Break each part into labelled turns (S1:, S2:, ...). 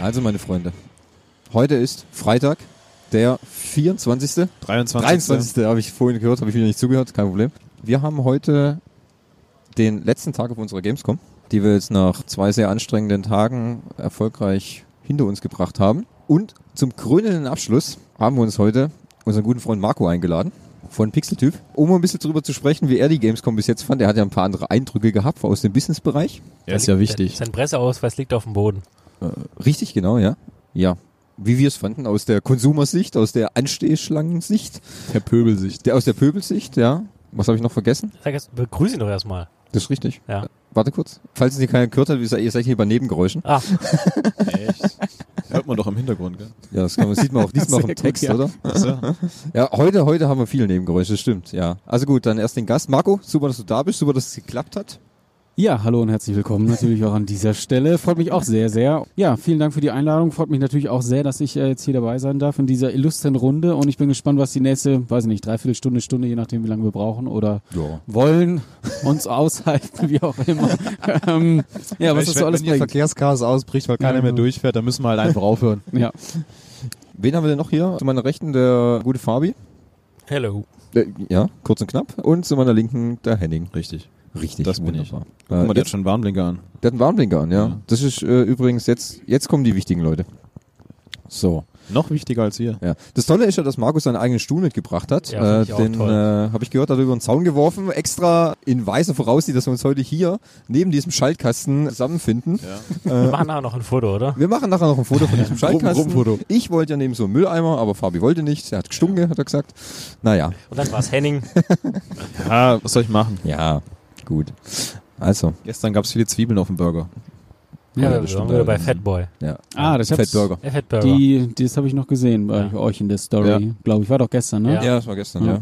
S1: Also, meine Freunde, heute ist Freitag, der 24.
S2: 23.
S1: 23. habe ich vorhin gehört, habe ich wieder nicht zugehört, kein Problem. Wir haben heute den letzten Tag auf unserer Gamescom, die wir jetzt nach zwei sehr anstrengenden Tagen erfolgreich hinter uns gebracht haben. Und zum krönenden Abschluss haben wir uns heute unseren guten Freund Marco eingeladen von Pixeltyp, um ein bisschen drüber zu sprechen, wie er die Gamescom bis jetzt fand. Er hat ja ein paar andere Eindrücke gehabt aus dem Businessbereich.
S2: Ja, ist ja wichtig.
S3: Sein Presseausweis liegt auf dem Boden.
S1: Richtig, genau, ja. Ja. Wie wir es fanden, aus der Konsumersicht, aus der Anstehschlangensicht,
S2: Der Pöbelsicht.
S1: der, aus der Pöbelsicht, ja. Was habe ich noch vergessen?
S3: Sag erst, begrüße ihn doch erstmal.
S1: Das ist richtig.
S3: Ja.
S1: Warte kurz. Falls es dir keiner gehört hat, wie gesagt, ihr seid hier bei Nebengeräuschen.
S3: Ah,
S2: Echt? Hört man doch im Hintergrund, gell?
S1: Ja, das kann man, sieht man auch diesmal auch im
S2: Sehr gut,
S1: Text,
S2: ja.
S1: oder?
S2: Also,
S1: Ja, heute, heute haben wir viele Nebengeräusche, das stimmt, ja. Also gut, dann erst den Gast. Marco, super, dass du da bist, super, dass es geklappt hat.
S4: Ja, hallo und herzlich willkommen natürlich auch an dieser Stelle. Freut mich auch sehr, sehr. Ja, vielen Dank für die Einladung. Freut mich natürlich auch sehr, dass ich äh, jetzt hier dabei sein darf in dieser illustren Runde. Und ich bin gespannt, was die nächste, weiß ich nicht, dreiviertel Stunde, Stunde, je nachdem, wie lange wir brauchen oder
S1: Ja.
S4: wollen, uns aushalten, wie auch immer. ähm, ja, was
S2: ich
S4: das
S2: werd-
S4: so alles
S2: wenn hier
S4: bringt.
S2: Verkehrschaos ausbricht, weil keiner
S4: Ja.
S2: mehr durchfährt, dann müssen wir halt einfach aufhören.
S4: Ja.
S1: Wen haben wir denn noch hier? Zu meiner Rechten der gute Fabi.
S3: hello.
S1: Äh, Ja, kurz und knapp. Und zu meiner Linken der Henning.
S2: Richtig.
S1: Richtig,
S2: Das bin ich. Guck
S1: Äh,
S2: mal, der hat
S1: jetzt,
S2: schon einen Warnblinker an.
S1: der hat einen Warnblinker an, ja.
S2: Ja.
S1: Das ist äh, übrigens, jetzt, jetzt kommen die wichtigen Leute. So.
S2: Noch wichtiger als hier.
S1: Ja. Das Tolle ist ja, dass Markus seinen eigenen Stuhl mitgebracht hat.
S3: Ja,
S1: äh,
S3: find ich auch
S1: den
S3: toll.
S1: äh, habe ich gehört, hat er über den Zaun geworfen, extra in weißer Voraussicht, dass wir uns heute hier neben diesem Schaltkasten zusammenfinden.
S3: Wir machen nachher noch ein Foto, oder?
S1: Wir machen nachher noch ein Foto von diesem Schaltkasten.
S2: Gruppenfoto.
S1: Ich wollte ja neben so einen Mülleimer, aber Fabi wollte nicht. Er hat gestunken, hat er gesagt. Naja.
S3: Und dann war es Henning.
S2: Ja, was soll ich machen?
S1: Ja, gut. Also,
S2: Gestern gab es viele Zwiebeln auf dem Burger.
S3: Ja,
S1: das
S3: wir
S1: stimmt
S3: waren wieder bei
S1: allerdings.
S3: Fatboy.
S1: ja.
S4: Ah, das hab's-
S1: Fettburger.
S3: Äh, Fatburger.
S4: Die, das habe ich noch gesehen bei
S3: Ja.
S4: euch in der Story,
S2: Ja.
S4: glaube ich. War doch gestern, ne?
S3: Ja.
S1: Ja, das war gestern,
S4: Ja.
S1: ja.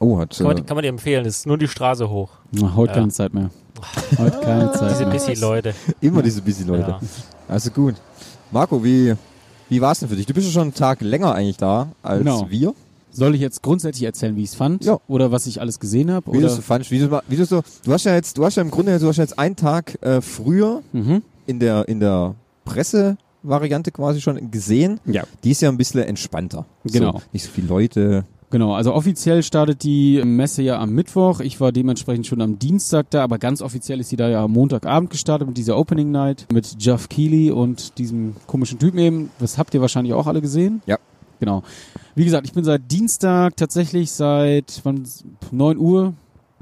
S1: Oh, hat.
S3: kann,
S1: Äh,
S3: man, kann man dir empfehlen, das ist nur die Straße hoch.
S4: Na, heute
S3: Ja.
S4: keine Zeit mehr. Heute keine Zeit
S3: Diese
S4: mehr.
S3: busy Leute.
S1: immer diese busy Leute.
S3: Ja.
S1: Also gut. Marco, wie, wie war es denn für dich? Du bist ja schon einen Tag länger eigentlich da als
S4: Genau.
S1: wir.
S4: Soll ich jetzt grundsätzlich erzählen, wie ich es fand?
S1: Ja.
S4: Oder was ich alles gesehen habe?
S1: Wie du so
S4: Oder?
S1: fandst, wie du, ma- wie du so, du hast ja jetzt, du hast ja im Grunde, jetzt- du hast ja jetzt einen Tag äh, früher
S4: Mhm.
S1: in der, in der Pressevariante quasi schon gesehen.
S4: Ja.
S1: Die ist ja ein bisschen entspannter.
S4: Genau.
S1: So, nicht so viele Leute.
S4: Genau, also offiziell startet die Messe ja am Mittwoch. Ich war dementsprechend schon am Dienstag da, aber ganz offiziell ist sie da ja am Montagabend gestartet mit dieser Opening Night mit Jeff Keighley und diesem komischen Typen eben. Das habt ihr wahrscheinlich auch alle gesehen.
S1: Ja.
S4: Genau. Wie gesagt, ich bin seit Dienstag tatsächlich seit wann, 9 Uhr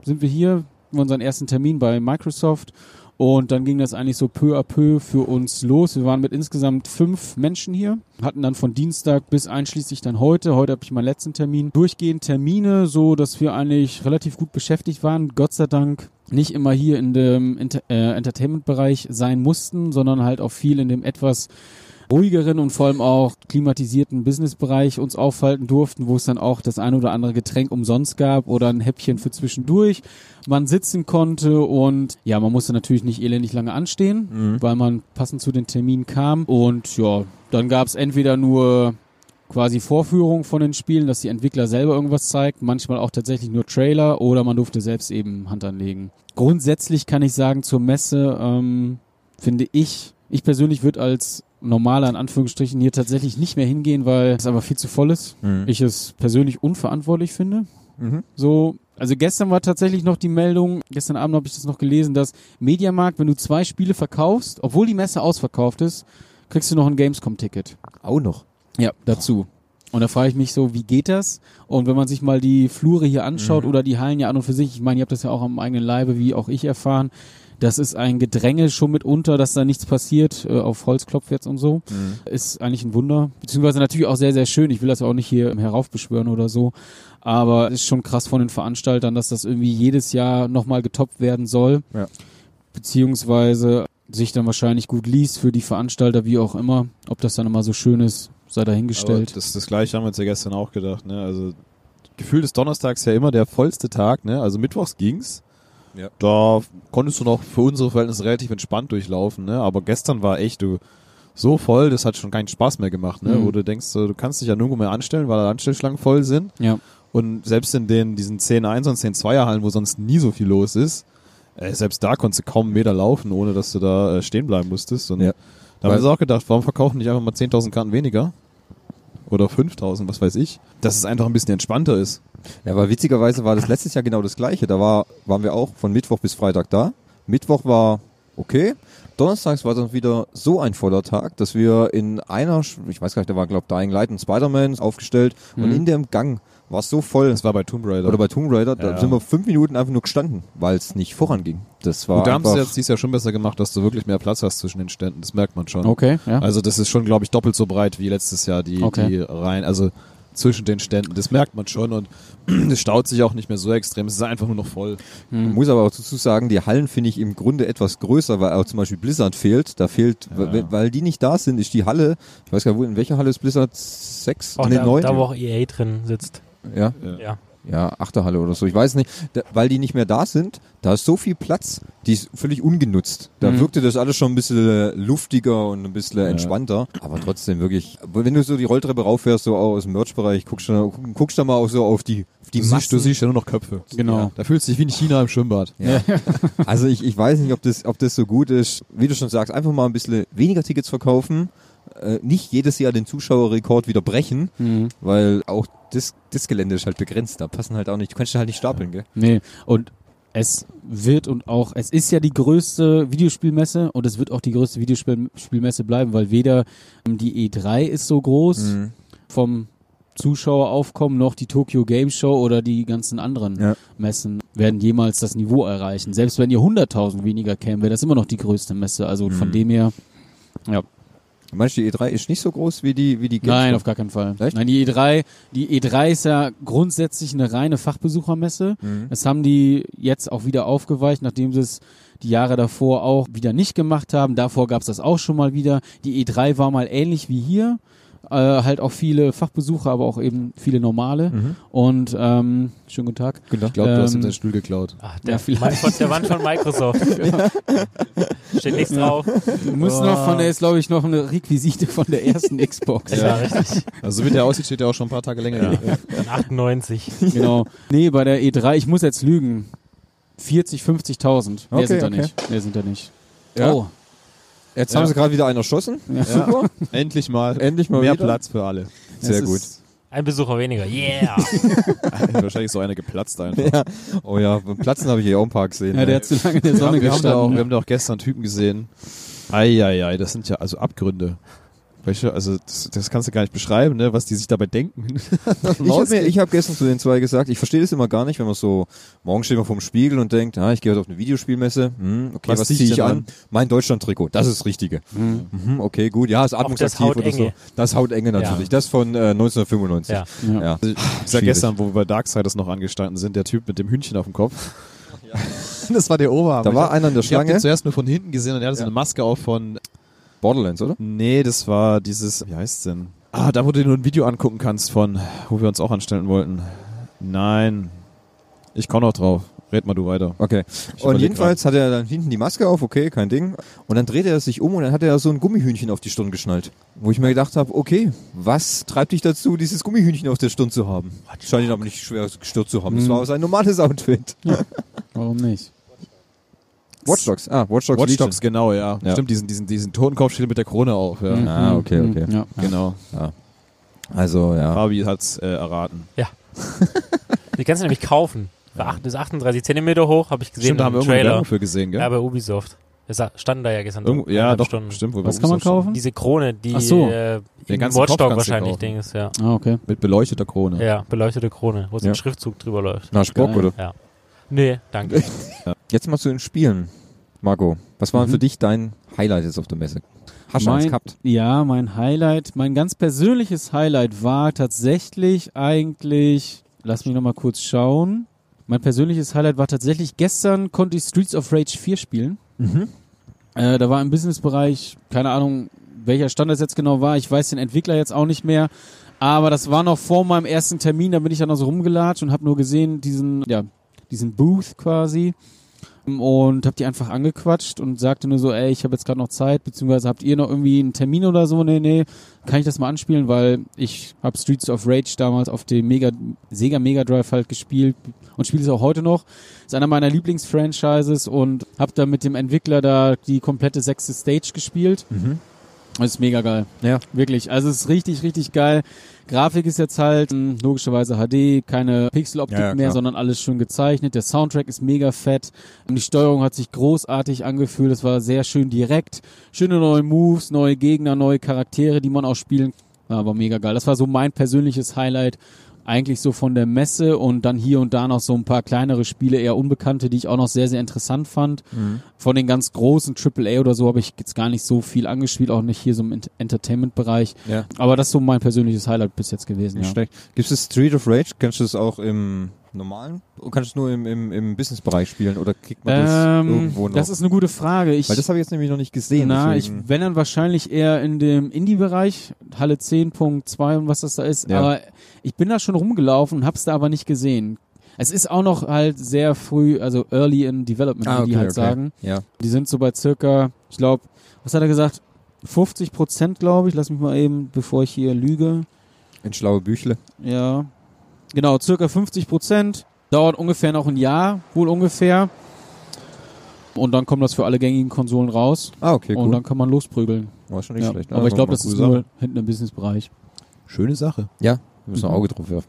S4: sind wir hier, haben unseren ersten Termin bei Microsoft. Und dann ging das eigentlich so peu à peu für uns los. Wir waren mit insgesamt fünf Menschen hier, hatten dann von Dienstag bis einschließlich dann heute, heute habe ich meinen letzten Termin, durchgehend Termine, so dass wir eigentlich relativ gut beschäftigt waren. Gott sei Dank nicht immer hier in dem Enter äh, Entertainment-Bereich sein mussten, sondern halt auch viel in dem etwas ruhigeren und vor allem auch klimatisierten Businessbereich uns aufhalten durften, wo es dann auch das ein oder andere Getränk umsonst gab oder ein Häppchen für zwischendurch. Man sitzen konnte und ja, man musste natürlich nicht elendig lange anstehen, weil man passend zu den Terminen kam. Und ja, dann gab es entweder nur quasi Vorführungen von den Spielen, dass die Entwickler selber irgendwas zeigt, manchmal auch tatsächlich nur Trailer oder man durfte selbst eben Hand anlegen. Grundsätzlich kann ich sagen, zur Messe ähm, finde ich, ich persönlich würde als normaler in Anführungsstrichen hier tatsächlich nicht mehr hingehen, weil es aber viel zu voll ist. Ich es persönlich unverantwortlich finde.
S1: Mhm.
S4: So, also gestern war tatsächlich noch die Meldung, gestern Abend habe ich das noch gelesen, dass Mediamarkt, wenn du zwei Spiele verkaufst, obwohl die Messe ausverkauft ist, kriegst du noch ein Gamescom-Ticket.
S1: Auch noch.
S4: Ja, dazu. Und da frage ich mich so, wie geht das? Und wenn man sich mal die Flure hier anschaut oder die Hallen ja an und für sich, ich meine, ihr habt das ja auch am eigenen Leibe, wie auch ich erfahren, das ist ein Gedränge schon mitunter, dass da nichts passiert, äh, auf Holzklopf jetzt und so, ist eigentlich ein Wunder. Beziehungsweise natürlich auch sehr, sehr schön, ich will das auch nicht hier heraufbeschwören oder so, aber es ist schon krass von den Veranstaltern, dass das irgendwie jedes Jahr nochmal getoppt werden soll,
S1: Ja.
S4: beziehungsweise sich dann wahrscheinlich gut liest für die Veranstalter, wie auch immer, ob das dann immer so schön ist, sei
S2: Aber
S4: dahingestellt.
S2: Das, das gleiche haben wir uns ja gestern auch gedacht, ne? Also gefühlt ist Donnerstags ja immer der vollste Tag, ne? Also mittwochs ging's.
S1: Ja.
S2: Da konntest du noch für unsere Verhältnisse relativ entspannt durchlaufen, ne? Aber gestern war echt du so voll, das hat schon keinen Spaß mehr gemacht, ne?
S4: Mhm.
S2: Wo du denkst, so, du kannst dich ja nirgendwo mehr anstellen, weil da Anstellschlangen voll sind.
S4: Ja.
S2: Und selbst in den diesen 10-1 und 10-2er Hallen, wo sonst nie so viel los ist, äh, selbst da konntest du kaum einen Meter laufen, ohne dass du da äh, stehen bleiben musstest. Und
S1: Ja.
S2: Da haben
S1: Weil-
S2: sie auch gedacht, warum verkaufen nicht einfach mal 10.000 Karten weniger? Oder 5.000, was weiß ich. Dass es einfach ein bisschen entspannter ist.
S1: Ja, aber witzigerweise war das letztes Jahr genau das gleiche. Da war, waren wir auch von Mittwoch bis Freitag da. Mittwoch war okay. Donnerstags war dann wieder so ein voller Tag, dass wir in einer, Sch- ich weiß gar nicht, da war glaube Dying Light und Spider-Man aufgestellt
S2: Mhm.
S1: und in dem Gang war es so voll.
S2: Das war bei Tomb Raider.
S1: Oder bei Tomb Raider, da
S2: Ja.
S1: sind wir fünf Minuten einfach nur gestanden, weil es nicht voranging. Das war
S2: Gut, da haben sie
S1: einfach,
S2: es jetzt dieses Jahr schon besser gemacht, dass du wirklich mehr Platz hast zwischen den Ständen. Das merkt man schon.
S4: Okay, ja.
S2: Also das ist schon, glaube ich, doppelt so breit wie letztes Jahr die,
S4: Okay.
S2: die Reihen. Also zwischen den Ständen. Das merkt man schon und es staut sich auch nicht mehr so extrem. Es ist einfach nur noch voll.
S1: Man muss aber auch dazu sagen, die Hallen finde ich im Grunde etwas größer, weil auch zum Beispiel Blizzard fehlt. Da fehlt, weil, weil die nicht da sind, ist die Halle, ich weiß gar nicht, wo- in welcher Halle ist Blizzard? Sechs?
S3: Auch
S1: nee,
S3: Oh, da,
S1: neun?
S3: da, wo auch EA drin sitzt.
S1: ja.
S3: Ja.
S1: ja, achte Halle oder so, ich weiß nicht, da, weil die nicht mehr da sind, da ist so viel Platz, die ist völlig ungenutzt. Da
S2: Mhm.
S1: wirkte das alles schon ein bisschen luftiger und ein bisschen entspannter, aber trotzdem wirklich, wenn du so die Rolltreppe rauffährst, so aus dem Merch-Bereich, guckst du guck- guckst da mal auch so auf die, auf die
S2: Du siehst,
S1: Massen.
S2: du siehst ja nur noch Köpfe.
S4: Genau.
S2: Ja. Da fühlst du dich wie in China im Schwimmbad.
S1: Ja. Also ich, ich weiß nicht, ob das, ob das so gut ist. Wie du schon sagst, einfach mal ein bisschen weniger Tickets verkaufen. Äh, nicht jedes Jahr den Zuschauerrekord wieder brechen,
S4: Mhm.
S1: weil auch das, das Gelände ist halt begrenzt. Da passen halt auch nicht, du kannst halt nicht stapeln, gell?
S4: Nee, und es wird und auch, es ist ja die größte Videospielmesse und es wird auch die größte Videospielmesse bleiben, weil weder ähm, die E3 ist so groß
S1: Mhm.
S4: vom Zuschaueraufkommen noch die Tokyo Game Show oder die ganzen anderen
S1: Ja.
S4: Messen werden jemals das Niveau erreichen. Selbst wenn ihr 100.000 weniger kämen, wäre das immer noch die größte Messe. Also von dem her, ja.
S1: Meinst du, die E3 ist nicht so groß wie die, wie die
S4: Nein,
S1: Gamescom?
S4: auf gar keinen Fall.
S1: Echt?
S4: Nein, die E3, die E3 ist ja grundsätzlich eine reine Fachbesuchermesse.
S1: Mhm.
S4: Das haben die jetzt auch wieder aufgeweicht, nachdem sie es die Jahre davor auch wieder nicht gemacht haben. Davor gab es das auch schon mal wieder. Die E3 war mal ähnlich wie hier. Äh, halt auch viele Fachbesucher, aber auch eben viele normale.
S1: Mhm.
S4: Und ähm, schönen guten Tag.
S2: Ich glaube, du hast
S4: Ähm,
S2: ihm den Stuhl geklaut.
S3: Ach,
S4: Ja,
S3: der,
S4: vielleicht.
S3: von, der Wand von Microsoft. Steht nichts drauf.
S4: Wir müssen noch von der ist, glaube ich, noch eine Requisite von der ersten Xbox.
S3: Ja, richtig.
S2: Also so wie der aussieht, steht ja auch schon ein paar Tage länger. hier.
S3: Ein 98.
S4: Genau. Nee, bei der E3, ich muss jetzt lügen. 40, 50.000. Mehr
S1: Okay,
S4: sind da
S1: okay.
S4: nicht. Mehr sind da nicht.
S1: Ja.
S4: Oh.
S1: Jetzt haben
S2: Ja.
S1: sie gerade wieder einen erschossen. Super.
S2: Endlich mal.
S1: Endlich mal
S2: mehr
S1: wieder.
S2: Platz für alle.
S1: Sehr
S4: Das
S1: gut.
S4: ist-
S3: Ein Besucher weniger. Yeah.
S2: Wahrscheinlich ist so einer geplatzt einfach.
S1: Oh ja, beim Platzen habe ich hier auch ein paar gesehen.
S4: Ja, der hat zu lange in der
S2: ne? Wir, haben,
S4: Sonne
S2: wir, haben da auch,
S4: gestanden.
S2: wir haben da auch gestern Typen gesehen. Eieiei, das sind ja also Abgründe. Welche, also das, das kannst du gar nicht beschreiben, ne, was die sich dabei denken.
S1: Ich habe hab gestern zu den zwei gesagt, ich verstehe das immer gar nicht, wenn man so, morgen steht man vorm Spiegel und denkt, ah, ich gehe heute auf eine Videospielmesse, hm, okay, was,
S2: Was
S1: zieh
S2: zieh ich
S1: ich
S2: denn
S1: an?
S2: an? Hm.
S1: Mein Deutschland-Trikot, das ist das Richtige. Mhm, okay, gut, ja, ist atmungsaktiv
S3: das
S1: oder so.
S3: Hautenge.
S1: Das Hautenge natürlich, das von äh, 1995.
S3: Ja.
S1: ja.
S2: Ich war
S1: Schwierig.
S2: gestern, wo wir bei Darksiders noch angestanden sind, der Typ mit dem Hühnchen auf dem Kopf. Das war der Oberhammer.
S1: Da war einer in der
S2: Ich habe den
S1: Schlange,
S2: zuerst nur von hinten gesehen und er hatte so eine Maske auf von,
S1: Borderlands, oder?
S2: nee, das war dieses, wie heißt's denn? Ah, da, wo du dir nur ein Video angucken kannst von, wo wir uns auch anstellen wollten. Nein. Ich komme noch drauf. Red mal du weiter.
S1: Okay. Und
S2: überleg
S1: jedenfalls hat er dann hinten die Maske auf, okay, kein Ding. Und dann drehte er sich um und dann hat er so ein Gummihühnchen auf die Stirn geschnallt. Wo ich mir gedacht habe, okay, was treibt dich dazu, dieses Gummihühnchen auf der Stirn zu haben? Scheint ihn aber nicht schwer gestört zu haben. Das war sein normales Outfit.
S4: Warum nicht?
S1: Watch Dogs, ah, Watch Dogs.
S2: Watch
S1: Legion.
S2: Dogs, genau, ja.
S1: Ja.
S2: Stimmt, diesen, diesen, diesen Totenkopf steht mit der Krone auf, ja.
S1: Ah, okay,
S4: Mhm.
S1: okay.
S4: Ja.
S2: Genau.
S1: Also, ja.
S2: Fabi hat's äh, erraten.
S3: Die kannst du nämlich kaufen. Für acht- Bis 38 Zentimeter hoch, habe ich gesehen
S2: Stimmt, da haben wir
S3: im
S2: irgendwo eine
S3: Trailer.
S2: Werbung für gesehen, gell?
S3: Ja, bei Ubisoft. Das sa- stand da ja gestern.
S2: Irgendwo, ja,
S3: anderthalb
S2: doch,
S3: Stunden.
S2: stimmt. Wo
S4: Was
S2: wir
S4: kann man
S2: Ubisoft
S4: kaufen?
S3: Diese Krone, die
S4: Ach so.
S3: äh,
S2: Den
S3: im
S2: ganzen
S3: Watch
S2: Kopf
S3: Dog
S2: kannst du
S3: wahrscheinlich
S2: kaufen.
S3: Ding ist, ja.
S4: Ah, okay.
S2: Mit beleuchteter Krone.
S3: Ja, beleuchtete Krone, wo so
S1: Ja.
S3: ein Schriftzug drüber läuft.
S1: Na, Spock,
S4: Geil.
S1: oder?
S3: Ja. Nee, danke.
S1: Jetzt mal zu den Spielen. Marco, was war
S4: Mhm.
S1: für dich dein Highlight jetzt auf der Messe? Hast du eins
S4: Mein-
S1: gehabt?
S4: Ja, mein Highlight, mein ganz persönliches Highlight war tatsächlich eigentlich, lass mich nochmal kurz schauen. Mein persönliches Highlight war tatsächlich, gestern konnte ich Streets of Rage 4 spielen. Äh, da war im Businessbereich, keine Ahnung, welcher Stand das jetzt genau war. Ich weiß den Entwickler jetzt auch nicht mehr. Aber das war noch vor meinem ersten Termin, da bin ich dann noch so rumgelatscht und habe nur gesehen, diesen, ja, diesen Booth quasi. Und habe die einfach angequatscht und sagte nur so, ey, ich habe jetzt gerade noch Zeit, beziehungsweise habt ihr noch irgendwie einen Termin oder so? Nee, nee, kann ich das mal anspielen, weil ich habe Streets of Rage damals auf dem Mega, Sega Mega Drive halt gespielt und spiele es auch heute noch. Ist einer meiner Lieblingsfranchises und habe da mit dem Entwickler da die komplette sechste Stage gespielt. Das ist mega geil.
S1: Mhm. Ja.
S4: Wirklich. Also es ist richtig, richtig geil. Grafik ist jetzt halt mm, logischerweise HD, keine Pixeloptik
S1: Ja, ja,
S4: mehr,
S1: klar.
S4: sondern alles schön gezeichnet. Der Soundtrack ist mega fett. Die Steuerung hat sich großartig angefühlt. Es war sehr schön direkt. Schöne neue Moves, neue Gegner, neue Charaktere, die man auch spielen kann. Aber mega geil. Das war so mein persönliches Highlight. Eigentlich so von der Messe und dann hier und da noch so ein paar kleinere Spiele, eher unbekannte, die ich auch noch sehr, sehr interessant fand.
S1: Mhm.
S4: Von den ganz großen AAA oder so habe ich jetzt gar nicht so viel angespielt, auch nicht hier so im Ent- Entertainment-Bereich.
S1: Ja.
S4: Aber das ist so mein persönliches Highlight bis jetzt gewesen.
S1: Nicht
S4: Ja.
S1: schlecht. Gibt es Street of Rage? Kannst du es auch im normalen? Oder kannst du es nur im, im, im Business-Bereich spielen? Oder kriegt man das
S4: Ähm,
S1: irgendwo noch?
S4: das ist eine gute Frage. Ich,
S1: Weil das habe ich jetzt nämlich noch nicht gesehen.
S4: na, ich,
S1: deswegen-
S4: wenn dann wahrscheinlich eher in dem Indie-Bereich, Halle 10.2 und was das da ist.
S1: Ja.
S4: Aber ich bin da schon rumgelaufen und hab's da aber nicht gesehen. Es ist auch noch halt sehr früh, also early in development,
S1: Ah,
S4: wie die halt sagen.
S1: Ja.
S4: Die sind so bei circa, ich glaube, was hat er gesagt? 50 Prozent, glaube ich. Lass mich mal eben, bevor ich hier lüge.
S1: In schlaue Büchle.
S4: Ja. Genau, circa 50 Prozent. Dauert ungefähr noch ein Jahr, wohl ungefähr. Und dann kommt das für alle gängigen Konsolen raus.
S1: Ah, okay,
S4: und
S1: cool.
S4: dann kann man losprügeln.
S1: War schon nicht
S4: Ja.
S1: schlecht.
S4: Aber
S1: Ah,
S4: ich glaube,
S1: mal
S4: das
S1: coole
S4: ist
S1: Sache.
S4: nur hinten im Businessbereich.
S2: Schöne Sache.
S1: Ja, wir müssen ein
S4: Mhm.
S1: Auge drauf werfen.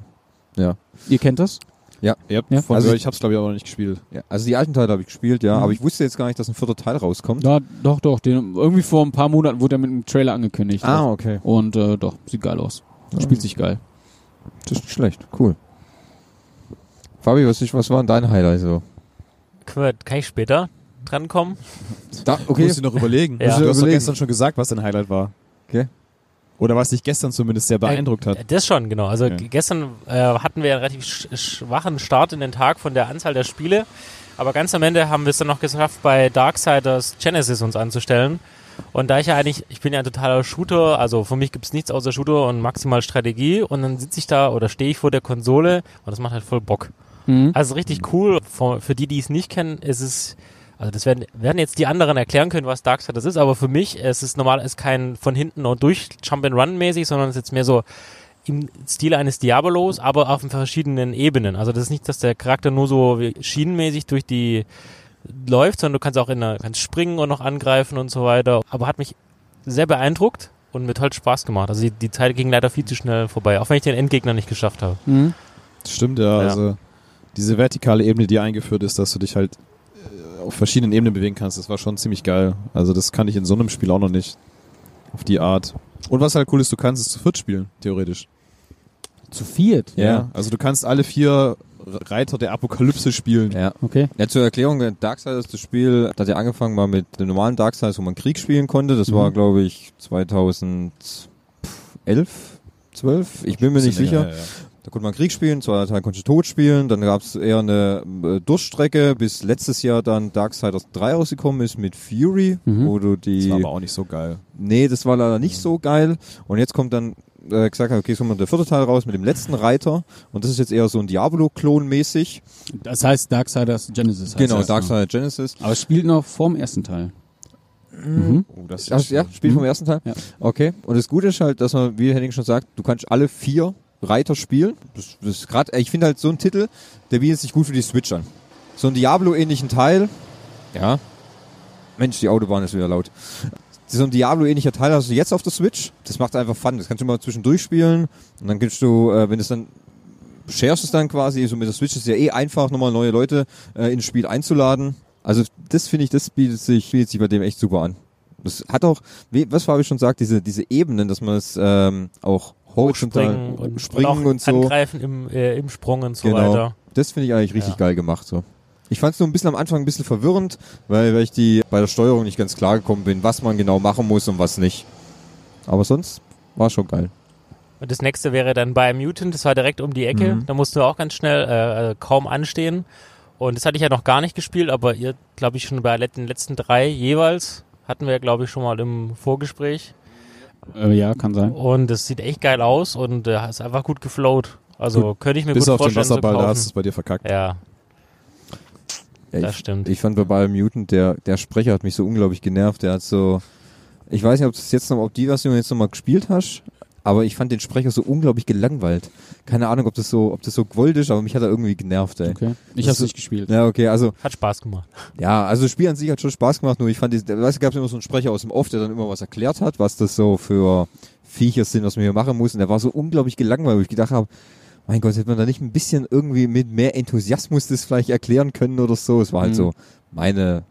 S4: Ihr kennt das?
S2: Ja,
S4: Ja.
S2: von
S1: Also
S2: also
S1: ich-
S2: ich hab's glaube ich aber noch nicht gespielt.
S1: Ja, also die alten Teile habe ich gespielt, ja,
S4: Mhm.
S1: aber ich wusste jetzt gar nicht, dass ein vierter Teil rauskommt.
S4: Ja, doch, doch. Den, irgendwie vor ein paar Monaten wurde er mit einem Trailer angekündigt.
S1: okay.
S4: Und äh, doch, sieht geil aus.
S1: Ah. Ja.
S4: Spielt sich geil.
S1: Das ist nicht schlecht. Cool. Fabi, was, ich, was war denn dein Highlight so?
S3: Können wir, kann ich später drankommen?
S1: Da,
S2: Okay. Muss ich noch überlegen.
S3: Ja.
S2: Du hast doch
S1: Überlegen.
S2: gestern schon gesagt, was dein Highlight war.
S1: Okay.
S2: Oder was dich gestern zumindest sehr beeindruckt hat.
S3: Das schon, genau. Also
S2: Ja.
S3: g- gestern äh, hatten wir einen relativ sch- schwachen Start in den Tag von der Anzahl der Spiele. Aber ganz am Ende haben wir es dann noch geschafft, bei Darksiders Genesis uns anzustellen. Und da ich ja eigentlich, ich bin ja ein totaler Shooter, also für mich gibt's nichts außer Shooter und maximal Strategie. Und dann sitze ich da oder stehe ich vor der Konsole und das macht halt voll Bock.
S4: Mhm.
S3: Also richtig cool. Für, für die, die es nicht kennen, ist es, also das werden, werden jetzt die anderen erklären können, was Darksiders ist, aber für mich es ist normal, es ist kein von hinten und durch Jump and Run mäßig, sondern es ist jetzt mehr so im Stil eines Diabolos, aber auf verschiedenen Ebenen. Also das ist nicht, dass der Charakter nur so wie schienenmäßig durch die läuft, sondern du kannst auch in der, kannst springen und noch angreifen und so weiter. Aber hat mich sehr beeindruckt und mir toll Spaß gemacht. Also die, die Zeit ging leider viel zu schnell vorbei, auch wenn ich den Endgegner nicht geschafft habe.
S4: Mhm.
S2: Stimmt, ja,
S3: Ja.
S2: Also diese vertikale Ebene, die eingeführt ist, dass du dich halt äh, auf verschiedenen Ebenen bewegen kannst, das war schon ziemlich geil. Also das kann ich in so einem Spiel auch noch nicht. Auf die Art. Und was halt cool ist, du kannst es zu viert spielen, theoretisch.
S4: Zu viert?
S1: Ja.
S2: Also du kannst alle vier Reiter der Apokalypse spielen.
S1: Ja.
S4: Okay.
S1: ja, zur Erklärung, äh, Darksiders, das Spiel, das hat ja angefangen mal mit dem normalen Darksiders, wo man Krieg spielen konnte. Das
S2: Mhm.
S1: war, glaube ich, 2011, 12? Ich bin mir nicht
S2: Bisschen
S1: sicher.
S2: länger, ja, ja.
S1: Da konnte man Krieg spielen, zweiter Teil konntest du tot spielen, dann gab es eher eine äh, Durchstrecke, bis letztes Jahr dann Darksiders 3 rausgekommen ist mit Fury,
S4: Mhm.
S1: wo du die...
S2: Das war aber auch nicht so geil.
S1: Nee, das war leider nicht so geil. Und jetzt kommt dann äh, gesagt, okay, jetzt kommt dann der vierte Teil raus mit dem letzten Reiter. Und das ist jetzt eher so ein Diablo-Klon mäßig.
S4: Das heißt Darksiders Genesis. heißt
S1: Genau,
S4: das, ne?
S1: Darkseid Genesis.
S4: Aber es spielt noch vorm ersten Teil. Mhm.
S2: Oh, das
S1: Ach, ja, Spiel vom ersten Teil?
S4: Ja.
S1: Okay. Und das Gute ist halt, dass man, wie Henning schon sagt, du kannst alle vier Reiter spielen. Das, das ist grad, ich finde halt so einen Titel, der bietet sich gut für die Switch an. So einen Diablo-ähnlichen Teil. Ja. Mensch, die Autobahn ist wieder laut. So ein Diablo-ähnlicher Teil hast du jetzt auf der Switch. Das macht einfach Fun. Das kannst du mal zwischendurch spielen. Und dann gibst du, äh, wenn es dann sharest es dann quasi, so mit der Switch ist ja eh einfach, nochmal neue Leute äh, ins Spiel einzuladen. Also das finde ich, das bietet sich, bietet sich bei dem echt super an. Das hat auch, wie, was Fabi schon sagt, diese, diese Ebenen, dass man es ähm, auch horizontal
S3: springen und,
S1: springen
S3: und,
S1: und,
S3: auch
S1: so.
S3: angreifen im, äh, im Sprung und so
S1: Genau.
S3: weiter.
S1: Das finde ich eigentlich richtig
S3: Ja.
S1: geil gemacht. So. Ich fand es nur ein bisschen am Anfang ein bisschen verwirrend, weil, weil ich die bei der Steuerung nicht ganz klar gekommen bin, was man genau machen muss und was nicht. Aber sonst war schon geil.
S3: Und das nächste wäre dann bei Mutant, das war direkt um die Ecke. Da mussten wir auch ganz schnell äh, äh, kaum anstehen. Und das hatte ich ja noch gar nicht gespielt, aber ihr, glaube ich, schon bei let- den letzten drei jeweils hatten wir, glaube ich, schon mal im Vorgespräch.
S4: Äh, ja, kann sein.
S3: Und das sieht echt geil aus und äh, ist einfach gut geflowt. Also könnte ich mir
S2: Bis
S3: gut
S2: auf den
S3: vorstellen.
S2: Wasserball,
S3: zu
S2: da hast du
S3: kaufen.
S2: es bei dir verkackt.
S3: Ja,
S1: Ja,
S3: das
S1: ich,
S3: stimmt.
S1: Ich fand bei Biomutant, der, der Sprecher hat mich so unglaublich genervt. Der hat so, ich weiß nicht, ob das jetzt noch, ob die Version jetzt nochmal gespielt hast, Aber ich fand den Sprecher so unglaublich gelangweilt. Keine Ahnung, ob das so, ob das so gewollt ist, aber mich hat er irgendwie genervt, ey.
S4: Okay.
S1: Das
S4: Ich habe es
S1: ist-
S4: nicht gespielt.
S1: Ja, okay, also
S3: Hat Spaß gemacht.
S1: ja, also das Spiel an sich hat schon Spaß gemacht, nur ich fand, die- weißt du, gab es immer so einen Sprecher aus dem Off, der dann immer was erklärt hat, was das so für Viecher sind, was man hier machen muss. Und der war so unglaublich gelangweilt, wo ich gedacht habe, mein Gott, hätte man da nicht ein bisschen irgendwie mit mehr Enthusiasmus das vielleicht erklären können oder so. Es war halt
S4: Mhm.
S1: so meine,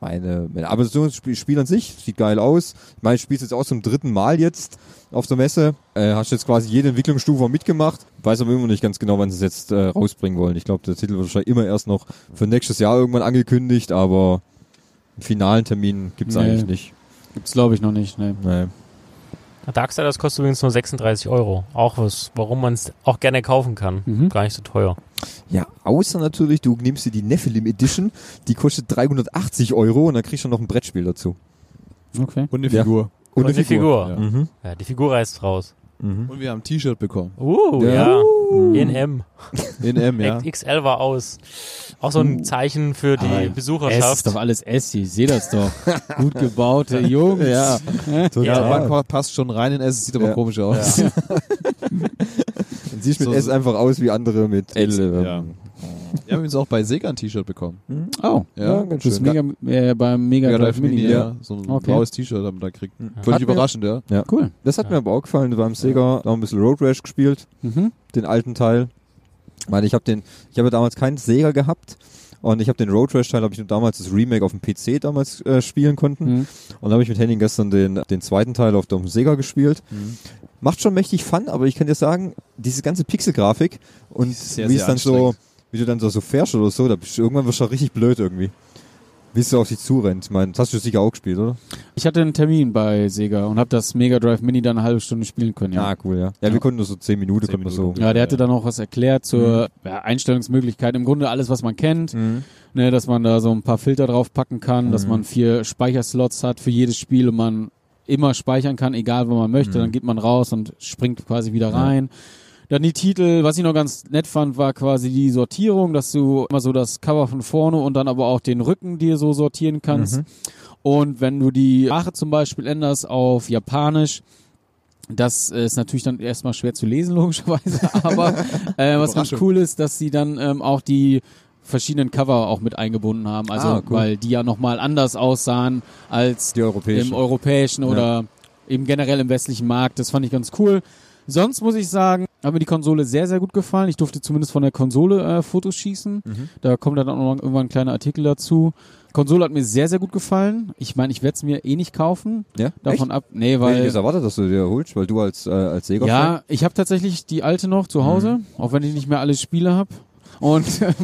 S1: meine, meine, aber so das Spiel, Spiel an sich sieht geil aus. Ich meine, spielst jetzt auch zum dritten Mal jetzt auf der Messe. Äh, hast jetzt quasi jede Entwicklungsstufe mitgemacht. Weiß aber immer nicht ganz genau, wann sie es jetzt äh, rausbringen wollen. Ich glaube, der Titel wird wahrscheinlich immer erst noch für nächstes Jahr irgendwann angekündigt, aber einen finalen Termin gibt's
S4: Nee.
S1: eigentlich nicht.
S4: Gibt's glaube ich noch nicht. ne. Nee.
S1: Nee.
S3: Darksiders kostet übrigens nur 36 Euro. Auch was, warum man es auch gerne kaufen kann.
S4: Mhm.
S3: Gar nicht so teuer.
S1: Ja, außer natürlich, du nimmst dir die Nephilim Edition, die kostet 380 Euro und dann kriegst du noch ein Brettspiel dazu.
S4: Okay.
S2: Und eine
S1: Ja.
S2: Figur.
S1: Und,
S3: eine Figur.
S2: Ja.
S1: Mhm.
S3: Ja, die Figur reißt raus.
S1: Mhm.
S2: Und wir haben ein T-Shirt bekommen.
S3: Uh,
S1: Ja.
S3: ja. In M.
S2: In M, ja.
S3: XL war aus. Auch so ein Zeichen für die
S4: Aber S ist
S3: Besucherschaft.
S4: doch alles S, ich sehe das doch. Gut gebaute Jungs.
S2: Ja.
S1: Total.
S2: Ja,
S3: Ja.
S2: man passt schon rein in S, es sieht aber
S1: Ja.
S2: komisch aus.
S1: Und siehst mit
S2: So-
S1: S einfach aus wie andere mit L. ähm.
S2: Ja. Wir haben übrigens auch bei Sega ein T-Shirt bekommen.
S4: Oh,
S2: Mhm. Ja,
S1: ganz
S4: das ist mega, äh, beim Mega,
S2: Mega
S4: Drive Mini. ja.
S2: ja. So ein
S4: Okay.
S2: blaues T-Shirt haben wir da gekriegt.
S1: Mhm. Hat
S2: Völlig
S1: mir-
S2: überraschend, ja.
S4: Cool.
S1: Das hat mir aber auch gefallen. Wir haben Sega noch ein bisschen Road Rash gespielt,
S4: Mhm.
S1: den alten Teil. Ich meine, ich habe den, ich habe ja damals keinen Sega gehabt und ich habe den Road Rash Teil, habe ich nur damals das Remake auf dem PC damals äh, spielen konnten.
S4: Mhm.
S1: Und da habe ich mit Henning gestern den, den zweiten Teil auf dem Sega gespielt.
S2: Mhm.
S1: Macht schon mächtig Fun, aber ich kann dir sagen, diese ganze Pixelgrafik und
S2: ist sehr,
S1: wie
S2: sehr
S1: es dann so,
S2: anstrengend.
S1: wie du dann so, so fährst oder so, da bist du, irgendwann wirst du richtig blöd irgendwie. Wie es so auf dich zurennt. Ich meine, das hast du sicher auch gespielt, oder?
S4: Ich hatte einen Termin bei Sega und habe das Mega Drive Mini dann eine halbe Stunde spielen können. Ja.
S1: Ah, cool, ja. Ja, wir konnten nur so 10 Minuten,
S2: Zehn
S1: konnten wir so.
S2: Minuten.
S4: Ja, der hatte dann auch was erklärt zur ja, Einstellungsmöglichkeit. Im Grunde alles, was man kennt,
S1: Mhm.
S4: ne, dass man da so ein paar Filter drauf packen kann, dass
S1: Mhm.
S4: man vier Speicherslots hat für jedes Spiel und man immer speichern kann, egal wo man möchte.
S1: Mhm.
S4: Dann geht man raus und springt quasi wieder rein. Dann die Titel, was ich noch ganz nett fand, war quasi die Sortierung, dass du immer so das Cover von vorne und dann aber auch den Rücken dir so sortieren kannst.
S1: Mhm.
S4: Und wenn du die Sprache zum Beispiel änderst auf Japanisch, das äh, ist natürlich dann erstmal schwer zu lesen, logischerweise. Aber äh, was ganz
S2: Überraschung.
S4: cool ist, dass sie dann ähm, auch die verschiedenen Cover auch mit eingebunden haben. Also,
S1: Ah, cool.
S4: weil die ja nochmal anders aussahen als
S1: Die europäischen.
S4: im europäischen oder eben generell im westlichen Markt. Das fand ich ganz cool. Sonst muss ich sagen, hat mir die Konsole sehr, sehr gut gefallen. Ich durfte zumindest von der Konsole äh, Fotos schießen.
S1: Mhm.
S4: Da kommt dann auch noch irgendwann ein kleiner Artikel dazu. Konsole hat mir sehr, sehr gut gefallen. Ich meine, ich werde es mir eh nicht kaufen.
S1: ja,
S4: Davon ab. Nee,
S1: Weil Hätte ich
S4: weil.
S1: das erwartet, dass du dir holst, weil du als, äh, als Sega.
S4: Ja, ich habe tatsächlich die alte noch zu Hause,
S1: Mhm.
S4: auch wenn ich nicht mehr alle Spiele habe. Und ähm,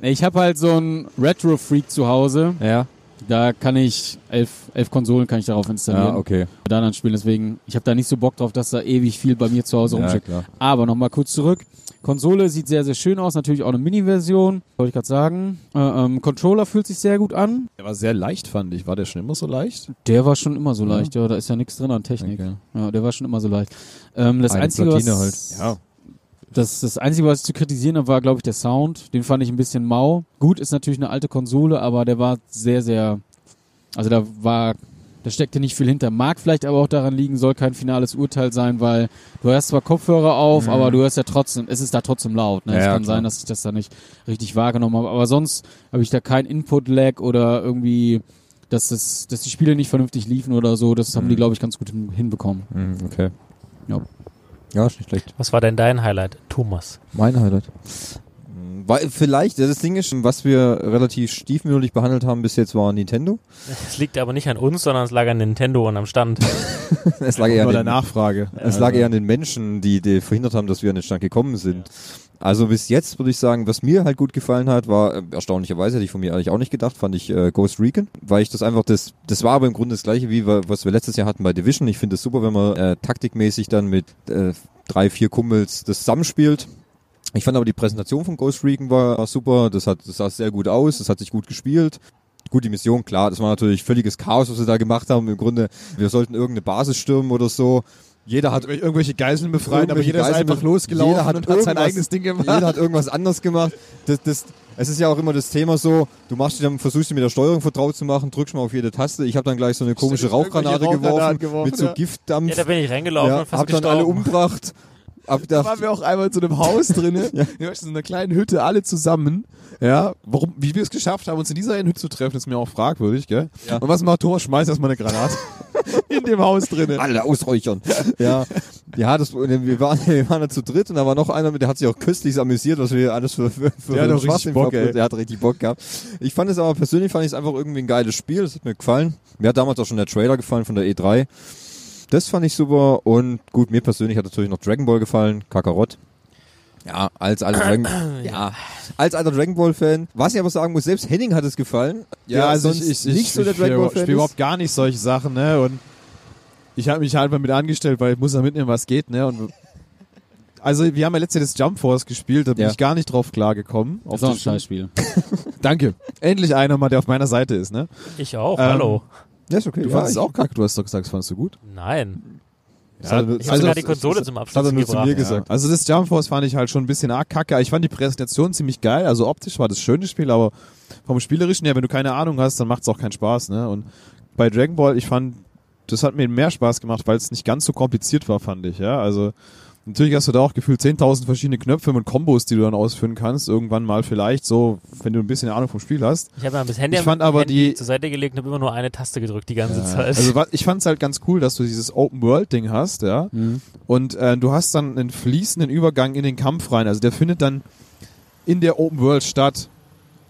S4: nee, ich habe halt so einen Retro-Freak zu Hause.
S1: Ja.
S4: Da kann ich elf, elf Konsolen kann ich darauf installieren.
S1: Ja, okay.
S4: Da dann spielen. Deswegen, ich habe da nicht so Bock drauf, dass da ewig viel bei mir zu Hause
S1: ja,
S4: rumschickt.
S1: klar.
S4: Aber nochmal kurz zurück. Konsole sieht sehr, sehr schön aus. Natürlich auch eine Mini-Version. Wollte ich gerade sagen. Äh, ähm, Controller fühlt sich sehr gut an.
S2: Der war sehr leicht, fand ich. War der schon immer so leicht?
S4: Der war schon immer so leicht. Ja, da ist ja nichts drin an Technik.
S2: Okay.
S4: Ja, der war schon immer so leicht. Ähm, das
S1: Eine
S4: Einzige, was,
S1: Platine
S2: halt. Ja.
S4: das, das Einzige, was ich zu kritisieren habe, war, glaube ich, der Sound. Den fand ich ein bisschen mau. Gut, ist natürlich eine alte Konsole, aber der war sehr, sehr, also da war, da steckte nicht viel hinter. Mag vielleicht aber auch daran liegen, soll kein finales Urteil sein, weil du hörst zwar Kopfhörer auf, aber du hörst ja trotzdem, es ist da trotzdem laut. Ne?
S1: Mhm. Ja,
S4: es
S1: ja,
S4: kann
S1: klar.
S4: sein, dass ich das da nicht richtig wahrgenommen habe. Aber sonst habe ich da kein Input-Lag oder irgendwie, dass, das, dass die Spiele nicht vernünftig liefen oder so. Das haben die, glaube ich, ganz gut hin, hinbekommen.
S1: Mhm, okay.
S4: Ja.
S1: Ja, ist nicht schlecht.
S3: Was war denn dein Highlight, Thomas?
S1: Mein Highlight. Mm, Weil vielleicht, das Ding ist, was wir relativ stiefmütterlich behandelt haben bis jetzt, war Nintendo.
S3: Es liegt aber nicht an uns, sondern es lag an Nintendo und am Stand.
S1: Es lag, eher
S2: Über
S1: an
S2: der
S1: den,
S2: Nachfrage.
S1: es lag eher an den Menschen, die, die verhindert haben, dass wir an den Stand gekommen sind. Also bis jetzt würde ich sagen, was mir halt gut gefallen hat, war äh, erstaunlicherweise, hätte ich von mir eigentlich auch nicht gedacht, fand ich äh, Ghost Recon, weil ich das einfach, das, das war aber im Grunde das gleiche, wie wir, was wir letztes Jahr hatten bei Division. Ich finde es super, wenn man äh, taktikmäßig dann mit äh, drei, vier Kumpels das zusammenspielt. Ich fand aber die Präsentation von Ghost Recon war, war super, das, hat, das sah sehr gut aus, das hat sich gut gespielt. Gut, die Mission, klar, das war natürlich völliges Chaos, was wir da gemacht haben. Im Grunde, wir sollten irgendeine Basis stürmen oder so. Jeder hat
S2: Hat irgendwelche Geiseln befreit, aber
S1: Irgendwelche
S2: jeder ist
S1: Geiseln
S2: einfach
S1: bef-
S2: losgelaufen
S1: Jeder hat
S2: und hat sein
S1: irgendwas-
S2: eigenes Ding gemacht.
S1: Jeder hat irgendwas anders gemacht. Das, das, Es ist ja auch immer das Thema so, du machst dich dann, versuchst dich mit der Steuerung vertraut zu machen, drückst mal auf jede Taste. Ich habe dann gleich so eine komische
S2: Stimmt,
S1: Rauchgranate
S2: irgendwelche
S1: geworfen,
S2: Rauchgranaten geworfen,
S1: mit so
S2: ja.
S1: Giftdampf.
S3: Ja, da bin ich reingelaufen
S1: Ja,
S3: und fast
S1: hab dann alle
S3: gestorben.
S1: umgebracht. Hab
S2: Da
S1: gedacht,
S2: waren wir auch einmal zu einem Haus drin, ja. in so einer kleinen Hütte, alle zusammen. Ja, warum, wie wir es geschafft haben, uns in dieser einen Hütte zu treffen, ist mir auch fragwürdig, gell?
S1: Ja.
S2: Und was macht Thomas? Schmeißt erstmal eine Granate in dem Haus drin.
S1: alle ausräuchern. ja, ja das, wir, waren, wir waren da zu dritt und da war noch einer, mit der hat sich auch köstlich amüsiert, was wir hier alles für, für, für
S2: Der hat
S1: einen
S2: auch richtig
S1: Schwachsinn
S2: Bock,
S1: verbrochen.
S2: ey.
S1: Der hat richtig Bock gehabt. Ich fand es aber persönlich, fand ich es einfach irgendwie ein geiles Spiel. Das hat mir gefallen. Mir hat damals auch schon der Trailer gefallen von der E3. Das fand ich super und gut, mir persönlich hat natürlich noch Dragon Ball gefallen, Kakarott. Ja, als alter Dragon, ja, als alter Dragon Ball Fan. Was ich aber sagen muss, selbst Henning hat es gefallen. der
S2: also
S1: sonst nicht so der Dragon Ball
S2: spiele
S1: Fan. ist.
S2: überhaupt gar nicht solche Sachen, ne? Und ich habe mich halt mal mit angestellt, weil ich muss ja mitnehmen, was geht, ne? Und also wir haben ja letztes Jahr das Jump Force gespielt, da bin
S1: Ja.
S2: ich gar nicht drauf klar gekommen.
S4: Auf
S2: Auf
S4: so ein
S2: das Spiel.
S4: Scheißspiel.
S2: Danke. Endlich einer mal, der auf meiner Seite ist, ne?
S3: Ich auch,
S2: Ähm,
S3: hallo.
S1: Ja, ist okay.
S2: Du
S1: ja,
S2: fandest es
S1: ich-
S2: auch kacke, du hast doch gesagt, das fandest du gut.
S3: Nein.
S1: Das hat er-
S3: Ich
S1: das
S3: habe
S1: hat er-
S3: sogar die
S1: das-
S3: Konsole
S1: das-
S3: zum
S1: Das hat er
S3: Abschluss
S1: nur zu mir
S3: gebracht.
S1: gesagt.
S2: Also das Jump Force fand ich halt schon ein bisschen arg kacke. Ich fand die Präsentation ziemlich geil, also optisch war das ein schönes Spiel, aber vom Spielerischen her, wenn du keine Ahnung hast, dann macht es auch keinen Spaß. Ne? Und bei Dragon Ball, ich fand, das hat mir mehr Spaß gemacht, weil es nicht ganz so kompliziert war, fand ich. Ja, also natürlich hast du da auch gefühlt 10.000 verschiedene Knöpfe und Kombos, die du dann ausführen kannst. Irgendwann mal vielleicht so, wenn du ein bisschen Ahnung vom Spiel hast.
S3: Ich habe mal das Handy,
S2: Ich fand aber
S3: Handy
S2: die-
S3: zur Seite gelegt und habe immer nur eine Taste gedrückt die ganze Zeit.
S2: Also wa- ich fand's halt ganz cool, dass du dieses Open World Ding hast, ja. Und äh, du hast dann einen fließenden Übergang in den Kampf rein. Also der findet dann in der Open World statt.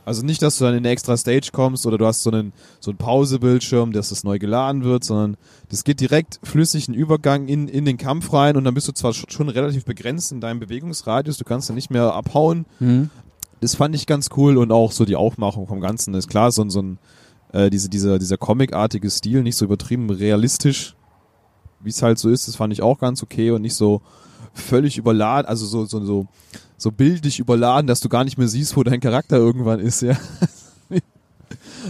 S2: Also nicht, dass du dann in eine extra Stage kommst oder du hast so einen so einen Pausebildschirm, dass das neu geladen wird, sondern das geht direkt flüssig einen Übergang in, in den Kampf rein und dann bist du zwar sch- schon relativ begrenzt in deinem Bewegungsradius, du kannst dann nicht mehr abhauen,
S4: Mhm.
S2: das fand ich ganz cool und auch so die Aufmachung vom Ganzen ist klar, so, ein- so ein, äh, diese, dieser, dieser comicartige Stil, nicht so übertrieben realistisch, wie es halt so ist, das fand ich auch ganz okay und nicht so völlig überladen, also so, so, so, so bildlich überladen, dass du gar nicht mehr siehst, wo dein Charakter irgendwann ist, ja.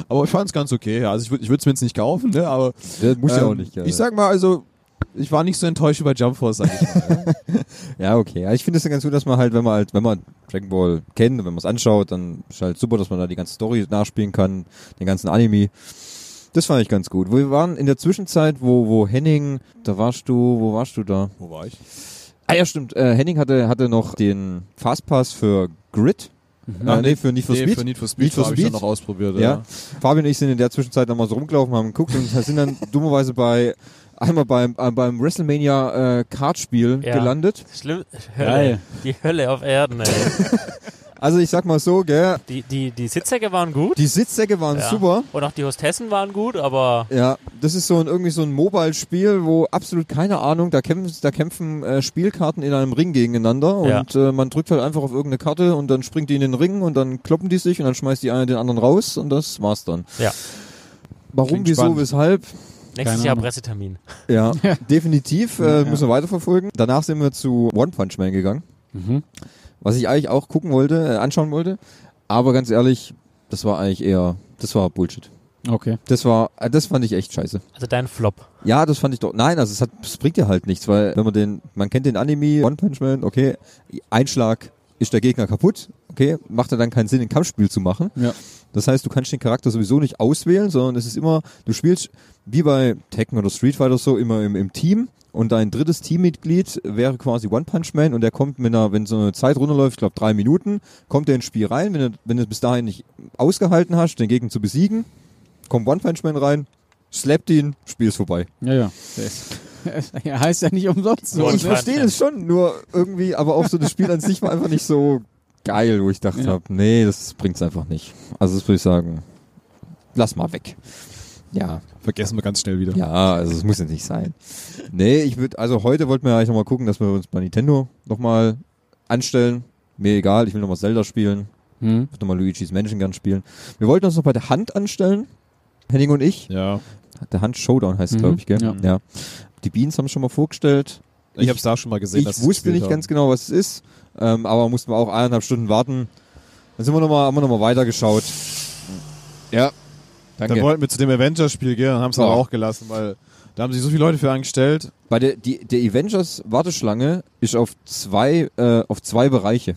S2: Aber ich fand es ganz okay, ja. Also ich würde ich würd's mir jetzt nicht kaufen, ne? aber
S1: Das muss ja
S2: ähm,
S1: auch nicht. Ja,
S2: ich sag mal, also ich war nicht so enttäuscht über Jump Force. sag ich mal.
S1: ja okay. Ja, ich finde es ja ganz gut, dass man halt, wenn man halt, wenn man Dragon Ball kennt und wenn man es anschaut, dann ist halt super, dass man da die ganze Story nachspielen kann, den ganzen Anime. Das fand ich ganz gut. Wir waren in der Zwischenzeit, wo, wo Henning, da warst du, wo warst du da?
S2: wo war ich?
S1: Ah ja, stimmt. Äh, Henning hatte, hatte noch den Fastpass für Grid. Äh, nee, für nicht für
S2: Nee,
S1: Speed.
S2: für Need for Speed,
S1: Need for
S2: habe ich dann
S1: Speed?
S2: noch ausprobiert.
S1: Ja. Fabian und ich sind in der Zwischenzeit nochmal so rumgelaufen, haben geguckt und sind dann dummerweise bei einmal beim, äh, beim WrestleMania äh, Kartspiel
S3: Ja.
S1: gelandet.
S3: Schlimm, Hölle.
S4: Geil.
S3: Die Hölle auf Erden, ey.
S1: Also ich sag mal so, gell,
S3: Die, die, die Sitzsäcke waren gut.
S1: die Sitzsäcke waren
S3: Ja.
S1: super.
S3: Und auch die Hostessen waren gut, aber
S1: Ja, das ist so ein irgendwie so ein Mobile-Spiel, wo absolut keine Ahnung, da kämpfen, da kämpfen äh, Spielkarten in einem Ring gegeneinander
S3: Ja.
S1: und äh, man drückt halt einfach auf irgendeine Karte und dann springt die in den Ring und dann kloppen die sich und dann schmeißt die eine den anderen raus und das war's dann.
S3: Ja.
S1: Warum,
S2: Klingt
S1: wieso,
S2: spannend.
S1: weshalb?
S3: nächstes
S4: Keine
S3: Jahr
S4: Ahnung.
S3: Pressetermin.
S1: Ja, definitiv äh,
S4: Ja.
S1: müssen wir weiterverfolgen. Danach sind wir zu One Punch Man gegangen,
S4: Mhm.
S1: was ich eigentlich auch gucken wollte, äh, anschauen wollte, aber ganz ehrlich, das war eigentlich eher, das war Bullshit.
S4: Okay.
S1: Das war, äh, das fand ich echt scheiße.
S3: Also dein Flop.
S1: Ja, das fand ich doch. Nein, also es, hat, es bringt ja halt nichts, weil wenn man den, man kennt den Anime, One Punch Man, okay, Einschlag ist der Gegner kaputt, okay, macht ja dann keinen Sinn, ein Kampfspiel zu machen.
S4: Ja.
S1: Das heißt, du kannst den Charakter sowieso nicht auswählen, sondern es ist immer, du spielst wie bei Tekken oder Street Fighter so immer im, im Team und dein drittes Teammitglied wäre quasi One Punch Man und der kommt mit einer, wenn so eine Zeit runterläuft, ich glaube drei Minuten, kommt er ins Spiel rein, wenn du, wenn du bis dahin nicht ausgehalten hast, den Gegner zu besiegen, kommt One Punch Man rein, slappt ihn, Spiel ist vorbei.
S4: Ja, ja. Er heißt ja nicht umsonst so.
S3: Und
S1: ich verstehe
S3: Fun-Fan.
S1: das schon, nur irgendwie, aber auch so das Spiel an sich war einfach nicht so geil, wo ich dachte
S4: Ja.
S1: hab, nee, das bringt's einfach nicht. Also das würde ich sagen, lass mal weg. Ja,
S2: Vergessen wir ganz schnell wieder.
S1: ja, also es muss ja nicht sein. Nee, ich würde, also heute wollten wir eigentlich nochmal gucken, dass wir uns bei Nintendo nochmal anstellen. Mir egal, ich will nochmal Zelda spielen,
S4: Mhm.
S1: ich würde nochmal Luigi's Mansion gern spielen. Wir wollten uns noch bei der Hand anstellen, Henning und ich.
S2: ja.
S1: Der Hand Showdown heißt,
S4: Mhm,
S1: glaube ich, gell?
S4: ja.
S1: ja. Die Beans haben schon mal vorgestellt.
S2: Ich,
S1: Ich-
S2: hab's da schon mal gesehen.
S1: ich
S2: dass sie's
S1: wusste
S2: gespielt
S1: nicht
S2: haben.
S1: ganz genau, was es ist, ähm, aber mussten wir auch eineinhalb Stunden warten. Dann sind wir nochmal, haben wir nochmal weitergeschaut. Ja,
S2: genau. Dann
S1: danke.
S2: wollten wir zu dem Avengers-Spiel gehen und haben es
S1: Ja.
S2: aber auch gelassen, weil da haben sich so viele Leute für angestellt.
S1: Bei der, die, der Avengers Warteschlange ist auf zwei, äh, auf zwei Bereiche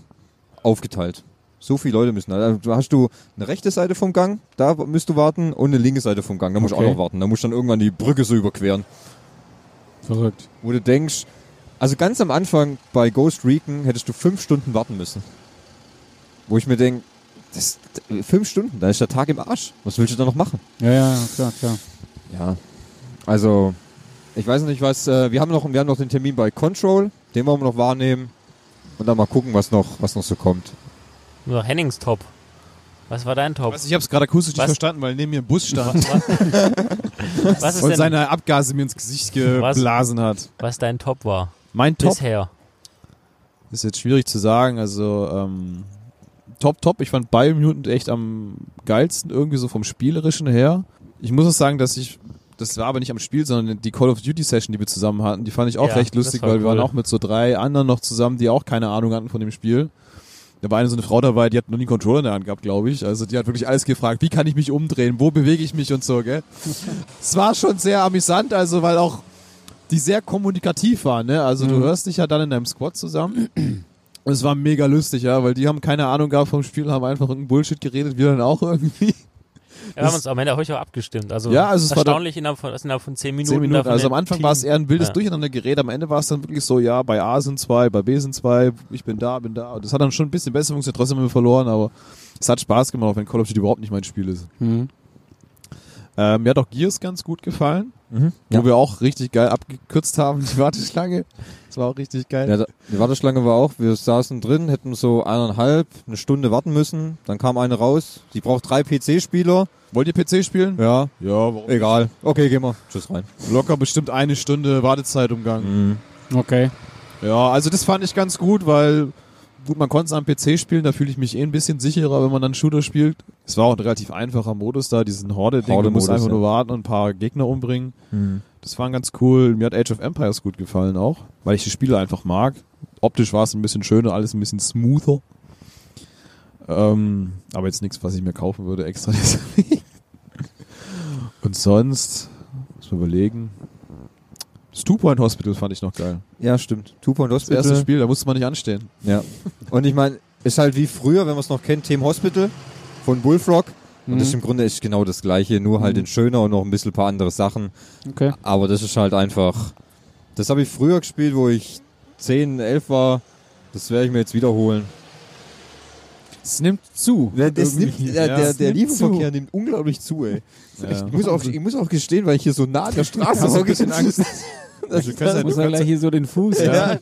S1: aufgeteilt. So viele Leute müssen. Also, du hast du eine rechte Seite vom Gang, da müsst du warten, und eine linke Seite vom Gang, da musst du
S4: Okay.
S1: auch noch warten. Da musst du dann irgendwann die Brücke so überqueren.
S4: Verrückt.
S1: wo du denkst, also ganz am Anfang bei Ghost Recon hättest du fünf Stunden warten müssen. Wo ich mir denke, das, d- fünf Stunden, da ist der Tag im Arsch. Was willst du da noch machen?
S4: Ja, ja, klar, klar.
S1: Ja. Also, ich weiß noch nicht, was, äh, wir haben noch, wir haben noch den Termin bei Control, den wollen wir noch wahrnehmen und dann mal gucken, was noch, was noch so kommt.
S3: Nur noch Hennings Top. Was war dein Top?
S2: Was, ich habe es gerade akustisch nicht
S3: Was?
S2: verstanden, weil neben mir ein Bus stand
S3: Was
S2: und
S3: ist denn,
S2: seine Abgase mir ins Gesicht geblasen hat.
S3: was dein Top war?
S2: Mein Top
S3: Bisher.
S2: ist jetzt schwierig zu sagen. Also ähm, top, top. Ich fand Biomutant echt am geilsten irgendwie so vom Spielerischen her. Ich muss auch sagen, dass ich das war aber nicht am Spiel, sondern die Call of Duty Session, die wir zusammen hatten, die fand ich auch
S3: Ja,
S2: recht
S3: das
S2: lustig,
S3: war
S2: weil wir
S3: cool.
S2: waren auch mit so drei anderen noch zusammen, die auch keine Ahnung hatten von dem Spiel. Da war eine so eine Frau dabei, die hat noch nie einen Controller in der Hand gehabt, glaube ich. Also die hat wirklich alles gefragt, wie kann ich mich umdrehen, wo bewege ich mich und so, gell? Es war schon sehr amüsant, also weil auch die sehr kommunikativ waren, ne? Also
S3: Mhm.
S2: du hörst dich ja dann in deinem Squad zusammen. Und es war mega lustig, ja, weil die haben keine Ahnung gehabt vom Spiel, haben einfach irgendeinen Bullshit geredet, wir dann auch irgendwie.
S3: Ja, wir haben
S2: Das-
S3: uns am Ende euch auch abgestimmt. Also,
S2: Ja, also es war
S3: erstaunlich innerhalb von, dass innerhalb von zehn Minuten.
S2: Zehn Minuten.
S3: davon
S2: Also am
S3: ein
S2: Anfang
S3: Team-
S2: war es eher ein wildes
S3: Ja.
S2: Durcheinandergerät, am Ende war es dann wirklich so, ja, bei A sind zwei, bei B sind zwei, ich bin da, bin da. Und das hat dann schon ein bisschen besser funktioniert, trotzdem haben wir verloren, aber es hat Spaß gemacht, auch wenn Call of Duty überhaupt nicht mein Spiel ist.
S4: Mhm.
S2: Ähm, mir hat auch Gears ganz gut gefallen,
S3: Mhm.
S2: wo wir auch richtig geil abgekürzt haben, die Warteschlange. Das war auch richtig geil.
S1: Ja, da- die Warteschlange war auch, wir saßen drin, hätten so eineinhalb, eine Stunde warten müssen, dann kam eine raus, die braucht drei PC-Spieler.
S2: Wollt ihr PC spielen?
S1: Ja,
S2: Ja, warum?
S1: egal. Okay, gehen wir. Tschüss rein.
S2: Locker bestimmt eine Stunde
S3: Mhm.
S2: Wartezeitumgang.
S4: Okay.
S2: Ja, also das fand ich ganz gut, weil gut, man konnte es am PC spielen, da fühle ich mich eh ein bisschen sicherer, wenn man dann Shooter spielt. Es war auch ein relativ einfacher Modus da, diesen Horde-Ding, du musst
S1: Horde-Modus,
S2: einfach
S1: ja.
S2: nur warten und ein paar Gegner umbringen. Das war ganz cool. Mir hat Age of Empires gut gefallen auch, weil ich die Spiele einfach mag. Optisch war es ein bisschen schöner, alles ein bisschen smoother. Ähm, aber jetzt nichts, was ich mir kaufen würde extra. deswegen. und sonst, muss man überlegen. Das Two Point Hospital fand ich noch geil.
S1: Ja, stimmt. Two Point
S2: Das
S1: Hospital.
S2: erste Spiel, da musste man nicht anstehen.
S1: Ja. Und ich meine, ist halt wie früher, wenn man es noch kennt, Team Hospital von Bullfrog. Und das ist im Grunde echt genau das gleiche, nur halt
S4: Mhm.
S1: in schöner und noch ein bisschen paar andere Sachen.
S4: Okay.
S1: Aber das ist halt einfach. Das habe ich früher gespielt, wo ich 10, 11 war. Das werde ich mir jetzt wiederholen.
S4: Es nimmt zu. Irgendwie.
S2: der- der
S4: Es nimmt zu.
S1: nimmt unglaublich zu, ey.
S2: Ja.
S1: muss auch, ich muss auch gestehen, weil ich hier so nah an der Straße
S2: Hast du ein bisschen Angst?
S1: Das
S2: Du kannst
S4: Muss er gleich hier so den Fuß.
S2: Ja.
S4: Ja,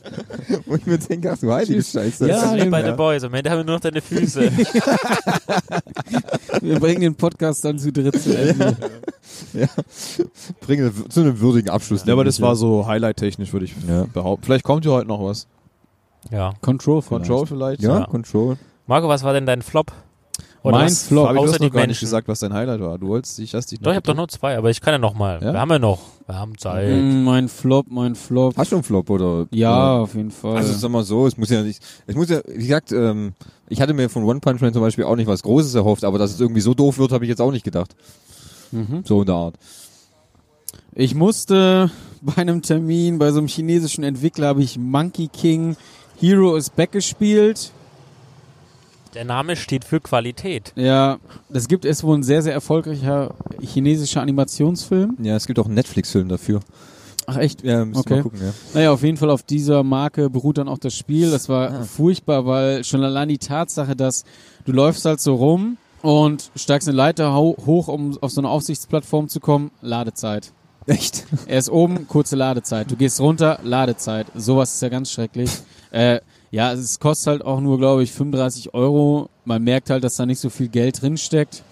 S1: wo ich mir denke, ach du heilige Scheiße.
S4: Ja,
S3: Das ist wie
S4: eben,
S3: bei
S4: ja.
S3: The Boys. Am Ende haben wir nur noch deine Füße.
S4: Wir bringen den Podcast dann zu dritt zu Ende.
S1: Bringe zu einem würdigen Abschluss.
S2: Ja, aber das war so Highlight-technisch, würde ich
S1: Ja.
S2: behaupten. Vielleicht kommt ja heute noch was.
S3: ja.
S4: Control vielleicht.
S2: Control vielleicht.
S1: Ja,
S3: Ja.
S1: Control.
S3: Marco, was war denn dein Flop?
S4: Mein
S3: was?
S4: Flop.
S2: Fabi, du
S3: Außer
S2: hast
S3: die
S2: noch gar nicht
S3: Menschen.
S2: gesagt, was dein Highlight war. Du wolltest dich, hast dich noch
S3: Doch, ich habe doch nur zwei, aber ich kann ja noch mal.
S2: Ja? Mhm.
S3: Wir haben ja noch. Wir haben Zeit.
S4: Hm, Mein Flop, mein Flop.
S1: Hast du einen Flop oder?
S4: Ja, äh. auf jeden Fall.
S1: Also sag mal so, es muss ja nicht, es muss ja, wie gesagt, ähm, ich hatte mir von One Punch Man zum Beispiel auch nicht was Großes erhofft, aber dass es irgendwie so doof wird, habe ich jetzt auch nicht gedacht.
S4: mhm.
S1: So in der Art.
S4: Ich musste bei einem Termin bei so einem chinesischen Entwickler habe ich Monkey King Hero is Back gespielt.
S3: Der Name steht für Qualität.
S4: Ja, das gibt es wohl ein sehr sehr erfolgreicher chinesischer Animationsfilm.
S1: Ja, es gibt auch einen Netflix-Film dafür.
S4: Ach echt?
S1: Ja, müssen
S4: Okay.
S1: wir mal gucken, ja.
S4: Naja, auf jeden Fall auf dieser Marke beruht dann auch das Spiel. Das war furchtbar, weil schon allein die Tatsache, dass du läufst halt so rum und steigst eine Leiter ho hoch, um auf so eine Aufsichtsplattform zu kommen, Ladezeit.
S1: Echt?
S4: Er ist oben, kurze Ladezeit. Du gehst runter, Ladezeit. Sowas ist ja ganz schrecklich. Äh, ja, es kostet halt auch nur, glaube ich, 35 Euro. Man merkt halt, dass da nicht so viel Geld drinsteckt.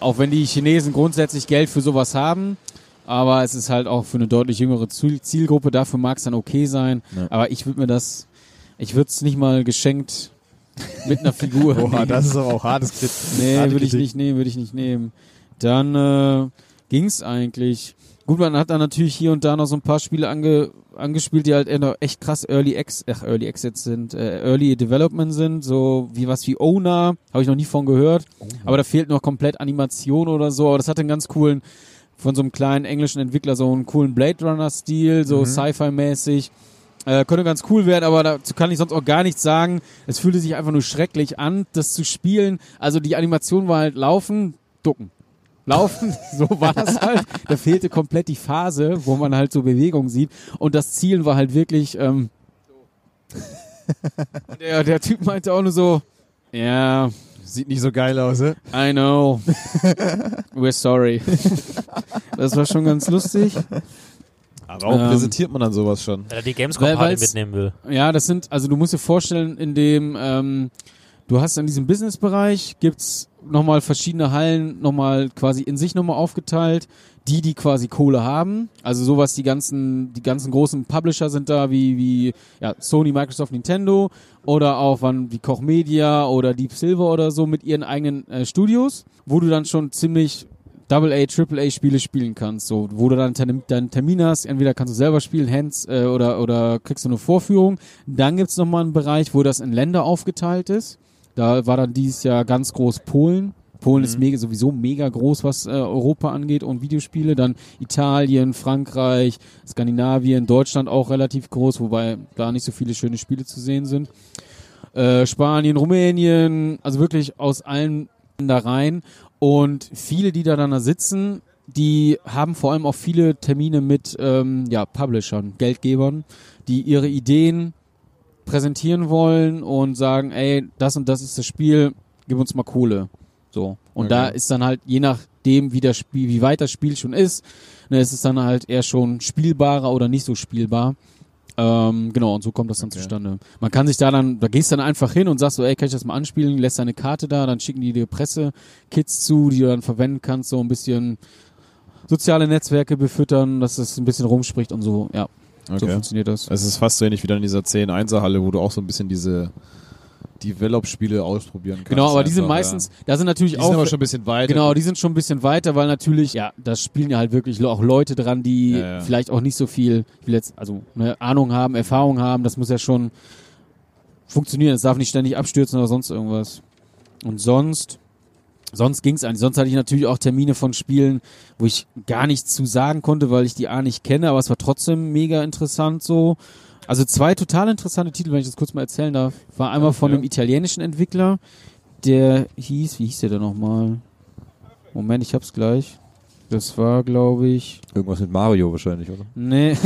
S4: Auch wenn die Chinesen grundsätzlich Geld für sowas haben. Aber es ist halt auch für eine deutlich jüngere Ziel- Zielgruppe. Dafür mag es dann okay sein.
S1: Ja.
S4: Aber ich würde mir das, ich würde es nicht mal geschenkt mit einer Figur.
S2: Oha,
S4: nehmen.
S2: das ist aber auch hartes Krit.
S4: Nee,
S2: harte
S4: würde ich
S2: Kritik.
S4: nicht nehmen, würde ich nicht nehmen. Dann äh, ging's eigentlich. Gut, man hat dann natürlich hier und da noch so ein paar Spiele ange angespielt, die halt eher noch echt krass Early Ex ach, Early Exits sind, äh, Early Development sind, so wie was wie Ona, habe ich noch nie von gehört. Aber da fehlt noch komplett Animation oder so. Aber das hat einen ganz coolen, von so einem kleinen englischen Entwickler so einen coolen Blade Runner Stil, so Sci-Fi mäßig. Äh, könnte ganz cool werden, aber dazu kann ich sonst auch gar nichts sagen. Es fühlte sich einfach nur schrecklich an, das zu spielen. Also die Animation war halt laufen, ducken. Laufen, so war das halt. Da fehlte komplett die Phase, wo man halt so Bewegung sieht. Und das Zielen war halt wirklich. Ähm, und der, der Typ meinte auch nur so, ja,
S2: Sieht nicht so geil aus, ne?
S4: I know. We're sorry. Das war schon ganz lustig.
S2: Aber warum
S4: Ähm.
S2: präsentiert man dann sowas schon?
S3: Wenn er die Gamescom
S4: Weil-
S3: Party
S4: weil's-
S3: mitnehmen will.
S4: Ja, das sind, also du musst dir vorstellen, in dem, ähm, du hast in diesem Businessbereich gibt's nochmal verschiedene Hallen, nochmal quasi in sich nochmal aufgeteilt, die, die quasi Kohle haben. Also sowas, die ganzen, die ganzen großen Publisher sind da, wie, wie, ja, Sony, Microsoft, Nintendo oder auch wann wie Koch Media oder Deep Silver oder so mit ihren eigenen äh, Studios, wo du dann schon ziemlich Double A, Triple A Spiele spielen kannst, so wo du dann deinen deinen Termin hast, entweder kannst du selber spielen, Hands äh, oder oder kriegst du eine Vorführung. Dann gibt's noch mal einen Bereich, wo das in Länder aufgeteilt ist. Da war dann dieses Jahr ganz groß Polen. Polen ist mega, sowieso mega groß, was äh, Europa angeht und Videospiele. Dann Italien, Frankreich, Skandinavien, Deutschland auch relativ groß, wobei da nicht so viele schöne Spiele zu sehen sind. Äh, Spanien, Rumänien, also wirklich aus allen da rein. Und viele, die da dann da sitzen, die haben vor allem auch viele Termine mit ähm, ja, Publishern, Geldgebern, die ihre Ideen präsentieren wollen und sagen, ey, das und das ist das Spiel, gib uns mal Kohle. So. Und
S2: Okay.
S4: da ist dann halt, je nachdem, wie das Spiel, wie weit das Spiel schon ist, ne, ist es dann halt eher schon spielbarer oder nicht so spielbar. Ähm, genau, und so kommt das dann zustande. Man kann sich da dann, da gehst du dann einfach hin und sagst so, ey, kann ich das mal anspielen, lässt deine Karte da, dann schicken die dir Pressekits zu, die du dann verwenden kannst, so ein bisschen soziale Netzwerke befüttern, dass es ein bisschen rumspricht und so, ja, so
S2: Okay. Äh,
S4: funktioniert das.
S2: Es ist fast so ähnlich wie dann in dieser 10-1er-Halle, wo du auch so ein bisschen diese Develop-Spiele ausprobieren kannst.
S4: Genau, aber die sind
S2: einfach,
S4: meistens,
S2: Ja.
S4: da sind
S2: Die
S4: natürlich
S2: sind
S4: auch
S2: aber schon ein bisschen weiter.
S4: Genau, die sind schon ein bisschen weiter, weil natürlich, ja, da spielen ja halt wirklich auch Leute dran, die
S2: Ja, ja.
S4: vielleicht auch nicht so viel, ich will jetzt, also ne, Ahnung haben, Erfahrung haben. Das muss ja schon funktionieren. Das darf nicht ständig abstürzen oder sonst irgendwas. Und sonst, sonst ging's eigentlich. Sonst hatte ich natürlich auch Termine von Spielen, wo ich gar nichts zu sagen konnte, weil ich die A nicht kenne, aber es war trotzdem mega interessant so. Also zwei total interessante Titel, wenn ich das kurz mal erzählen darf. War einmal von
S2: ja.
S4: einem italienischen Entwickler, der hieß, wie hieß der denn nochmal? Moment, ich hab's gleich. Das war, glaube ich. ne,
S1: Irgendwas mit Mario wahrscheinlich, oder?
S4: Nee.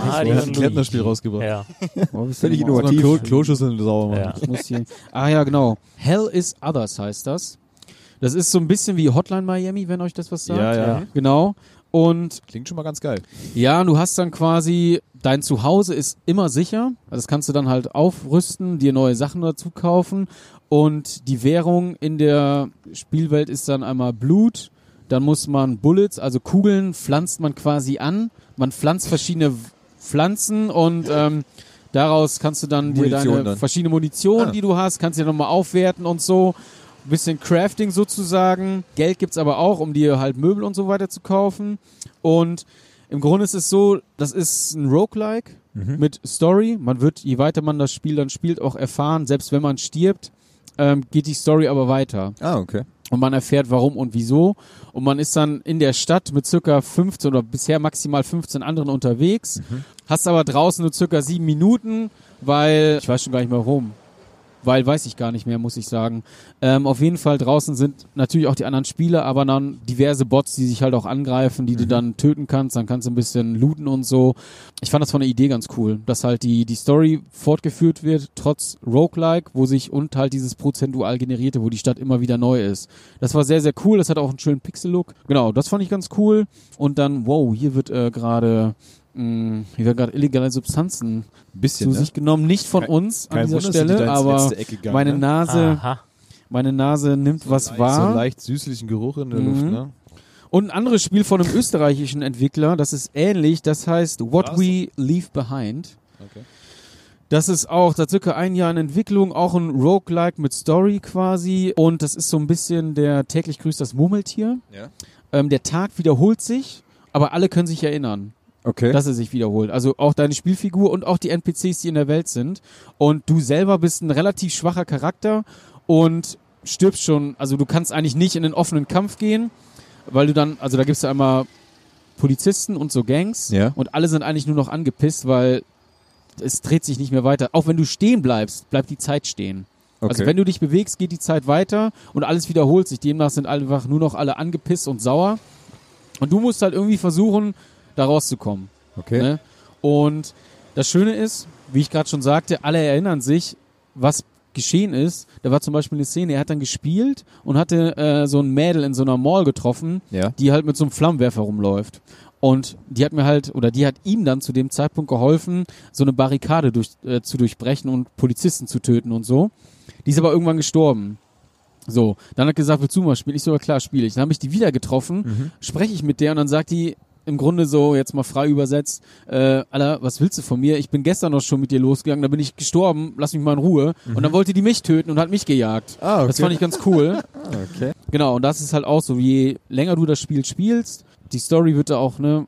S3: Ah,
S2: Die haben ein Klempnerspiel rausgebracht.
S3: Ja.
S4: Boah, bist du
S1: Völlig
S4: nochmal-
S2: Muss man Klo Kloschüsseln sauber machen.
S3: ja.
S4: Ich muss hier. Ah ja, genau. Hell is Others heißt das. Das ist so ein bisschen wie Hotline Miami, wenn euch das was sagt.
S2: Ja, ja.
S3: Ja.
S4: Genau. Und
S2: Klingt schon mal ganz geil.
S4: ja, und du hast dann quasi, dein Zuhause ist immer sicher. Also das kannst du dann halt aufrüsten, dir neue Sachen dazu kaufen. Und die Währung in der Spielwelt ist dann einmal Blut. Dann muss man Bullets, also Kugeln, pflanzt man quasi an. Man pflanzt verschiedene Pflanzen und ähm, daraus kannst du dann dir
S1: Munition
S4: deine
S1: dann.
S4: verschiedene Munition,
S1: Ah.
S4: die du hast, kannst du dir nochmal aufwerten und so. Ein bisschen Crafting sozusagen. Geld gibt's aber auch, um dir halt Möbel und so weiter zu kaufen. Und im Grunde ist es so, das ist ein Roguelike
S1: Mhm.
S4: mit Story. Man wird, je weiter man das Spiel dann spielt, auch erfahren, selbst wenn man stirbt, ähm, geht die Story aber weiter.
S1: Ah, okay.
S4: Und man erfährt warum und wieso. Und man ist dann in der Stadt mit circa 15 oder bisher maximal 15 anderen unterwegs. Hast aber draußen nur circa sieben Minuten, weil ich weiß schon gar nicht mehr warum. Weil weiß ich gar nicht mehr, muss ich sagen. Ähm, auf jeden Fall draußen sind natürlich auch die anderen Spieler, aber dann diverse Bots, die sich halt auch angreifen, die du dann töten kannst. Dann kannst du ein bisschen looten und so. Ich fand das von der Idee ganz cool, dass halt die, die Story fortgeführt wird, trotz Roguelike, wo sich und halt dieses prozentual generierte, wo die Stadt immer wieder neu ist. Das war sehr, sehr cool. Das hat auch einen schönen Pixel-Look. Genau, das fand ich ganz cool. Und dann, wow, hier wird äh, gerade, mh, hier werden gerade illegale Substanzen
S2: Ein bisschen, ne?
S4: zu sich genommen. Nicht von
S2: Kein-
S4: uns an
S2: Kein
S4: dieser
S2: Wunder, sind die da
S4: Stelle,
S2: ins
S4: aber
S2: letzte Eck gegangen,
S4: meine
S2: ne?
S4: Nase,
S3: Aha.
S4: meine Nase nimmt was
S2: leicht, So einen
S4: wahr.
S2: leicht süßlichen Geruch in der
S4: Mhm.
S2: Luft, ne?
S4: Und ein anderes Spiel von einem österreichischen Entwickler, das ist ähnlich, das heißt What
S2: Was?
S4: We Leave Behind.
S2: Okay.
S4: Das ist auch seit circa ein Jahr in Entwicklung, auch ein Roguelike mit Story quasi. Und das ist so ein bisschen der täglich grüßt das Murmeltier.
S1: Ja.
S4: Ähm, der Tag wiederholt sich, aber alle können sich erinnern
S1: Okay.
S4: dass er sich wiederholt. Also auch deine Spielfigur und auch die NPCs, die in der Welt sind. Und du selber bist ein relativ schwacher Charakter und stirbst schon. Also du kannst eigentlich nicht in den offenen Kampf gehen, weil du dann, also da gibst du einmal Polizisten und so Gangs
S1: Ja.
S4: und alle sind eigentlich nur noch angepisst, weil es dreht sich nicht mehr weiter. Auch wenn du stehen bleibst, bleibt die Zeit stehen.
S1: Okay.
S4: Also wenn du dich bewegst, geht die Zeit weiter und alles wiederholt sich. Demnach sind einfach nur noch alle angepisst und sauer. Und du musst halt irgendwie versuchen, da rauszukommen.
S1: okay.
S4: Ne? Und das Schöne ist, wie ich gerade schon sagte, alle erinnern sich, was geschehen ist. Da war zum Beispiel eine Szene, er hat dann gespielt und hatte äh, so ein Mädel in so einer Mall getroffen,
S1: Ja.
S4: die halt mit so einem Flammenwerfer rumläuft. Und die hat mir halt, oder die hat ihm dann zu dem Zeitpunkt geholfen, so eine Barrikade durch, äh, zu durchbrechen und Polizisten zu töten und so. Die ist aber irgendwann gestorben. So, dann hat gesagt, willst du mal spielen? Ich so, ja klar, spiele ich. Dann habe ich die wieder getroffen,
S1: Mhm.
S4: spreche ich mit der und dann sagt die im Grunde so, jetzt mal frei übersetzt, äh, Alter, was willst du von mir? Ich bin gestern noch schon mit dir losgegangen, da bin ich gestorben, lass mich mal in Ruhe. Und dann wollte die mich töten und hat mich gejagt.
S1: Mhm. Ah, okay. Ah,
S4: Das fand ich ganz cool.
S1: okay.
S4: Genau, und das ist halt auch so, je länger du das Spiel spielst, die Story wird da auch, ne,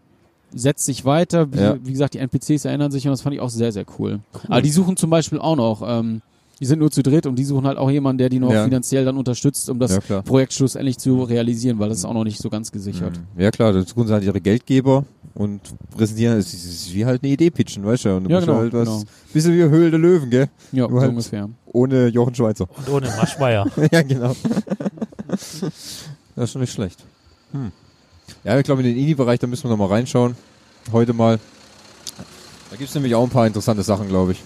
S4: setzt sich weiter. Wie,
S1: Ja.
S4: wie gesagt, die NPCs erinnern sich und das fand ich auch sehr, sehr cool. Aber die suchen zum Beispiel auch noch, ähm, die sind nur zu dritt und die suchen halt auch jemanden, der die noch
S1: Ja.
S4: finanziell dann unterstützt, um das
S1: Ja, klar.
S4: Projekt schlussendlich zu realisieren, weil das ist auch noch nicht so ganz gesichert.
S1: Hm, Ja klar, das tun sie halt ihre Geldgeber und präsentieren, es ist- es ist wie halt eine Idee pitchen, weißt du? Und du
S4: Ja,
S1: musst
S4: genau,
S1: halt was,
S4: genau.
S1: bisschen wie Höhle der Löwen, gell?
S4: Ja,
S1: Nur
S4: so
S1: halt-
S4: ungefähr.
S1: Ohne Jochen Schweizer.
S3: Und ohne Maschmeier.
S1: ja, genau. das ist schon nicht schlecht. Hm. Ja, ich glaube, in den Indie-Bereich, da müssen wir nochmal reinschauen. Heute mal. Da gibt's nämlich auch ein paar interessante Sachen, glaube ich.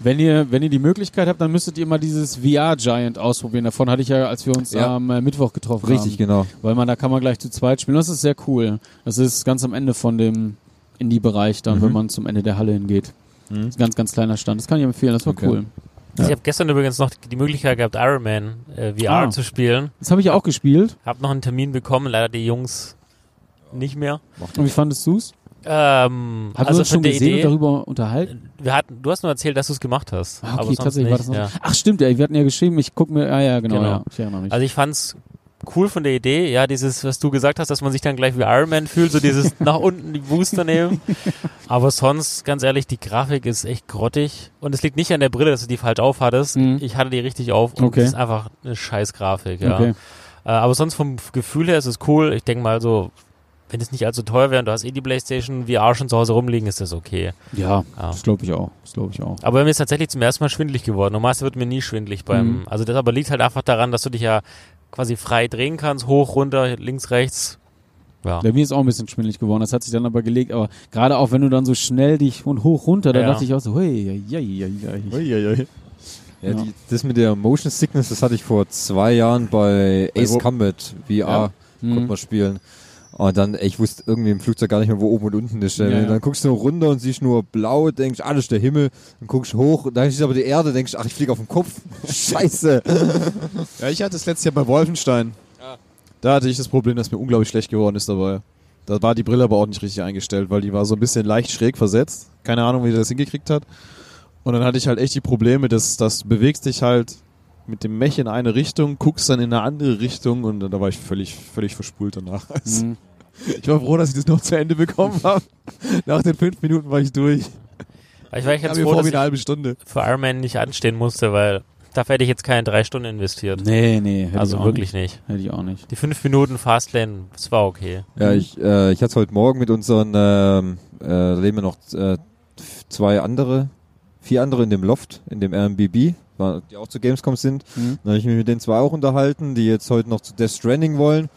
S4: Wenn ihr, wenn ihr die Möglichkeit habt, dann müsstet ihr mal dieses VR-Giant ausprobieren. Davon hatte ich ja, als wir uns
S1: Ja.
S4: am äh, Mittwoch getroffen haben.
S1: genau.
S4: Weil man da kann man gleich zu zweit spielen. Das ist sehr cool. Das ist ganz am Ende von dem Indie-Bereich dann,
S1: Mhm.
S4: wenn man zum Ende der Halle hingeht.
S2: Mhm.
S4: Das ist ein ganz, ganz kleiner Stand. Das kann ich empfehlen. Das war
S1: Okay.
S4: cool.
S3: Ich habe gestern übrigens noch die Möglichkeit gehabt, Iron Man äh, VR
S4: Ah.
S3: zu spielen.
S4: Das habe ich auch gespielt.
S3: Hab noch einen Termin bekommen, leider die Jungs nicht mehr.
S4: Und wie fandest du's?
S3: Ähm,
S4: Haben wir
S3: also
S4: uns schon
S3: von der
S4: gesehen
S3: Idee, äh,
S4: und darüber unterhalten?
S3: wir hatten, du hast nur erzählt, dass du es gemacht hast.
S4: Ah,
S3: aber
S4: okay,
S3: sonst
S4: tatsächlich war das noch.
S3: nicht, ja.
S4: Ach, stimmt, ey. Wir hatten ja geschrieben, ich guck mir. Ah, ja, genau.
S3: Genau.
S4: Ja, ich erinnere mich.
S3: Also ich fand's cool von der Idee, ja, dieses, was du gesagt hast, dass man sich dann gleich wie Iron Man fühlt, so dieses nach unten die Booster nehmen. Aber sonst, ganz ehrlich, die Grafik ist echt grottig. Und es liegt nicht an der Brille, dass du die falsch aufhattest.
S4: Mhm.
S3: Ich hatte die richtig auf und
S4: Okay.
S3: es ist einfach eine scheiß Grafik, ja.
S4: okay.
S3: Äh, aber sonst vom Gefühl her ist es cool. Ich denke mal so, wenn es nicht allzu teuer wäre und du hast eh die Playstation VR schon zu Hause rumliegen, ist das okay.
S4: Ja,
S3: Ja.
S4: das glaube ich auch. Das glaube ich auch.
S3: Aber mir ist tatsächlich zum ersten Mal schwindelig geworden. Normalerweise wird mir nie schwindelig beim.
S4: Mhm.
S3: Also das aber liegt halt einfach daran, dass du dich ja quasi frei drehen kannst, hoch, runter, links, rechts. Ja.
S4: Bei mir ist auch ein bisschen schwindelig geworden, das hat sich dann aber gelegt, aber gerade auch wenn du dann so schnell dich und hoch runter, da
S3: Ja.
S4: dachte ich auch so, hey, ja, ja, ja, ja.
S1: Ja,
S4: Ja.
S1: Die, das mit der Motion Sickness, das hatte ich vor zwei Jahren bei
S2: Bei
S1: Ace
S2: wo-
S1: Combat VR.
S2: Ja.
S1: konnte
S4: Hm.
S1: man spielen. Und dann, ey, ich wusste irgendwie im Flugzeug gar nicht mehr, wo oben und unten ist. ey.
S4: Ja, ja.
S1: Dann guckst du runter und siehst nur blau, denkst, ah, das ist der Himmel. Dann guckst du hoch, dann siehst du aber die Erde, denkst, ach, ich fliege auf dem Kopf. Scheiße.
S2: Ja, ich hatte es letztes Jahr bei Wolfenstein. Da hatte ich das Problem, dass mir unglaublich schlecht geworden ist dabei. Da war die Brille aber auch nicht richtig eingestellt, weil die war so ein bisschen leicht schräg versetzt. Keine Ahnung, wie der das hingekriegt hat. Und dann hatte ich halt echt die Probleme, dass, dass du bewegst dich halt mit dem Mech in eine Richtung, guckst dann in eine andere Richtung und da war ich völlig, völlig verspult danach. Also,
S4: Hm.
S2: ich war froh, dass ich das noch zu Ende bekommen habe. Nach den fünf Minuten war ich durch.
S3: Ich war
S2: Ich
S3: echt ganz
S2: habe
S3: froh,
S2: vor
S3: dass
S2: wie eine
S3: ich
S2: halbe
S4: Äh,
S2: Stunde.
S3: für Iron Man nicht anstehen musste, weil dafür hätte ich jetzt keine drei Stunden investiert.
S4: Nee, nee, hätte ich
S3: also
S4: auch
S3: wirklich nicht.
S4: Nicht. Hätte ich auch nicht.
S3: Die fünf Minuten Fastlane, das war okay.
S1: Ja, ich, äh, ich hatte es heute Morgen mit unseren, ähm, äh, da leben ja noch äh, zwei andere, vier andere in dem Loft, in dem RMBB, war- die auch zu Gamescom sind.
S3: Hm.
S4: Mhm.
S1: Dann habe ich mich mit denen zwei auch unterhalten, die jetzt heute noch zu Death Stranding wollen.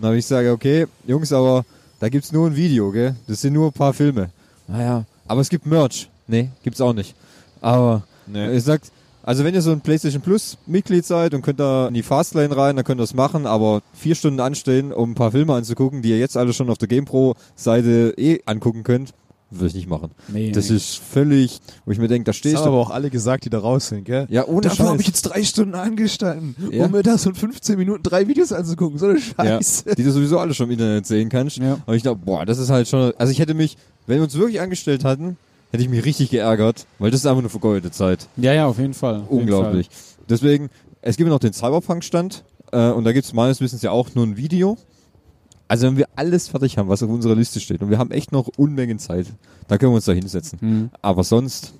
S1: Dann habe ich gesagt, okay, Jungs, aber da gibt's nur ein Video, gell? Das sind nur ein paar Filme. Naja, aber es gibt Merch. Nee, gibt's auch nicht. Aber
S2: Nee.
S1: ich sag, also wenn ihr so ein PlayStation Plus Mitglied seid und könnt da in die Fastlane rein, dann könnt ihr das machen, aber vier Stunden anstehen, um ein paar Filme anzugucken, die ihr jetzt alle schon auf der GamePro Seite eh angucken könnt, würde ich nicht machen.
S4: Nee,
S1: Das
S4: nee.
S1: ist völlig, wo ich mir denke, da
S2: Das
S1: stehst
S2: haben aber
S1: du.
S2: auch alle gesagt, die da raus sind, gell?
S1: Ja, ohne
S2: Dafür
S1: Scheiß.
S2: habe ich jetzt drei Stunden angestanden,
S1: Ja.
S2: um mir das in 15 Minuten drei Videos anzugucken. So eine
S1: ja,
S2: Scheiße.
S1: die du sowieso alle schon im Internet sehen kannst.
S4: Ja.
S1: Und ich glaube, boah, das ist halt schon, also ich hätte mich, wenn wir uns wirklich angestellt hatten, hätte ich mich richtig geärgert, weil das ist einfach nur vergeudete Zeit.
S4: ja, ja, auf jeden Fall. Auf
S1: Unglaublich. Deswegen, es gibt ja noch den Cyberpunk-Stand äh, und da gibt es meines Wissens ja auch nur ein Video. Also wenn wir alles fertig haben, was auf unserer Liste steht und wir haben echt noch Unmengen Zeit, dann können wir uns da hinsetzen.
S4: Jeden Fall. Hm.
S1: Aber sonst,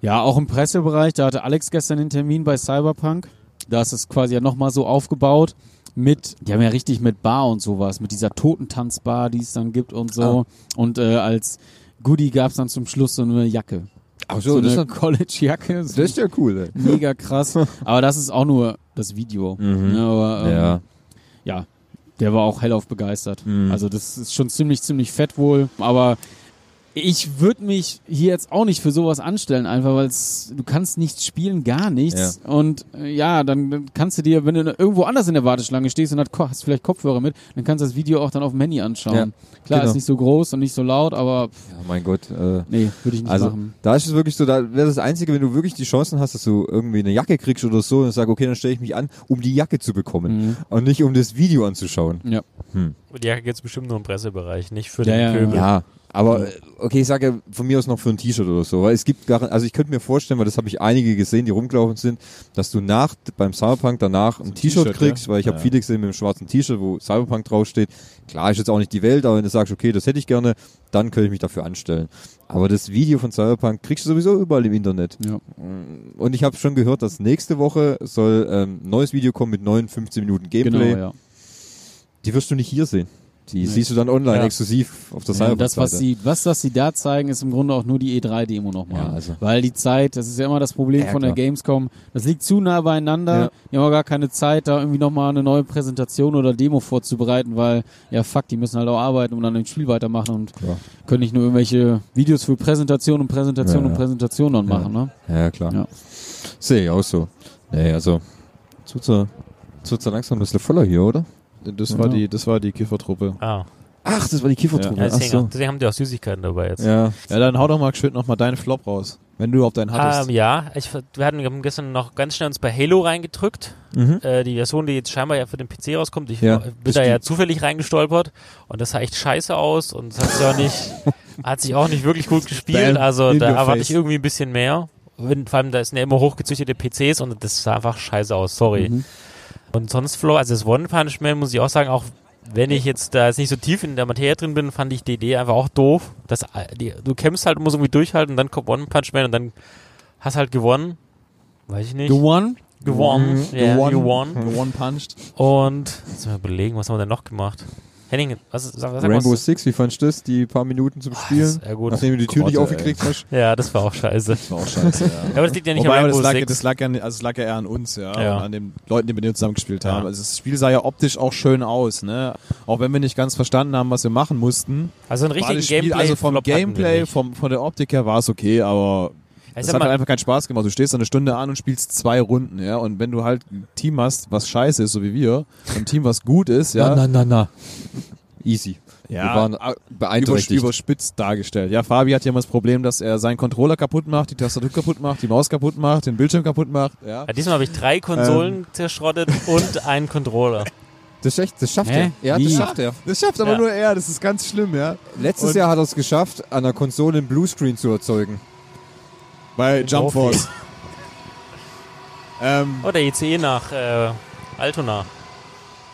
S4: Ja, auch im Pressebereich, da hatte Alex gestern den Termin bei Cyberpunk. Da ist es quasi ja nochmal so aufgebaut, mit, die haben ja richtig mit Bar und sowas, mit dieser Totentanzbar, die es dann gibt und so.
S1: Ah.
S4: Und äh, als Goodie gab es dann zum Schluss so eine Jacke.
S1: Ach
S4: so, eine College-Jacke.
S1: das ist ja cool. Ey.
S4: mega krass. Aber das ist auch nur das Video.
S1: Mhm.
S4: Ne, aber, ähm,
S1: Ja.
S4: ja, der war auch hellauf begeistert.
S1: Mhm.
S4: Also das ist schon ziemlich, ziemlich fett wohl. Aber ich würde mich hier jetzt auch nicht für sowas anstellen, einfach weil du kannst nichts spielen, gar nichts. Und äh, ja, dann, dann kannst du dir, wenn du irgendwo anders in der Warteschlange stehst und hat, ko- hast vielleicht Kopfhörer mit, dann kannst du das Video auch dann auf dem Handy anschauen. Klar,
S1: genau.
S4: ist nicht so groß und nicht so laut, aber pff,
S1: ja, mein Gott. Äh,
S4: nee, würde ich nicht
S1: also
S4: machen.
S1: da ist es wirklich so, da wäre das Einzige, wenn du wirklich die Chancen hast, dass du irgendwie eine Jacke kriegst oder so und sag, okay, dann stelle ich mich an, um die Jacke zu bekommen
S4: Mhm.
S1: und nicht um das Video anzuschauen.
S4: Ja.
S3: Und die Jacke gibt's bestimmt nur im Pressebereich, nicht für
S4: Ja,
S3: den
S4: ja,
S3: Pöbel.
S1: Ja, aber äh, okay, ich sage ja von mir aus noch für ein T-Shirt oder so, weil es gibt gar, also ich könnte mir vorstellen, weil das habe ich einige gesehen, die rumgelaufen sind, dass du nach beim Cyberpunk danach ein T-Shirt
S2: T-Shirt,
S1: kriegst,
S2: ja.
S1: weil ich habe
S2: Ja.
S1: viele gesehen mit einem schwarzen T-Shirt, wo Cyberpunk draufsteht. Klar, ist jetzt auch nicht die Welt, aber wenn du sagst, okay, das hätte ich gerne, dann könnte ich mich dafür anstellen. Aber das Video von Cyberpunk kriegst du sowieso überall im Internet.
S4: Ja.
S1: Und ich habe schon gehört, dass nächste Woche soll ähm, ein neues Video kommen mit neuen 15 Minuten
S4: Genau,
S1: Gameplay.
S4: ja.
S1: Die wirst du nicht hier sehen. Die
S4: Nee.
S1: siehst du dann online
S3: Ja.
S1: exklusiv auf der
S4: Ja,
S1: Cyberpunk.
S4: und das, was sie, was, was sie da zeigen, ist im Grunde auch nur die E E3-Demo nochmal.
S1: Ja, also.
S4: Weil die Zeit, das ist ja immer das Problem
S1: Ja,
S4: von der
S1: klar.
S4: Gamescom, das liegt zu nah beieinander.
S1: Ja.
S4: Die haben auch gar keine Zeit, da irgendwie nochmal eine neue Präsentation oder Demo vorzubereiten, weil, ja fuck, die müssen halt auch arbeiten und dann im Spiel weitermachen und
S1: Klar.
S4: können nicht nur irgendwelche Videos für Präsentation und Präsentation
S1: Ja,
S4: und
S1: ja.
S4: Präsentation dann
S1: Ja.
S4: machen, ne?
S1: Ja, klar.
S4: Ja.
S1: Sehe ich auch so. Nee, also. Tut's ja tut's ja langsam ein bisschen voller hier, oder?
S2: Das war
S4: Ja.
S2: die, das war die Kiffertruppe.
S3: Ah,
S1: Ach, das war die Kiefertruppe.
S3: ja,
S1: Ja, Ach
S3: deswegen,
S1: so.
S3: deswegen haben die auch Süßigkeiten dabei jetzt.
S1: Ja.
S2: Ja, dann hau doch mal schön nochmal deinen Flop raus. Wenn du überhaupt deinen hattest.
S3: Ähm, ja, ich, wir hatten wir haben gestern noch ganz schnell uns bei Halo reingedrückt.
S1: Mhm.
S3: Äh, die Version, die jetzt scheinbar ja für den PC rauskommt. Ich
S1: Ja,
S3: bin da ja zufällig reingestolpert und das sah echt scheiße aus und es hat sich auch nicht, hat sich auch nicht wirklich gut gespielt.
S2: Bam,
S3: also
S2: in
S3: da
S2: your
S3: erwarte
S2: face.
S3: ich irgendwie ein bisschen mehr. Und vor allem, da sind ja immer hochgezüchtete PCs und das sah einfach scheiße aus, sorry.
S4: Mhm.
S3: Und sonst, Flo, also das One Punch Man muss ich auch sagen, auch wenn ich jetzt da jetzt nicht so tief in der Materie drin bin, fand ich die Idee einfach auch doof. Das, die, du kämpfst halt, und musst irgendwie durchhalten und dann kommt One Punch Man und dann hast halt gewonnen. Weiß ich nicht.
S4: The One?
S3: gewonnen.
S1: Mhm.
S3: Ja,
S1: Gewonnen.
S3: gewonnen.
S2: The One Punched.
S3: Und jetzt mal überlegen, was haben wir denn noch gemacht? Henning, was sag, sag
S1: Rainbow
S3: was,
S1: Six, wie fandst du das? Die paar Minuten zum
S3: das,
S1: Spielen?
S3: ja, gut.
S1: Nachdem du die Tür nicht
S2: Grotte,
S1: aufgekriegt hast?
S3: ja, das war auch scheiße.
S2: Das war auch scheiße, ja.
S3: Aber das liegt ja nicht
S2: Wobei,
S3: an
S2: aber
S3: Rainbow
S2: das lag,
S3: Six.
S2: das, lag ja, also das lag ja eher an uns, ja,
S3: Ja.
S2: Und an den Leuten, die mit uns zusammengespielt
S3: Ja.
S2: haben. Also das Spiel sah ja optisch auch schön aus, ne? Auch wenn wir nicht ganz verstanden haben, was wir machen mussten.
S3: also ein
S2: war das
S3: richtigen
S2: Spiel,
S3: Gameplay.
S2: also vom
S3: Flop hatten wir
S2: Gameplay,
S3: nicht.
S2: vom, von der Optik her war es okay, aber
S3: Also
S2: es
S3: sag
S2: hat
S3: mal,
S2: halt einfach keinen Spaß gemacht. Du stehst da eine Stunde an und spielst zwei Runden, ja. Und wenn du halt ein Team hast, was scheiße ist, so wie wir, und ein Team, was gut ist, ja,
S4: na, na.
S1: Easy.
S2: ja
S1: Wir waren
S2: a- übers-
S1: beeinträchtigt.
S2: überspitzt dargestellt. Ja, Fabi hat ja immer das Problem, dass er seinen Controller kaputt macht, die Tastatur kaputt macht, die Maus kaputt macht, den Bildschirm kaputt macht, ja.
S3: ja, diesmal habe ich
S2: Ähm.
S3: drei Konsolen zerschrottet und einen Controller.
S1: Das, schafft- das schafft
S4: Hä?
S1: er. Ja,
S4: Wie?
S1: das schafft er.
S2: Das schafft aber
S3: Ja.
S2: nur er, das ist ganz schlimm, ja.
S1: Letztes
S2: Und-
S1: Jahr hat er es geschafft, an der Konsole einen Bluescreen zu erzeugen.
S2: Bei Jump
S3: Profi.
S2: Force. ähm,
S3: Oh, der ICE nach äh, Altona.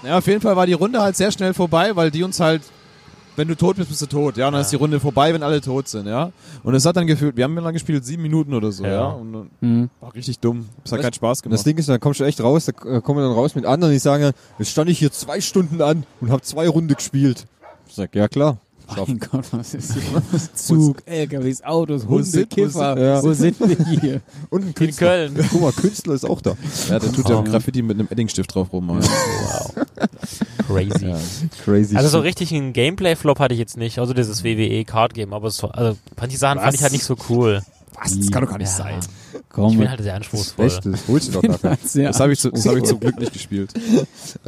S2: ja, auf jeden Fall war die Runde halt sehr schnell vorbei, weil die uns halt, wenn du tot bist, bist du tot, ja. Und dann
S3: Ja.
S2: ist die Runde vorbei, wenn alle tot sind, ja. Und es hat dann gefühlt, wir haben ja lang gespielt, sieben Minuten oder so, ja.
S3: Ja.
S2: Und dann
S4: Mhm.
S2: war richtig dumm. Es hat
S1: Das-
S2: keinen Spaß
S1: Und das
S2: gemacht.
S1: Ding ist, dann kommst du echt raus, da äh, kommen wir dann raus mit anderen, die sagen, dann, jetzt stand ich hier zwei Stunden an und habe zwei Runde gespielt. Ich sag, ja klar. Schaff-
S4: Mein Gott, was ist hier? Zug, LKWs, Autos, Hunde,
S2: sind- wo
S4: Kiffer.
S1: sind- ja.
S4: Wo sind wir hier?
S1: Und ein
S3: In
S1: Künstler.
S3: Köln.
S1: Guck mal, Künstler ist auch da.
S2: Ja, der tut ja
S4: Ah.
S2: Graffiti mit einem Eddingstift drauf rum. Alter.
S3: Wow. Crazy.
S1: Crazy.
S3: Also so richtig einen Gameplay-Flop hatte ich jetzt nicht, also
S2: Mhm.
S3: dieses WWE Card Game, aber es war, also fand die Sachen fand ich halt nicht so cool.
S2: Was? Das kann doch gar nicht
S3: Ja.
S2: sein.
S3: Ich
S4: Komm,
S3: bin halt sehr anspruchsvoll.
S1: Echt, das holst du doch nachher.
S4: sehr
S2: Das habe ich, zu- das hab ich zum Glück nicht gespielt.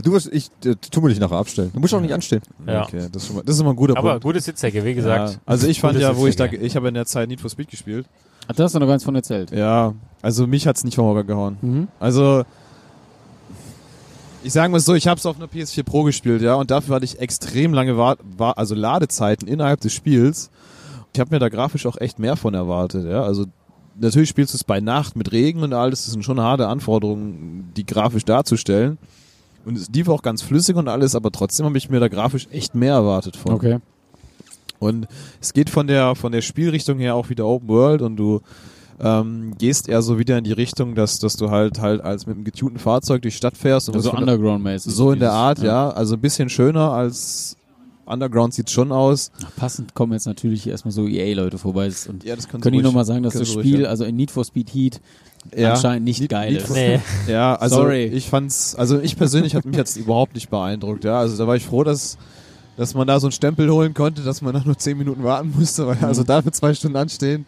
S1: Du musst, ich, äh, tu mir dich nachher abstellen. Du musst auch nicht anstehen.
S3: Ja.
S2: Okay, das ist, schon mal, das ist immer ein guter
S3: Aber
S2: Punkt.
S3: gute Sitzsäcke, wie gesagt.
S2: Ja. Also ich fand
S3: Gute
S2: ja, wo ich da,
S3: Sitzsäcke.
S2: ich habe in der Zeit Need for Speed gespielt.
S4: Ach, da hast du noch ganz von erzählt.
S2: Ja, also mich hat's nicht vom Hocker gehauen.
S4: halt. Mhm.
S2: Also ich sage mal so, ich habe es auf einer PS4 Pro gespielt, ja, und dafür hatte ich extrem lange Wart wa- also Ladezeiten innerhalb des Spiels. Ich habe mir da grafisch auch echt mehr von erwartet, ja. Also natürlich spielst du es bei Nacht mit Regen und alles, das sind schon harte Anforderungen, die grafisch darzustellen. Und es lief auch ganz flüssig und alles, aber trotzdem habe ich mir da grafisch echt mehr erwartet von.
S4: Okay.
S2: Und es geht von der, von der Spielrichtung her auch wieder Open World und du ähm, gehst eher so wieder in die Richtung, dass, dass du halt halt als mit einem getunten Fahrzeug durch die Stadt fährst. Und
S4: Also
S2: was von-
S4: Underground-mäßig.
S2: so in der
S4: Dieses- ne,
S2: Art, ja. Also ein bisschen schöner als Underground sieht schon aus.
S4: Ach, passend kommen jetzt natürlich erstmal so EA-Leute vorbei. Das- Und
S2: Ja, das können,
S4: können die nochmal sagen, dass
S2: können
S4: das
S2: sie ruhig,
S4: Spiel,
S2: ja.
S4: also in Need for Speed Heat,
S2: ja.
S4: anscheinend nicht geil
S2: Need
S4: ist.
S2: for-
S3: Nee.
S2: Ja, also
S4: Sorry.
S2: ich fand's, also ich persönlich hat mich jetzt überhaupt nicht beeindruckt, ja. Also da war ich froh, dass, dass man da so einen Stempel holen konnte, dass man nach nur zehn Minuten warten musste, weil also dafür zwei Stunden anstehen.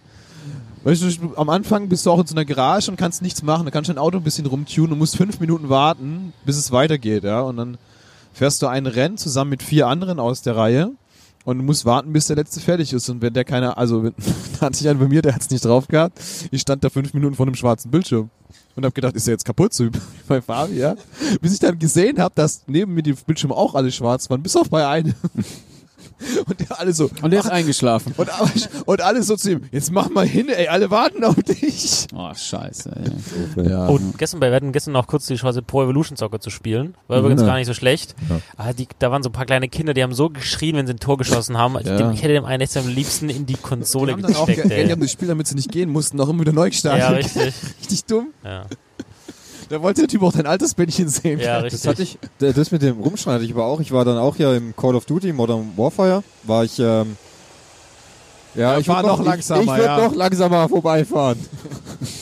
S2: Weißt du, am Anfang bist du auch in so einer Garage und kannst nichts machen. Da kannst du dein Auto ein bisschen rumtunen und musst fünf Minuten warten, bis es weitergeht, ja. Und dann fährst du ein Rennen zusammen mit vier anderen aus der Reihe und musst warten, bis der letzte fertig ist. Und wenn der keiner, also wenn, da hatte ich einen bei mir, der hat's nicht drauf gehabt. Ich stand da fünf Minuten vor einem schwarzen Bildschirm und habe gedacht, ist er jetzt kaputt, so wie bei Fabi, ja. Bis ich dann gesehen habe, dass neben mir die Bildschirme auch alle schwarz waren, bis auf bei einem. Und der alle so.
S4: Und der ist eingeschlafen.
S2: Und, und alle so zu ihm, jetzt mach mal hin, ey, alle warten auf dich.
S4: Oh, scheiße. Ey.
S2: Ja.
S3: Oh, gestern, wir hatten gestern noch kurz die Chance, Pro Evolution Soccer zu spielen. War übrigens
S2: Ja.
S3: gar nicht so schlecht.
S2: Ja.
S3: Aber die, da waren so ein paar kleine Kinder, die haben so geschrien, wenn sie ein Tor geschossen haben. Ich,
S2: Ja.
S3: dem, ich hätte dem einen echt am liebsten in die
S2: Die
S3: Konsole
S2: haben dann auch
S3: gesteckt,
S2: die haben
S3: ey.
S2: das Spiel, damit sie nicht gehen mussten, auch immer wieder neu
S3: Ja,
S2: gestartet.
S3: richtig.
S2: richtig dumm.
S3: Ja.
S2: Da wollte der Typ auch dein altes Bändchen sehen.
S3: Ja,
S1: Das
S3: richtig.
S1: hatte ich, d- das mit dem Rumschreien hatte ich aber auch. Ich war dann auch ja im Call of Duty Modern Warfare, war ich, ähm, ja,
S2: Ja,
S1: ich
S2: fahr
S1: würd
S2: noch
S1: ich-
S2: langsamer,
S1: Ich, würde
S2: ja.
S1: noch langsamer vorbeifahren.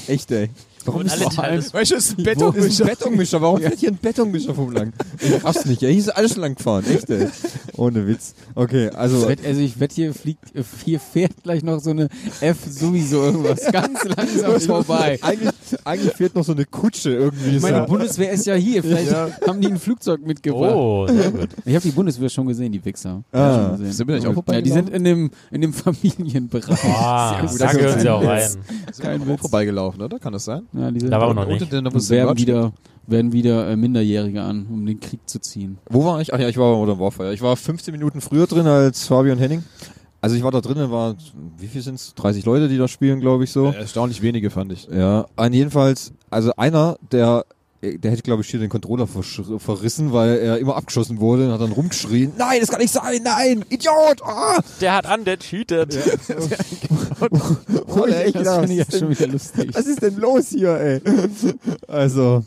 S1: Echt, ey. Warum
S3: Und
S1: ist
S3: alle
S1: das
S3: Teile des
S2: Weißt du, das ist ein
S1: Beton ist ein
S2: Betonmischer.
S1: Betonmischer? Warum fährt hier ein Betonmischer vom Lang? Ich raff's nicht, ey. Hier ist alles langfahren. Echt, ey. Ohne Witz. Okay,
S4: Ich
S1: also.
S4: wett, also ich wette, hier fliegt, äh, hier fährt gleich noch so eine F sowieso irgendwas ganz langsam vorbei.
S1: Eigentlich, eigentlich fehlt noch so eine Kutsche irgendwie.
S4: Meine
S1: so.
S4: Bundeswehr ist ja hier. Vielleicht haben die ein Flugzeug mitgebracht.
S3: Oh, sehr gut.
S4: Ich habe die Bundeswehr schon gesehen, die Wichser.
S1: Ah.
S4: Ja, schon gesehen.
S2: Sind wir nicht auch
S4: ja, die
S2: vorbeigelaufen?
S4: sind in dem, in dem Familienbereich.
S3: Ah,
S4: Sehr gut.
S3: da gehören sie auch
S4: Yes.
S3: rein.
S2: Sind wir auch vorbeigelaufen, oder? Kann das sein?
S4: Ja, die sind
S3: Da waren wir noch
S2: Unter
S3: nicht.
S2: den- da
S4: und
S2: muss ein
S4: werben
S2: Lodge-
S4: wieder, werden wieder äh, Minderjährige an, um den Krieg zu ziehen.
S1: Wo war ich? Ach ja, ich war bei Modern Warfare. Ich war 15 Minuten früher drin als Fabi und Henning. Also ich war da drinnen, war, wie viel sind's? 30 Leute, die da spielen, glaube ich so.
S2: Äh, Erstaunlich wenige, fand ich.
S1: Ja, an jedenfalls, also einer, der, der hätte, glaube ich, hier den Controller verschr- verrissen, weil er immer abgeschossen wurde und hat dann rumgeschrien, nein, das kann nicht sein, nein, Idiot! Ah!
S3: Der hat an, der cheatet.
S1: Wo ich echt
S4: das
S1: gedacht,
S4: finde ich ja
S1: was, ist
S4: schon
S1: denn,
S4: wieder lustig.
S1: was ist denn los hier, ey? Also,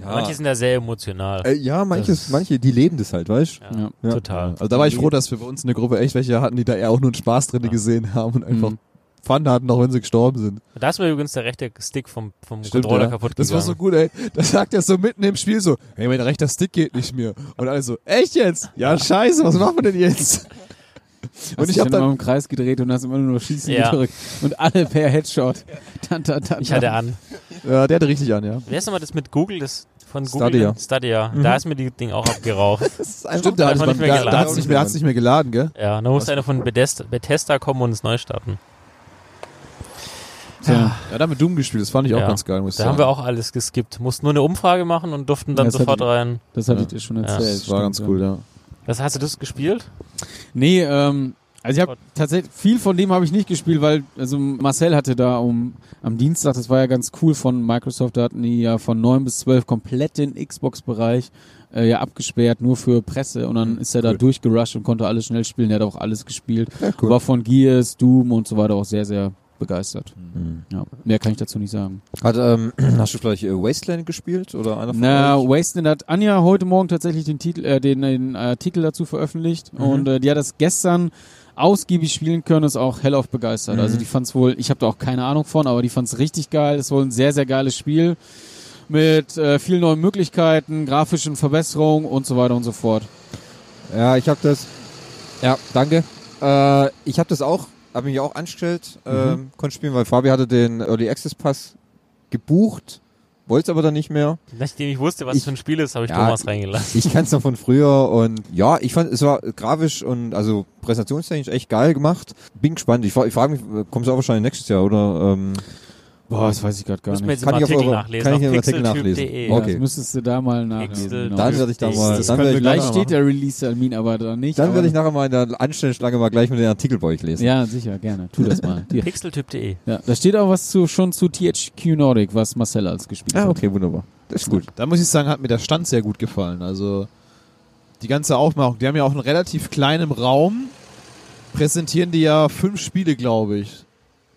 S1: ja,
S3: Manche sind da sehr emotional.
S1: äh, ja manches, manche, die leben das halt, weißt du?
S3: Ja,
S1: Ja.
S3: Total.
S2: Also da war ich froh, dass wir bei uns in der Gruppe echt welche hatten, die da eher auch nur einen Spaß drin gesehen haben und einfach
S4: Mhm.
S2: Fun hatten, auch wenn sie gestorben sind.
S3: Da ist mir übrigens der rechte Stick vom, vom Controller
S2: ja.
S3: kaputt
S2: Das war so
S3: gegangen.
S2: gut, ey. Da sagt er so mitten im Spiel so, hey, mein rechter Stick geht nicht mehr. Und alle so, echt jetzt? Ja, scheiße, was machen wir denn jetzt?
S4: Hast
S2: Und ich
S4: dich
S2: hab
S4: immer
S2: dann,
S4: im Kreis gedreht und hast immer nur noch schießen
S3: Ja.
S4: gedrückt. Und alle per Headshot. Tan, tan, tan,
S3: ich hatte
S4: tan.
S3: an.
S2: ja, der hatte richtig an, ja.
S3: Wer ist nochmal das mit Google, das von Google
S1: Stadia.
S3: Stadia. Da ist mir die Ding auch abgeraucht.
S2: Stimmt, da hat
S3: hat
S2: es
S3: man nicht mehr
S2: da,
S3: geladen.
S2: da hat's nicht, mehr- hat's nicht mehr geladen, gell?
S3: Ja, da muss einer von Bethesda, Bethesda kommen und es neu starten.
S4: So.
S2: Ja, da haben wir Doom gespielt, das fand ich auch
S3: Ja.
S2: ganz geil, muss ich
S3: Da
S2: sagen.
S3: haben wir auch alles geskippt. Mussten nur eine Umfrage machen und durften dann
S4: Das hat
S3: sofort
S4: die-
S3: rein.
S4: Das hatte
S2: Ja.
S4: ich dir schon
S3: Ja.
S4: erzählt.
S2: das war ganz
S4: stimmt,
S2: cool, ja.
S3: Das hast du das gespielt?
S4: Nee, ähm, also ich habe tatsächlich viel von dem habe ich nicht gespielt, weil also Marcel hatte da um am Dienstag, das war ja ganz cool von Microsoft, da hatten die ja von 9 bis 12 komplett den Xbox-Bereich äh, ja abgesperrt, nur für Presse und dann ist er da
S1: Mhm. cool.
S4: durchgerusht und konnte alles schnell spielen, der hat auch alles gespielt,
S1: cool.
S4: war von Gears, Doom und so weiter auch sehr, sehr begeistert.
S1: Mhm.
S4: Ja, mehr kann ich dazu nicht sagen.
S1: Hat, ähm, hast du vielleicht äh, Wasteland gespielt oder einer von
S4: Na,
S1: euch?
S4: Wasteland hat Anja heute Morgen tatsächlich den Titel, äh, den, den Artikel dazu veröffentlicht
S1: Mhm.
S4: und äh, die hat das gestern ausgiebig spielen können, ist auch hellauf
S1: Mhm.
S4: begeistert. Also die fand's wohl, ich habe da auch keine Ahnung von, aber die fand's richtig geil. Ist wohl ein sehr, sehr geiles Spiel mit äh, vielen neuen Möglichkeiten, grafischen Verbesserungen und so weiter und so fort.
S1: Ja, ich habe das. Ja, danke. Äh, ich habe das auch, habe mich auch angestellt, ähm, konnte spielen, weil Fabi hatte den Early Access Pass gebucht, wollte es aber dann nicht mehr.
S3: Nachdem ich wusste, was
S1: Ich-
S3: es für ein Spiel ist, habe ich
S1: Ja,
S3: Thomas reingelassen.
S1: Ich kann's noch von früher und ja, ich fand, es war grafisch und also präsentationstechnisch echt geil gemacht. Bin gespannt. Ich, fra- ich frage mich, äh, kommt's auch wahrscheinlich nächstes Jahr oder? Ähm,
S4: Boah, das weiß ich gerade gar
S3: Müssen wir jetzt im
S4: nicht.
S1: Kann ich auf
S3: Artikel
S1: eure-
S3: nachlesen.
S1: kann ich
S3: auf
S1: im Artikel
S3: pixeltyp.de.
S1: nachlesen? Okay.
S4: Das müsstest du da mal nachlesen.
S3: Excel-
S4: genau.
S1: dann werde ich da mal.
S3: Das
S1: Dann
S2: können
S1: werde
S2: wir
S1: ich,
S2: gleich-
S1: dann
S4: Vielleicht steht der Release-Termin aber da nicht. aber-
S1: werde ich nachher mal in der Anstellschlange mal gleich mit den Artikel bei euch lesen.
S4: ja, sicher, gerne. Tu das mal. Die-
S3: Pixeltyp.de.
S4: Ja, da steht auch was zu, schon zu THQ Nordic, was Marcel als gespielt
S1: Ah,
S4: hat.
S1: okay, wunderbar. Das ist gut.
S2: Da muss ich sagen, hat mir der Stand sehr gut gefallen. Also die ganze Aufmachung. Die haben ja auch einen relativ kleinen Raum. Präsentieren die ja fünf Spiele, glaube ich.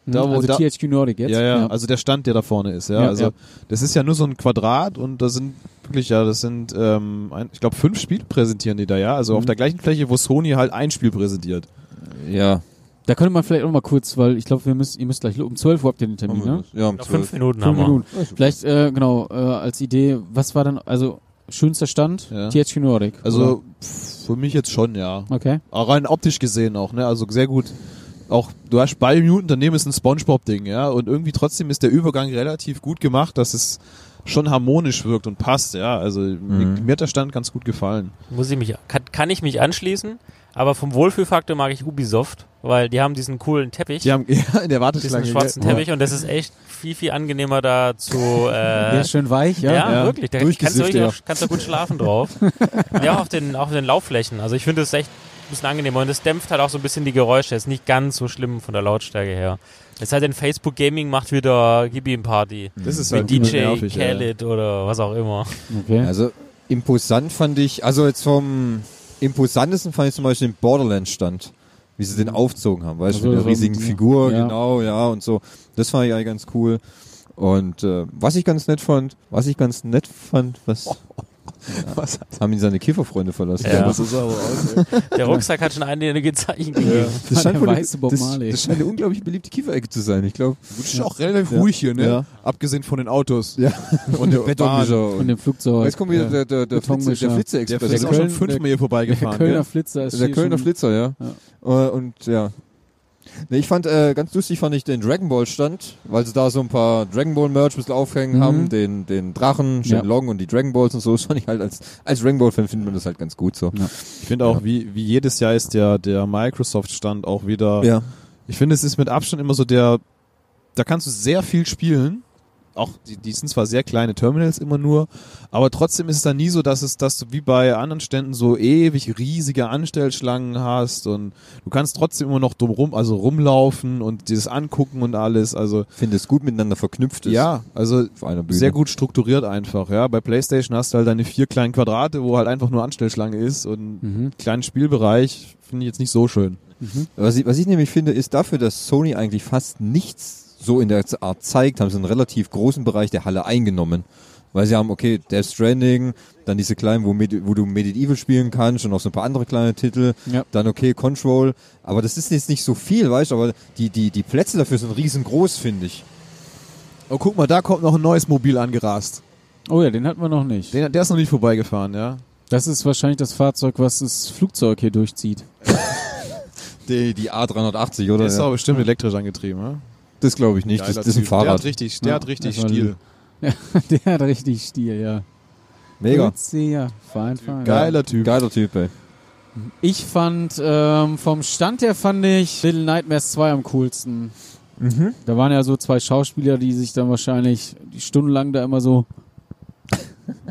S1: mhm.
S2: Da, wo
S4: also
S2: da-
S4: THQ Nordic jetzt.
S2: Ja, ja, also der Stand, der da vorne ist, ja.
S4: Ja,
S2: also
S4: ja.
S2: das ist ja nur so ein Quadrat und da sind wirklich, ja, das sind, ähm, ein, ich glaube, fünf Spiele präsentieren die da, ja. Also auf der gleichen Fläche, wo Sony halt ein Spiel präsentiert.
S1: Ja.
S4: Da könnte man vielleicht auch noch mal kurz, weil ich glaube, wir müssen, ihr müsst gleich, lo- um 12 Uhr habt ihr den Termin, ne?
S1: Ja, um
S3: Noch fünf
S1: 12.
S3: Minuten
S4: Fünf
S3: haben wir.
S4: Minuten. Vielleicht, äh, genau, äh, als Idee, was war dann, also, schönster Stand?
S2: Ja.
S4: THQ Nordic.
S2: Also pf, für mich jetzt schon, ja.
S4: oder? Okay.
S2: Auch Ah, rein optisch gesehen auch, ne? Also sehr gut. Auch du hast bei Newton daneben ist ein SpongeBob-Ding, ja. Und irgendwie trotzdem ist der Übergang relativ gut gemacht, dass es schon harmonisch wirkt und passt, ja. Also mir, mir hat der Stand ganz gut gefallen.
S3: Muss ich mich, kann, kann ich mich anschließen, aber vom Wohlfühlfaktor mag ich Ubisoft, weil die haben diesen coolen Teppich,
S2: haben ja, in der
S3: diesen schwarzen
S2: gell?
S3: Teppich und das ist echt viel, viel angenehmer da zu,
S4: Der
S3: äh,
S4: ist schön weich, ja?
S3: ja,
S2: ja.
S3: wirklich, da kannst du,
S2: Durchgesifft,
S3: wirklich
S2: ja.
S3: auch, kannst du gut schlafen drauf. ja, auch auf den, auch auf den Laufflächen, also ich finde es echt ein bisschen angenehmer und das dämpft halt auch so ein bisschen die Geräusche, ist nicht ganz so schlimm von der Lautstärke her. Es hat den Facebook Gaming macht wieder Gib ihm Party.
S2: Das ist
S3: Mit
S2: halt übel
S3: DJ
S2: nervig, ja.
S3: Khaled oder was auch immer.
S4: Okay.
S1: Also imposant fand ich, also jetzt vom imposantesten fand ich zum Beispiel den Borderlands-Stand, wie sie den aufzogen haben, weißt du,
S4: Also
S1: mit der
S4: so
S1: riesigen
S4: mit-
S1: Figur,
S4: ja.
S1: genau, ja und so. Das fand ich eigentlich ganz cool. Und äh, was ich ganz nett fand, was ich ganz nett fand, was
S4: Oh,
S2: Was hat
S1: haben ihn seine Kieferfreunde verlassen.
S3: Ja.
S2: so sauer aus? ey?
S3: Der Rucksack hat schon einige Zeichen gegeben.
S4: Das
S1: scheint
S4: der
S1: wohl-
S4: weiße Bob
S1: das,
S4: Marley.
S1: das scheint eine unglaublich beliebte Kieferecke zu sein, ich glaube.
S2: Gut, ist auch relativ ruhig hier, ne?
S1: Ja.
S2: Abgesehen von den Autos.
S1: Ja.
S2: Und der Bahn.
S1: Betonmischer.
S4: Von
S1: und-
S4: dem Flugzeug.
S1: Jetzt kommt wieder
S4: Ja.
S1: der, der, der, Flitze,
S4: Betonmischer.
S1: der
S2: Der
S1: Flitze-Express.
S2: ist auch schon
S4: Köln-
S2: fünfmal hier
S4: Der
S2: vorbeigefahren.
S4: Kölner
S2: gell?
S4: Flitzer ist
S1: der
S4: hier
S1: Kölner
S4: schon-
S1: Flitzer, ja. Äh, Und ja. Nee, ich fand äh, ganz lustig fand ich den Dragon Ball Stand, weil sie da so ein paar Dragon Ball Merch ein bisschen aufhängen
S4: Mhm.
S1: haben, den, den Drachen,
S4: Ja.
S1: Shenlong und die Dragon Balls und so, das fand ich halt als, als Dragon Ball Fan findet man das halt ganz gut so.
S2: Ich finde auch, wie, wie jedes Jahr ist der, der Microsoft-Stand auch wieder.
S1: Ja.
S2: Ich finde, es ist mit Abstand immer so der. Da kannst du sehr viel spielen. Auch die, die sind zwar sehr kleine Terminals immer nur, aber trotzdem ist es dann nie so, dass es, dass du wie bei anderen Ständen so ewig riesige Anstellschlangen hast und du kannst trotzdem immer noch drum rum, also rumlaufen und dieses angucken und alles. Also
S1: Finde es gut miteinander verknüpft ist.
S2: ja, also
S1: Auf einer Bühne.
S2: sehr gut strukturiert einfach, ja. Bei PlayStation hast du halt deine vier kleinen Quadrate, wo halt einfach nur Anstellschlange ist und
S4: Mhm.
S2: einen kleinen Spielbereich finde ich jetzt nicht so schön.
S1: Was ich, was ich nämlich finde, ist dafür, dass Sony eigentlich fast nichts so in der Art zeigt, haben sie einen relativ großen Bereich der Halle eingenommen. Weil sie haben, okay, Death Stranding, dann diese kleinen, wo, Medi- wo du Medieval spielen kannst und noch so ein paar andere kleine Titel,
S4: Ja.
S1: dann okay, Control, aber das ist jetzt nicht so viel, weißt du, aber die, die, die Plätze dafür sind riesengroß, finde ich.
S2: Oh, guck mal, da kommt noch ein neues Mobil angerast.
S4: Oh ja, den hatten wir noch nicht.
S2: Den, der ist noch nicht vorbeigefahren, ja.
S4: Das ist wahrscheinlich das Fahrzeug, was das Flugzeug hier durchzieht.
S1: Die, die A380, oder?
S2: Der ist
S1: Ja.
S2: aber bestimmt elektrisch angetrieben, ja.
S1: Das glaube ich nicht, das,
S2: Geiler
S1: das ist ein
S2: Typ. Der hat
S1: Fahrrad.
S2: richtig, der
S4: Ja,
S2: hat richtig
S4: das war
S2: Stil.
S4: Der hat richtig Stil, ja.
S1: Mega.
S4: Witzig, ja. Fein, fein.
S2: Geiler Mhm. Typ.
S1: Geiler Typ, ey.
S4: Ich fand, ähm, vom Stand her fand ich Little Nightmares 2 am coolsten. Da waren ja so zwei Schauspieler, die sich dann wahrscheinlich die stundenlang da immer so ein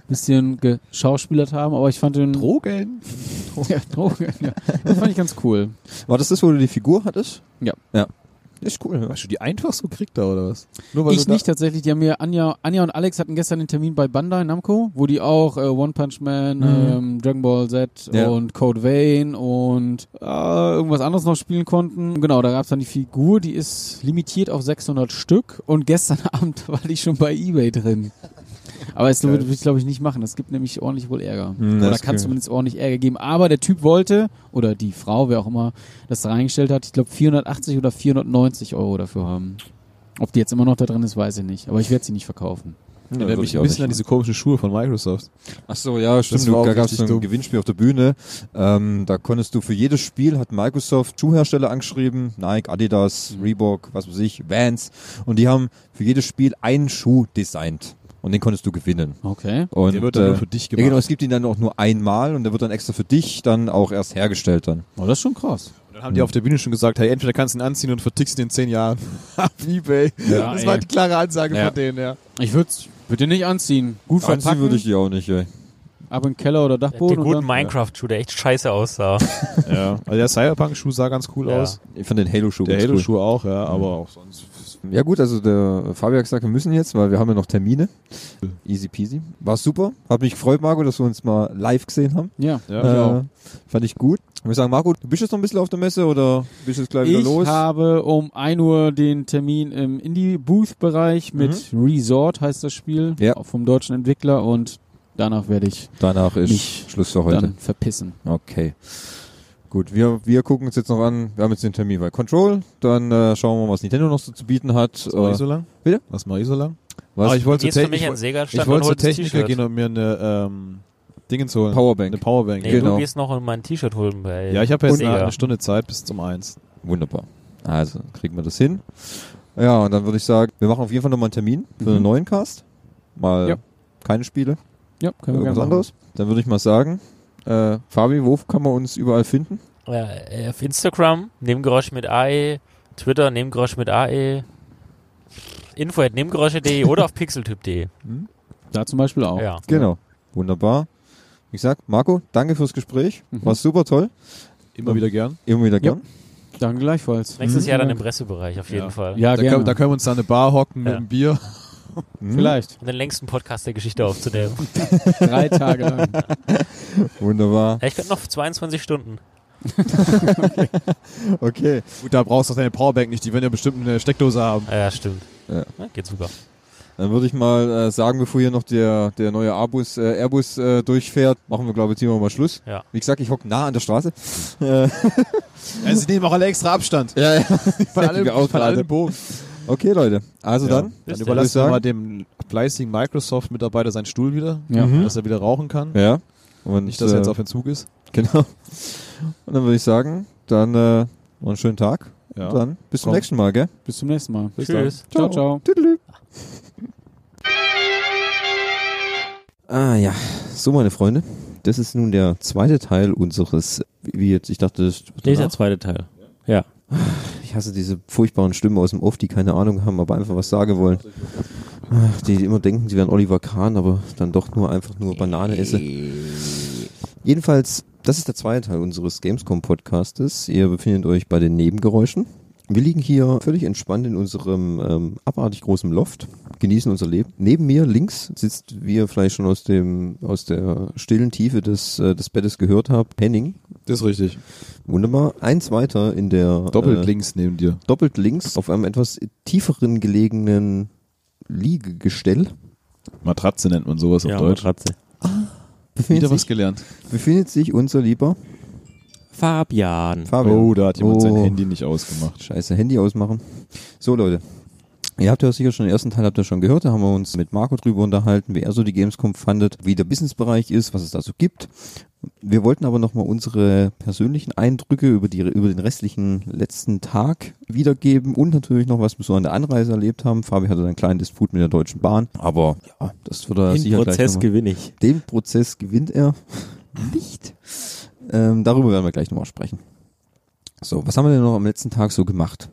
S4: bisschen geschauspielert haben, aber ich fand den
S2: Drogen?
S4: Ja, Drogen, ja. Den fand ich ganz cool.
S1: War das das, wo du die Figur hattest?
S4: Ja.
S1: Ja. Ist cool, ja.
S2: Hast du die einfach so gekriegt da, oder was? Nur
S4: ich
S2: du da-
S4: nicht tatsächlich, die haben mir Anja, Anja und Alex hatten gestern den Termin bei Bandai Namco, wo die auch äh, One Punch
S2: Mhm.
S4: Man, ähm, Dragon Ball Z
S1: Ja.
S4: und Code Vein und äh, irgendwas anderes noch spielen konnten. Genau, da gab es dann die Figur, die ist limitiert auf 600 Stück und gestern Abend war die schon bei Ebay drin. Aber das würde ich, glaube ich, nicht machen. Das gibt nämlich ordentlich wohl Ärger.
S1: Hm,
S4: oder
S1: das
S4: kann
S1: kann-
S4: zumindest ordentlich Ärger geben. Aber der Typ wollte, oder die Frau, wer auch immer das da reingestellt hat, ich glaube 480 oder 490 Euro dafür haben. Ob die jetzt immer noch da drin ist, weiß ich nicht. Aber ich werde sie nicht verkaufen.
S2: Erinnert mich ein bisschen an diese komischen Schuhe von Microsoft.
S1: Ach so, ja, stimmt.
S2: war
S1: Du,
S2: auch
S1: da gab es
S2: richtig
S1: ein
S2: dumm.
S1: Gewinnspiel auf der Bühne. Ähm, da konntest du für jedes Spiel, hat Microsoft Schuhhersteller angeschrieben, Nike, Adidas,
S2: Mhm.
S1: Reebok, was weiß ich, Vans. Und die haben für jedes Spiel einen Schuh designt. Und den konntest du gewinnen.
S4: Okay.
S1: Und,
S2: Der wird dann
S1: äh,
S2: nur für dich
S1: Ja, genau,
S2: gemacht.
S1: es gibt ihn dann auch nur einmal und der wird dann extra für dich dann auch erst hergestellt dann.
S4: Oh, das ist schon krass.
S2: Und dann Hm. haben die auf der Bühne schon gesagt, hey, entweder kannst du ihn anziehen und vertickst ihn in zehn Jahren. Auf Ebay.
S4: Ja,
S2: das war
S4: ey.
S2: die klare Ansage
S1: Ja.
S2: von denen, ja.
S4: Ich würde würd den nicht anziehen. Gut
S1: Anziehen
S4: verpacken.
S1: würde ich die auch nicht, ey.
S4: Ab in den Keller oder
S3: Der
S4: Dachboden. und
S2: ne?
S3: guten
S4: dann-
S3: Minecraft-Schuh, der echt scheiße aussah.
S2: Ja. Also der Cyberpunk-Schuh sah ganz cool
S3: Ja.
S2: aus.
S1: Ich fand den Halo-Schuh
S2: Der
S1: ganz cool.
S2: Halo-Schuh auch, ja, aber auch sonst.
S1: Ja gut, also der Fabian hat gesagt, wir müssen jetzt, weil wir haben ja noch Termine. Easy peasy. War super. Hat mich gefreut, Marco, dass wir uns mal live gesehen haben.
S4: Ja.
S2: Ja,
S1: äh, fand ich gut. Ich muss sagen, Marco, du bist jetzt noch ein bisschen auf der Messe oder bist jetzt gleich wieder
S4: Ich
S1: los?
S4: habe um 1 Uhr den Termin im Indie-Booth-Bereich mit Resort, heißt das Spiel,
S1: Ja.
S4: auch vom deutschen Entwickler und danach werde ich
S1: Danach ist
S4: Mich
S1: Schluss für
S4: dann verpissen.
S1: Okay. Gut, wir, wir gucken uns jetzt noch an. Wir haben jetzt den Termin bei Control. Dann äh, schauen wir mal, was Nintendo noch so zu bieten hat.
S2: Was mache
S1: Äh,
S2: ich so lang?
S1: Bitte?
S2: Was mache ich so lang?
S1: was?
S2: Ah, ich wollte
S3: Gehst
S2: zu
S3: du
S2: Technik-
S3: mich an den
S2: ich
S3: Sega-Stand
S2: wollte
S3: und
S2: zu
S3: holst ein
S2: Techniker
S3: T-Shirt?
S2: gehen und mir eine ähm, Dingens holen.
S1: Powerbank.
S2: Eine Powerbank.
S3: Nee,
S1: Genau.
S3: du gehst noch mal ein T-Shirt holen bei
S2: Ja, ich habe jetzt
S3: Sega.
S2: eine, eine Stunde Zeit bis zum eins.
S1: Wunderbar. Also, kriegen wir das hin. Ja, und dann würde ich sagen, wir machen auf jeden Fall nochmal einen Termin für einen
S4: Mhm.
S1: neuen Cast. Mal
S4: Ja.
S1: keine Spiele,
S4: Ja, können
S1: irgendwas
S4: wir gerne machen.
S1: anderes. Dann würde ich mal sagen, äh, Fabi, wo kann man uns überall finden?
S3: Äh, auf Instagram, Nebengeräusche mit AE, Twitter, Nebengeräusche mit AE, info at nebengeräusche.de oder auf pixeltyp.de.
S4: Da zum Beispiel auch.
S3: Ja.
S1: Genau. Wunderbar. Wie gesagt, Marco, danke fürs Gespräch.
S4: Mhm.
S1: War super toll.
S2: Immer wieder gern.
S1: Immer wieder gern.
S4: Dann gleichfalls.
S3: Nächstes Jahr dann im
S4: Dank.
S3: Pressebereich auf
S2: Ja.
S3: jeden Fall.
S4: Ja,
S2: da,
S4: Ah, gerne.
S2: können, da können wir uns an eine Bar hocken mit
S3: Ja.
S2: einem Bier.
S1: Mhm.
S4: Vielleicht.
S3: Um den längsten Podcast der Geschichte aufzunehmen.
S4: Drei Tage lang.
S1: Wunderbar.
S3: Ja, ich könnte noch 22 Stunden.
S1: Okay.
S2: Gut, da brauchst du deine Powerbank nicht. Die werden ja bestimmt eine Steckdose haben.
S3: Ah, Ja, stimmt.
S1: Ja.
S3: Na, geht super.
S1: Dann würde ich mal äh, sagen, bevor hier noch der, der neue Airbus, äh, Airbus äh, durchfährt, machen wir, glaube ich, hier mal Schluss.
S3: Ja.
S1: Wie gesagt, ich hocke nah an der Straße. Äh,
S2: Ja, sie nehmen auch alle extra Abstand.
S1: ja, ja.
S2: Von
S1: merken wir auch
S2: allem, von allem
S1: gerade.
S2: Bogen.
S1: Okay, Leute. Also
S2: Ja.
S1: dann.
S2: Dann
S3: Bis
S1: Würde ich
S2: überlassen wir
S1: sagen.
S2: mal dem fleißigen Microsoft-Mitarbeiter seinen Stuhl wieder,
S4: Ja.
S1: Mhm.
S2: dass er wieder rauchen kann.
S1: Ja. Und
S2: Nicht, dass er jetzt
S1: äh,
S2: auf Entzug ist.
S1: Genau. Und dann würde ich sagen, dann äh, noch einen schönen Tag.
S2: Ja.
S1: Und dann äh, bis zum
S2: Komm.
S1: nächsten Mal, gell?
S4: Bis zum nächsten Mal.
S2: Bis
S3: Tschüss.
S4: Ciao, ciao.
S1: Tüdelü. Ah ja, so meine Freunde, das ist nun der zweite Teil unseres, wie jetzt, ich dachte, das
S3: Genau.
S5: Dieser zweite Teil. Ja.
S1: ich hasse diese furchtbaren Stimmen aus dem Off, die keine Ahnung haben, aber einfach was sagen wollen. Ach, Die immer denken, sie wären Oliver Kahn, aber dann doch nur einfach nur Banane essen. Jedenfalls, das ist der zweite Teil unseres Gamescom-Podcastes. Ihr befindet euch bei den Nebengeräuschen. Wir liegen hier völlig entspannt in unserem ähm, abartig großen Loft, genießen unser Leben. Neben mir links sitzt, wie ihr vielleicht schon aus dem aus der stillen Tiefe des, äh, des Bettes gehört habt, Henning.
S2: Das ist richtig.
S1: Wunderbar. Eins weiter in der
S2: Doppelt
S1: äh,
S2: links neben dir.
S1: doppelt links auf einem etwas tieferen gelegenen Liegegestell
S2: Matratze nennt man sowas
S5: ja,
S2: auf Deutsch.
S5: Matratze.
S2: Wieder
S1: befindet,
S2: was
S1: sich,
S2: gelernt.
S1: befindet sich unser lieber
S5: Fabian.
S1: Fabian.
S2: Oh, da hat jemand sein
S1: Oh.
S2: Handy nicht ausgemacht.
S1: Scheiße, Handy ausmachen. So Leute, ihr habt ja sicher schon den ersten Teil habt ihr schon gehört, da haben wir uns mit Marco drüber unterhalten, wie er so die Gamescom fandet, wie der Businessbereich ist, was es da so gibt. Wir wollten aber nochmal unsere persönlichen Eindrücke über, die, über den restlichen letzten Tag wiedergeben und natürlich noch, was wir so an der Anreise erlebt haben. Fabi hatte einen kleinen Disput mit der Deutschen Bahn, aber ja, das wird er
S5: Den
S1: sicher gleich
S5: Prozess
S1: nochmal-
S5: gewinne ich.
S1: Den Prozess gewinnt er nicht. Ähm, darüber werden wir gleich nochmal sprechen. So, was haben wir denn noch am letzten Tag so gemacht?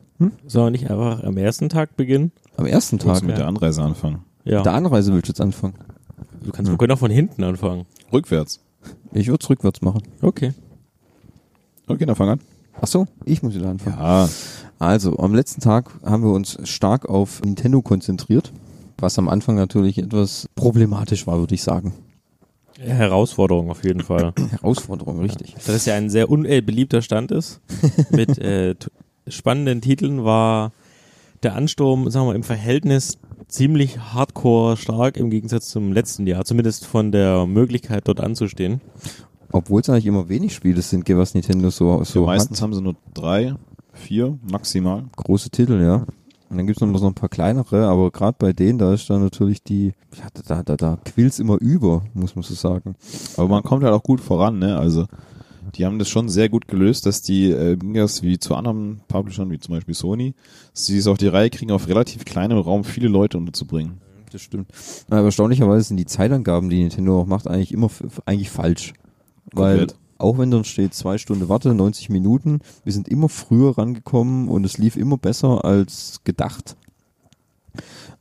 S5: Sollen wir nicht einfach am ersten Tag beginnen?
S1: Am ersten
S2: Du musst
S1: Tag?
S2: mit
S5: Ja.
S2: der Anreise anfangen.
S5: Ja.
S1: Mit der Anreise willst du jetzt anfangen?
S5: du kannst, wir können auch von hinten anfangen.
S2: Rückwärts.
S1: Ich würde rückwärts machen.
S5: Okay.
S2: Okay, dann fang an.
S1: Ach so, ich muss wieder anfangen.
S2: Ja,
S1: Also, am letzten Tag haben wir uns stark auf Nintendo konzentriert, was am Anfang natürlich etwas problematisch war, würde ich sagen.
S5: Herausforderung auf jeden Fall.
S1: Herausforderung, richtig.
S5: Da das ja ein sehr un äh, beliebter Stand ist, mit äh, t- spannenden Titeln, war der Ansturm, sagen wir, im Verhältnis ziemlich hardcore stark im Gegensatz zum letzten Jahr, zumindest von der Möglichkeit, dort anzustehen.
S1: Obwohl es eigentlich immer wenig Spiele sind, gell, was Nintendo so, so hat.
S2: meistens haben sie nur drei, vier maximal.
S1: Große Titel, ja. Und dann gibt's noch mal so ein paar kleinere, aber gerade bei denen, da ist dann natürlich die, ja, da, da, da quillt's immer über, muss man so sagen.
S2: Aber man kommt halt auch gut voran, ne? Also die haben das schon sehr gut gelöst, dass die äh, Dingas wie zu anderen Publishern, wie zum Beispiel Sony, sie es auf die Reihe kriegen, auf relativ kleinem Raum viele Leute unterzubringen.
S1: Das stimmt. Aber erstaunlicherweise sind die Zeitangaben, die Nintendo auch macht, eigentlich immer f- f- eigentlich falsch. Weil
S2: Komplett.
S1: auch wenn dann steht, zwei Stunden Warte, 90 Minuten, wir sind immer früher rangekommen und es lief immer besser als gedacht.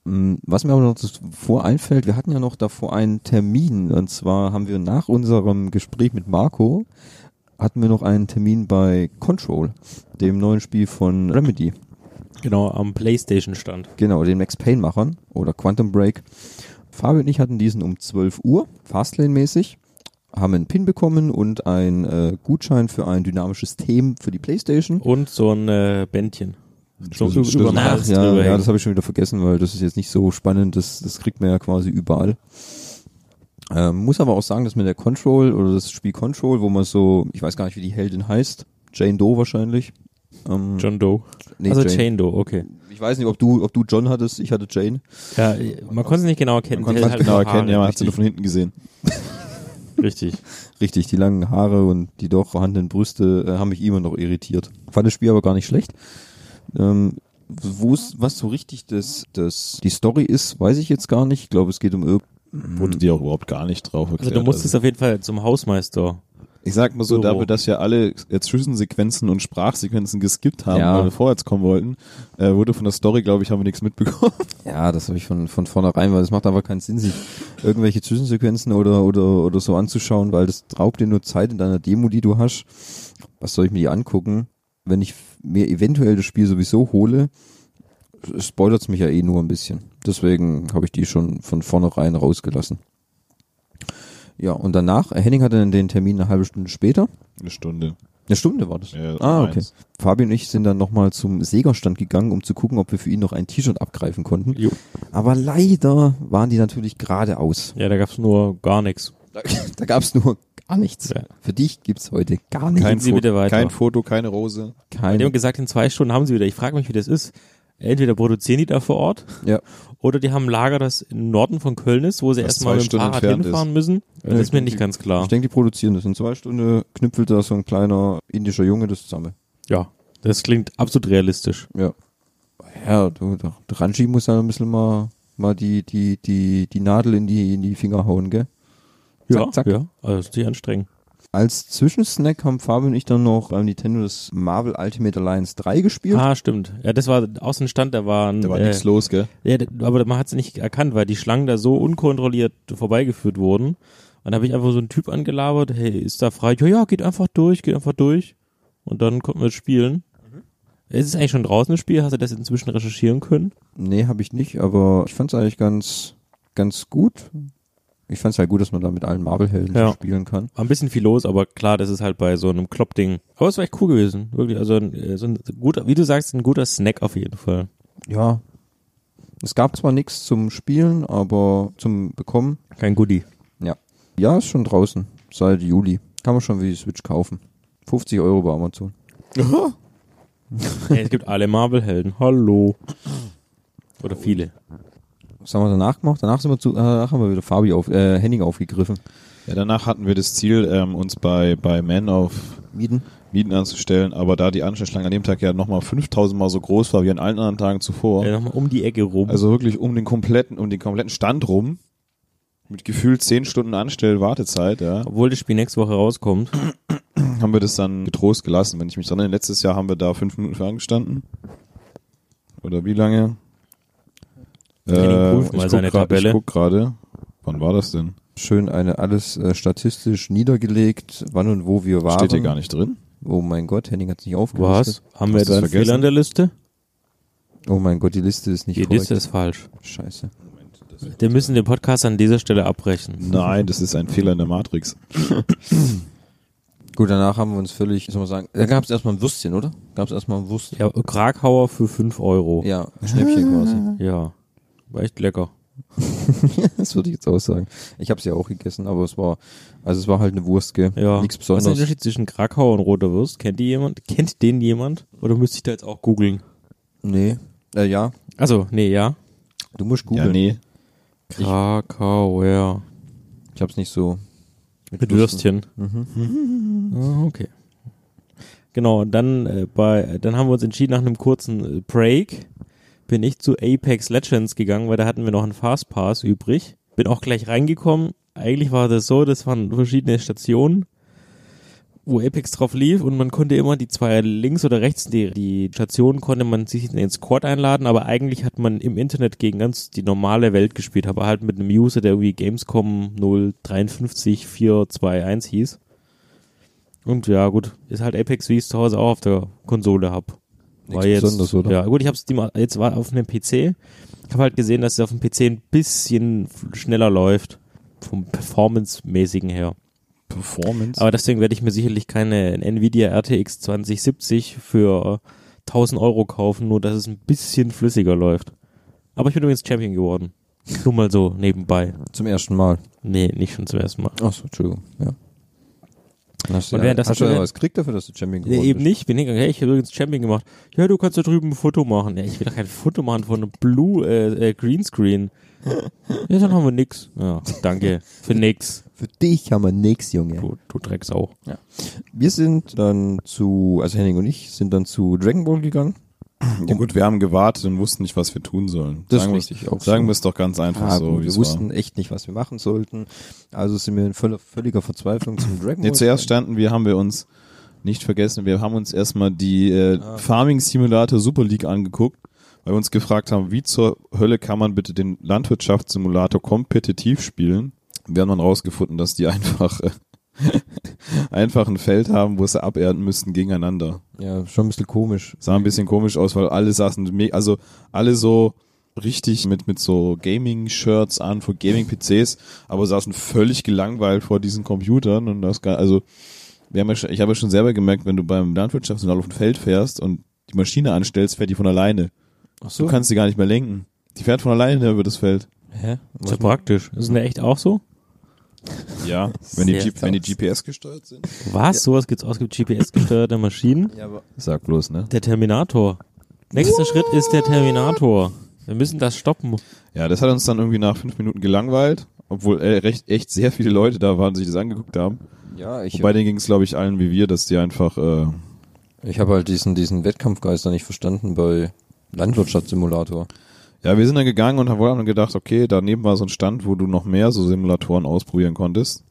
S1: Mm, Was mir aber noch zuvor einfällt, wir hatten ja noch davor einen Termin. Und zwar haben wir nach unserem Gespräch mit Marco, hatten wir noch einen Termin bei Control, dem neuen Spiel von Remedy.
S5: Genau, am PlayStation-Stand.
S1: Genau, den Max Payne-Machern oder Quantum Break. Fabio und ich hatten diesen um 12 Uhr, Fastlane-mäßig, haben einen Pin bekommen und einen äh, Gutschein für ein dynamisches Thema für die Playstation.
S5: Und so ein äh, Bändchen. Oh, So
S2: Schlüssel- Schlüssel-
S5: überm Hals
S1: ja,
S5: drüber
S1: ja,
S5: hängen.
S1: das habe ich schon wieder vergessen, weil das ist jetzt nicht so spannend, das, das kriegt man ja quasi überall. Ähm, muss aber auch sagen, dass mit der Control oder das Spiel Control, wo man so, ich weiß gar nicht, wie die Heldin heißt, Jane Doe wahrscheinlich. Ähm,
S5: John Doe.
S1: nee,
S5: also
S1: Jane.
S5: Jane Doe, okay.
S1: Ich weiß nicht, ob du, ob du John hattest, ich hatte Jane.
S5: Ja, äh, man konnte es nicht genau erkennen.
S2: Man konnte
S5: Die
S2: es
S5: hat
S2: genau
S5: halt
S2: erkennen, ja, man hat sie nur
S5: Haare,
S2: von hinten gesehen.
S5: richtig. richtig.
S1: Richtig, die langen Haare und die doch vorhandenen Brüste äh, haben mich immer noch irritiert. Fand das Spiel aber gar nicht schlecht. Ähm, wo's, was so richtig das, das, die Story ist, weiß ich jetzt gar nicht. Ich glaube, es geht um irgend
S2: Mhm. Wurde dir auch überhaupt gar nicht drauf erklärt. Also,
S5: Also du musstest auf jeden Fall zum Hausmeister.
S2: ich sag mal so,
S5: Büro.
S2: dafür, dass wir alle jetzt Zwischensequenzen und Sprachsequenzen geskippt haben,
S1: Ja.
S2: weil wir vorwärts kommen wollten, äh, wurde von der Story, glaube ich, haben wir nichts mitbekommen.
S1: Ja, das habe ich von, von vornherein, weil es macht einfach keinen Sinn, sich irgendwelche Zwischensequenzen oder, oder, oder so anzuschauen, weil das raubt dir nur Zeit in deiner Demo, die du hast. Was soll ich mir die angucken? Wenn ich f- mir eventuell das Spiel sowieso hole, spoilert's mich ja eh nur ein bisschen. Deswegen habe ich die schon von vornherein rausgelassen. Ja, und danach, Henning hatte dann den Termin eine halbe Stunde später.
S2: Eine Stunde.
S1: Eine Stunde war das.
S2: Ja,
S1: Ah, okay.
S2: eins.
S1: Fabi und ich sind dann nochmal zum Sega-Stand gegangen, um zu gucken, ob wir für ihn noch ein T-Shirt abgreifen konnten.
S5: Jo.
S1: Aber leider waren die natürlich geradeaus.
S5: Ja, da gab's nur gar nichts.
S1: Da, da gab's nur gar nichts.
S5: Ja.
S1: Für dich gibt's heute gar nichts.
S5: Gehen Sie
S2: Fo-
S5: bitte weiter.
S2: kein Foto, keine Rose.
S5: Die haben
S1: Kein,
S5: gesagt, in zwei Stunden haben sie wieder. Ich frage mich, wie das ist. Entweder produzieren die da vor Ort
S1: ja.
S5: oder die haben ein Lager, das im Norden von Köln ist, wo sie
S2: Was zwei
S5: erstmal mit dem
S2: Stunden
S5: Fahrrad
S2: entfernt
S5: hinfahren müssen. Das ist mir nicht ganz
S1: Ich
S5: klar.
S1: denke, die produzieren das. In zwei Stunden knüpfelt da so ein kleiner indischer Junge das zusammen.
S5: Ja, das klingt absolut realistisch.
S1: Ja. Ja, du, der Ranji muss ja ein bisschen mal, mal die, die, die, die Nadel in die, in die Finger hauen, gell?
S5: ja, ja. Also das ist nicht anstrengend.
S1: Als Zwischensnack haben Fabi und ich dann noch beim Nintendo das Marvel Ultimate Alliance 3 gespielt.
S5: Ah, stimmt. Ja, das war aus dem Stand, da waren.
S2: Da war
S5: äh,
S2: nichts los, gell?
S5: Ja, d- aber man hat es nicht erkannt, weil die Schlangen da so unkontrolliert vorbeigeführt wurden. Und da habe ich einfach so einen Typ angelabert, hey, ist da frei? Ja, ja, geht einfach durch, geht einfach durch. Und dann konnten wir spielen. Ist es eigentlich schon draußen das Spiel? Hast du das inzwischen recherchieren können?
S1: Nee, habe ich nicht, aber ich fand's eigentlich ganz, ganz gut. Ich fand's halt gut, dass man da mit allen Marvel-Helden so
S5: Ja.
S1: spielen kann.
S5: War ein bisschen viel los, aber klar, das ist halt bei so einem Klopp-Ding. Aber es war echt cool gewesen, wirklich. Also ein, äh, so ein guter, wie du sagst, ein guter Snack auf jeden Fall.
S1: Ja. Es gab zwar nichts zum Spielen, aber zum Bekommen.
S5: Kein Goodie.
S1: Ja. Ja, ist schon draußen. Seit Juli. Kann man schon wie die Switch kaufen. 50 Euro bei Amazon.
S5: Hey, es gibt alle Marvel-Helden. Hallo. Oder viele.
S1: Was haben wir danach gemacht? Danach sind wir zu, äh, danach haben wir wieder Fabi auf, äh, Henning aufgegriffen.
S2: Ja, danach hatten wir das Ziel, ähm, uns bei, bei Man auf
S1: Mieten.
S2: Mieten anzustellen, aber da die Anschlussschlange an dem Tag ja nochmal 5000 Mal so groß war wie an allen anderen Tagen zuvor,
S5: Äh, Nochmal um die Ecke rum.
S2: also wirklich um den kompletten, um den kompletten Stand rum, mit gefühlt 10 Stunden Anstell-Wartezeit, ja,
S5: Obwohl das Spiel nächste Woche rauskommt.
S2: haben wir das dann getrost gelassen, wenn ich mich dran erinnere. Letztes Jahr haben wir da fünf Minuten für angestanden. Oder wie lange? Äh,
S5: Henning prüft
S2: ich
S5: mal
S2: guck
S5: seine
S2: grad-
S5: Tabelle.
S2: Ich guck gerade. Wann war das denn?
S1: Schön eine alles äh, statistisch niedergelegt, wann und wo wir waren.
S2: Steht hier gar nicht drin.
S1: Oh mein Gott, Henning hat's nicht aufgelistet.
S5: Was? Haben wir
S2: Hast
S5: da
S2: du's
S5: einen
S2: vergessen?
S5: Fehler an der Liste?
S1: Oh mein Gott, die Liste ist nicht
S5: Die
S1: korrekt.
S5: Liste ist falsch.
S1: Scheiße.
S5: Wir müssen den Podcast an dieser Stelle abbrechen.
S2: Nein, das ist ein Fehler in der Matrix.
S1: Gut, danach haben wir uns völlig, soll man sagen, da gab es erstmal ein Würstchen, oder? Gab es erstmal ein Würstchen?
S5: Ja, Krakauer für 5 Euro. Ja.
S1: Ja, ein Schnäppchen quasi.
S5: War echt lecker.
S1: Das würde ich jetzt auch sagen. Ich habe es ja auch gegessen, aber es war, also es war halt eine Wurst, gell?
S5: Ja.
S1: Nichts
S5: Was ist der
S1: Besonderes.
S5: Unterschied zwischen Krakauer und roter Wurst? Kennt die jemand? Kennt den jemand? Oder müsste ich da jetzt auch googeln?
S1: Nee. Äh, ja,
S5: Also, nee, ja.
S1: du musst
S2: Ja,
S1: googeln.
S2: nee.
S5: Krakauer.
S1: Ich habe es nicht so.
S5: Mit Würstchen. Ah, okay. Genau, und dann, äh, bei, äh, dann haben wir uns entschieden, nach einem kurzen äh, Break bin ich zu Apex Legends gegangen, weil da hatten wir noch einen Fastpass übrig. Bin auch gleich reingekommen. Eigentlich war das so, das waren verschiedene Stationen. wo Apex drauf lief und man konnte immer die zwei links oder rechts, die, die Stationen konnte man sich in den Squad einladen, aber eigentlich hat man im Internet gegen ganz die normale Welt gespielt, aber halt mit einem User, der irgendwie Gamescom 053421 hieß. Und ja, gut, ist halt Apex, wie ich es zu Hause auch auf der Konsole hab. War
S2: Nichts
S5: jetzt,
S2: Besonderes, oder?
S5: Ja, gut, ich hab's die mal- jetzt war auf einem PC. Ich habe halt gesehen, dass es auf dem PC ein bisschen schneller läuft. Vom Performance-mäßigen her.
S2: Performance.
S5: Aber deswegen werde ich mir sicherlich keine Nvidia RTX 2070 für 1000 Euro kaufen, nur dass es ein bisschen flüssiger läuft. Aber ich bin übrigens Champion geworden. Nur mal so nebenbei.
S1: Zum ersten Mal.
S5: Nee, nicht schon zum ersten Mal.
S1: Achso, Entschuldigung. Ja. Dann Hast
S5: Und wer das
S1: hast du
S5: natürlich-
S1: ja was gekriegt dafür, dass du Champion
S5: Nee,
S1: geworden
S5: eben
S1: bist?
S5: nicht. Bin hingegangen, hey, ich habe übrigens Champion gemacht. Ja, du kannst da drüben ein Foto machen. Ja, ich will doch kein Foto machen von einem Blue äh, äh, Greenscreen. Ja, dann haben wir nix. Ja, danke. Für nix.
S1: Für dich haben wir nix, Junge.
S5: Du, du Drecksau.
S1: Wir sind dann zu, also Henning und ich sind dann zu Dragon Ball gegangen.
S2: ja gut, wir haben gewartet und wussten nicht, was wir tun sollen.
S1: Das ist
S2: sagen wir-
S1: richtig, auch
S2: Sagen
S1: so.
S2: wir es doch ganz einfach
S1: Ah,
S2: so,
S1: gut,
S2: wie
S1: wir
S2: es war.
S1: wussten echt nicht, was wir machen sollten. Also sind wir in völler, völliger Verzweiflung zum Dragon Ball.
S2: Nee, zuerst standen wir, haben wir uns nicht vergessen, wir haben uns erstmal die äh, Farming Simulator Super League angeguckt, weil wir uns gefragt haben, wie zur Hölle kann man bitte den Landwirtschaftssimulator kompetitiv spielen? Wir haben dann rausgefunden, dass die einfach, äh, einfach ein Feld haben, wo sie abernten müssten gegeneinander.
S1: Ja, schon ein bisschen komisch.
S2: Sah ein bisschen komisch aus, weil alle saßen, me- also alle so richtig mit, mit so Gaming-Shirts an, vor Gaming-PCs, aber saßen völlig gelangweilt vor diesen Computern und das, gar- also, wir haben ja schon, ich habe ja schon selber gemerkt, wenn du beim Landwirtschaftsjournal auf ein Feld fährst und die Maschine anstellst, fährt die von alleine.
S1: Ach so.
S2: Du kannst sie gar nicht mehr lenken. Die fährt von alleine über das Feld.
S5: Hä? Ist ja praktisch. Ist denn echt auch so?
S2: Ja, wenn die,
S5: Sehr
S2: G- wenn die GPS gesteuert sind.
S5: Was? Sowas gibt's auch. Es gibt GPS-gesteuerte Maschinen.
S1: Ja, aber
S2: Sag bloß, ne?
S5: Der Terminator. Nächster Schritt ist der Terminator. Wir müssen das stoppen.
S2: Ja, das hat uns dann irgendwie nach fünf Minuten gelangweilt, obwohl äh, recht, echt sehr viele Leute da waren, die sich das angeguckt haben.
S1: ja, ich,
S2: Wobei denen ging es, glaube ich, allen wie wir, dass die einfach äh,
S1: ich habe halt diesen, diesen Wettkampfgeist da nicht verstanden bei Landwirtschaftssimulator.
S2: Ja, wir sind dann gegangen und haben wohl dann gedacht, okay, daneben war so ein Stand, wo du noch mehr so Simulatoren ausprobieren konntest.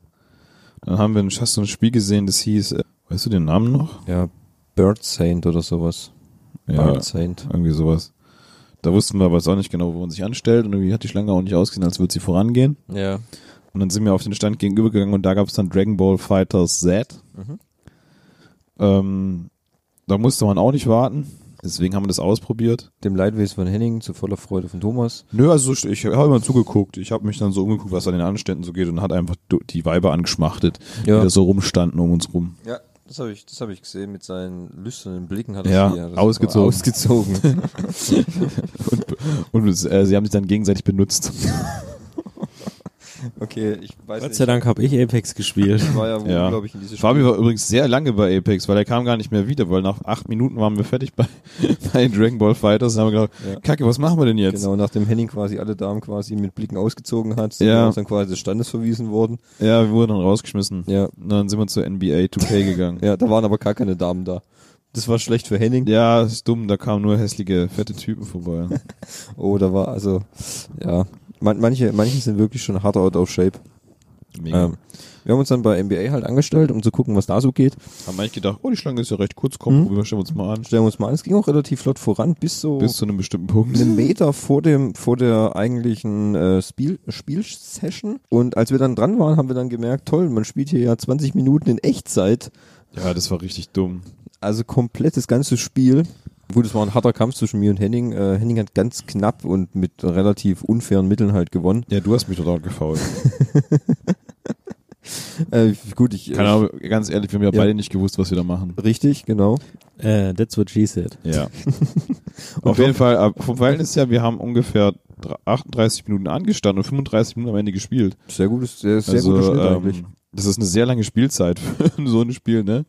S2: Dann haben wir ein, hast du ein Spiel gesehen, das hieß, äh, weißt du den Namen noch?
S1: Ja, Bird Saint oder sowas.
S2: Ja,
S1: Bird Saint.
S2: irgendwie sowas. Da wussten wir aber jetzt auch nicht genau, wo man sich anstellt und irgendwie hat die Schlange auch nicht ausgesehen, als würde sie vorangehen.
S1: Ja.
S2: Und dann sind wir auf den Stand gegenübergegangen und da gab es dann Dragon Ball Fighters Z. Ähm, da musste man auch nicht warten. Deswegen haben wir das ausprobiert.
S1: Dem Leidwesen von Henning zu voller Freude von Thomas.
S2: Nö, also so- ich habe immer zugeguckt. Ich habe mich dann so umgeguckt, was an den Anständen so geht und hat einfach du- die Weiber angeschmachtet,
S1: Ja.
S2: die da so rumstanden um uns rum.
S1: Ja, das habe ich, das hab ich gesehen mit seinen lüsternen Blicken. Hat
S2: Ja,
S1: sie- hat das
S2: ausgezogen.
S1: Ausgezogen.
S2: Und, und es, äh, sie haben sich dann gegenseitig benutzt.
S1: okay, ich weiß
S5: Gott
S1: nicht.
S5: sei Dank habe ich Apex gespielt.
S1: Ich war ja, wohl,
S2: Ja.
S1: glaube ich, in diese
S2: Fabi war übrigens sehr lange bei Apex, weil er kam gar nicht mehr wieder, weil nach acht Minuten waren wir fertig bei, bei Dragon Ball Fighters und haben gedacht,
S1: Ja.
S2: Kacke, was machen wir denn jetzt?
S1: Genau, nachdem Henning quasi alle Damen quasi mit Blicken ausgezogen hat, sind
S2: Ja.
S1: wir uns dann quasi des Standes verwiesen worden.
S2: Ja, wir wurden dann rausgeschmissen.
S1: Ja.
S2: Und dann sind wir zu NBA 2K gegangen.
S1: Ja, da waren aber gar keine Damen da. Das war schlecht für Henning.
S2: Ja, ist dumm, da kamen nur hässliche, fette Typen vorbei.
S1: Oh, da war also, ja. Man, manche, manche sind wirklich schon hard out of shape.
S2: Mega.
S1: Ähm, wir haben uns dann bei NBA halt angestellt, um zu gucken, was da so geht.
S2: Haben eigentlich gedacht, oh, die Schlange ist ja recht kurz, komm,
S1: Mhm.
S2: probieren wir uns mal an.
S1: Stellen wir uns mal an, es ging auch relativ flott voran, bis so
S2: Bis zu einem bestimmten Punkt.
S1: einen Meter vor dem vor der eigentlichen äh, Spiel Spielsession und als wir dann dran waren, haben wir dann gemerkt, toll, man spielt hier ja 20 Minuten in Echtzeit,
S2: Ja, das war richtig dumm.
S1: also komplett das ganze Spiel. Gut, es war ein harter Kampf zwischen mir und Henning. Äh, Henning hat ganz knapp und mit relativ unfairen Mitteln halt gewonnen.
S2: Ja, du hast mich dort gefault.
S1: Äh, gut, ich
S2: Keine Ahnung, ganz ehrlich, wir haben ja,
S1: Ja.
S2: beide nicht gewusst, was wir da machen.
S1: richtig, genau.
S5: äh, that's what she said.
S2: Ja. Auf jeden Fall, ab- vom Verhältnis her, wir haben ungefähr dr- 38 Minuten angestanden und 35 Minuten am Ende gespielt.
S1: Sehr gutes, sehr, sehr
S2: also,
S1: guter Schnitt
S2: ähm,
S1: eigentlich.
S2: Das ist eine sehr lange Spielzeit für so ein Spiel, ne?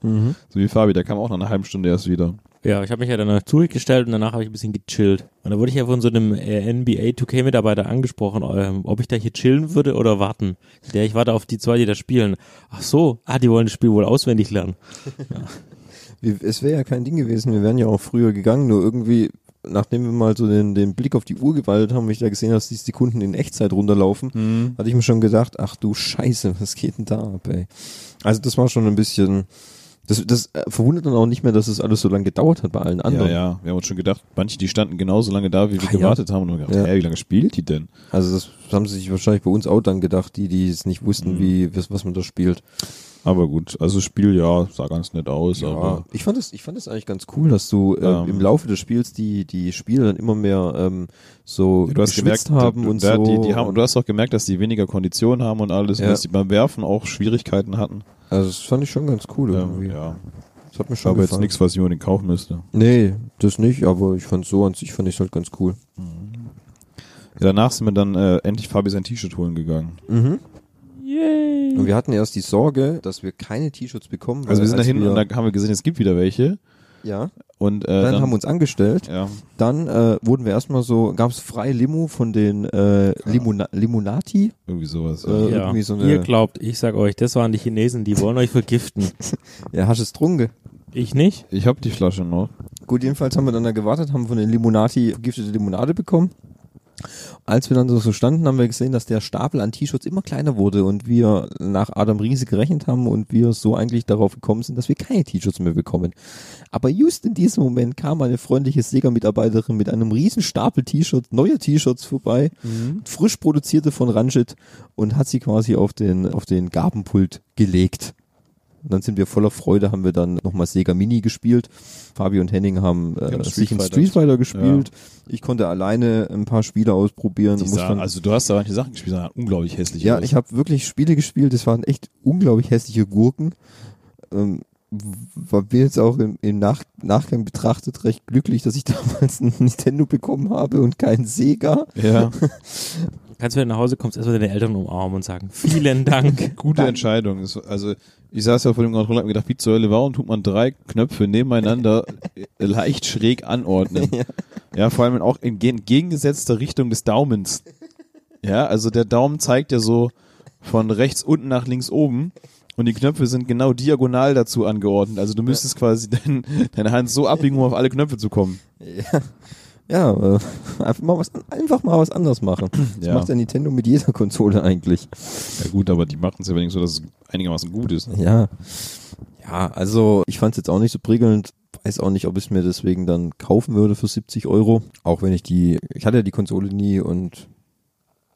S2: So wie Fabi, der kam auch nach einer halben Stunde erst wieder.
S5: Ja, ich habe mich ja dann zurückgestellt und danach habe ich ein bisschen gechillt. Und da wurde ich ja von so einem äh, NBA 2K-Mitarbeiter angesprochen, ähm, ob ich da hier chillen würde oder warten. Der, ich warte auf die zwei, die da spielen. Ach so, ah, die wollen das Spiel wohl auswendig lernen.
S1: Wir, es wäre ja kein Ding gewesen, wir wären ja auch früher gegangen, nur irgendwie, nachdem wir mal so den, den Blick auf die Uhr gewaltet haben, und ich da gesehen habe, dass die Sekunden in Echtzeit runterlaufen,
S2: Mhm.
S1: hatte ich mir schon gedacht, ach du Scheiße, was geht denn da ab, ey? Also das war schon ein bisschen, Das, das äh, verwundert dann auch nicht mehr, dass es alles so lange gedauert hat bei allen
S2: Ja,
S1: anderen.
S2: ja, wir haben uns schon gedacht, manche, die standen genauso lange da, wie wir
S1: Ah, ja.
S2: gewartet haben. Und haben gedacht,
S1: Ja.
S2: hey, wie lange spielt die denn?
S1: Also das haben sie sich wahrscheinlich bei uns auch dann gedacht, die, die jetzt nicht
S2: Mhm.
S1: wussten, wie, was, was man da spielt.
S2: Aber gut, also das Spiel, ja, sah ganz nett aus, aber
S1: Ich fand es, ich fand es eigentlich ganz cool, dass du äh,
S2: Ähm.
S1: im Laufe des Spiels die, die Spiele dann immer mehr ähm, so
S2: du hast
S1: geschwitzt
S2: gemerkt,
S1: haben
S2: du,
S1: und
S2: ja,
S1: so.
S2: die, die haben,
S1: und
S2: du hast auch gemerkt, dass die weniger Kondition haben und alles, und
S1: Ja.
S2: dass die beim Werfen auch Schwierigkeiten hatten.
S1: also das fand ich schon ganz cool irgendwie.
S2: Ähm, ja.
S1: Das hat mir schon
S2: Aber jetzt
S1: gefallen.
S2: nichts, was ich unbedingt kaufen müsste.
S1: Nee, das nicht, aber ich fand so an sich fand ich halt ganz cool.
S2: Danach sind wir dann äh, endlich Fabi sein T-Shirt holen gegangen.
S1: Und wir hatten erst die Sorge, dass wir keine T-Shirts bekommen. weil
S2: Also wir sind da
S1: als
S2: hin und da haben wir gesehen, es gibt wieder welche.
S1: ja,
S2: Und äh,
S1: dann, haben wir uns angestellt.
S2: ja,
S1: Dann äh, wurden wir erstmal so, gab es frei Limo von den äh, Limona Limonati.
S2: irgendwie sowas.
S1: Äh,
S2: ja.
S5: Ja.
S1: irgendwie so eine-
S5: Ihr glaubt, ich sag euch, das waren die Chinesen, die wollen euch vergiften.
S1: Ja, hast du es trunke.
S5: Ich nicht?
S2: Ich habe die Flasche noch.
S1: Gut, jedenfalls haben wir dann da gewartet, haben von den Limonati vergiftete Limonade bekommen. Als wir dann so, so standen, haben wir gesehen, dass der Stapel an T-Shirts immer kleiner wurde und wir nach Adam Riese gerechnet haben und wir so eigentlich darauf gekommen sind, dass wir keine T-Shirts mehr bekommen. Aber just in diesem Moment kam eine freundliche Sega-Mitarbeiterin mit einem riesen Stapel T-Shirts, neue T-Shirts vorbei,
S2: Mhm.
S1: frisch produzierte von Ranjit und hat sie quasi auf den, auf den Gabenpult gelegt. Und dann sind wir voller Freude, haben wir dann nochmal Sega Mini gespielt. Fabi und Henning haben äh,
S2: haben Genau, Street
S1: sich in
S2: Fighter
S1: Street Fighter gespielt. Ich konnte alleine ein paar Spiele ausprobieren.
S2: Die
S1: und muss
S2: sah,
S1: dann-
S2: also du hast da manche Sachen gespielt, die sahen unglaublich hässlich
S1: ja,
S2: aus.
S1: ich habe wirklich Spiele gespielt, das waren echt unglaublich hässliche Gurken. Ähm, war bin jetzt auch im, im Nach Nachgang betrachtet recht glücklich, dass ich damals einen Nintendo bekommen habe und keinen Sega.
S2: ja,
S5: Kannst, wenn du nach Hause kommst, erstmal deine Eltern umarmen und sagen, vielen Dank.
S2: gute Entscheidung. Es, also ich saß ja vor dem Controller und hab mir gedacht, wie zur Hölle, warum tut man drei Knöpfe nebeneinander leicht schräg anordnen? Ja, vor allem auch in ge- entgegengesetzter Richtung des Daumens. Ja, also der Daumen zeigt ja so von rechts unten nach links oben und die Knöpfe sind genau diagonal dazu angeordnet. Also du müsstest quasi dein, deine Hand so abbiegen, um auf alle Knöpfe zu kommen.
S1: Ja, äh, einfach, mal was, einfach mal was anderes machen. Das
S2: Ja.
S1: macht der Nintendo mit jeder Konsole eigentlich.
S2: Ja gut, aber die machen es ja wenigstens so, dass es einigermaßen gut ist.
S1: Ja. Ja, also ich fand es jetzt auch nicht so prickelnd. Weiß auch nicht, ob ich es mir deswegen dann kaufen würde für 70 Euro. Auch wenn ich die, ich hatte ja die Konsole nie und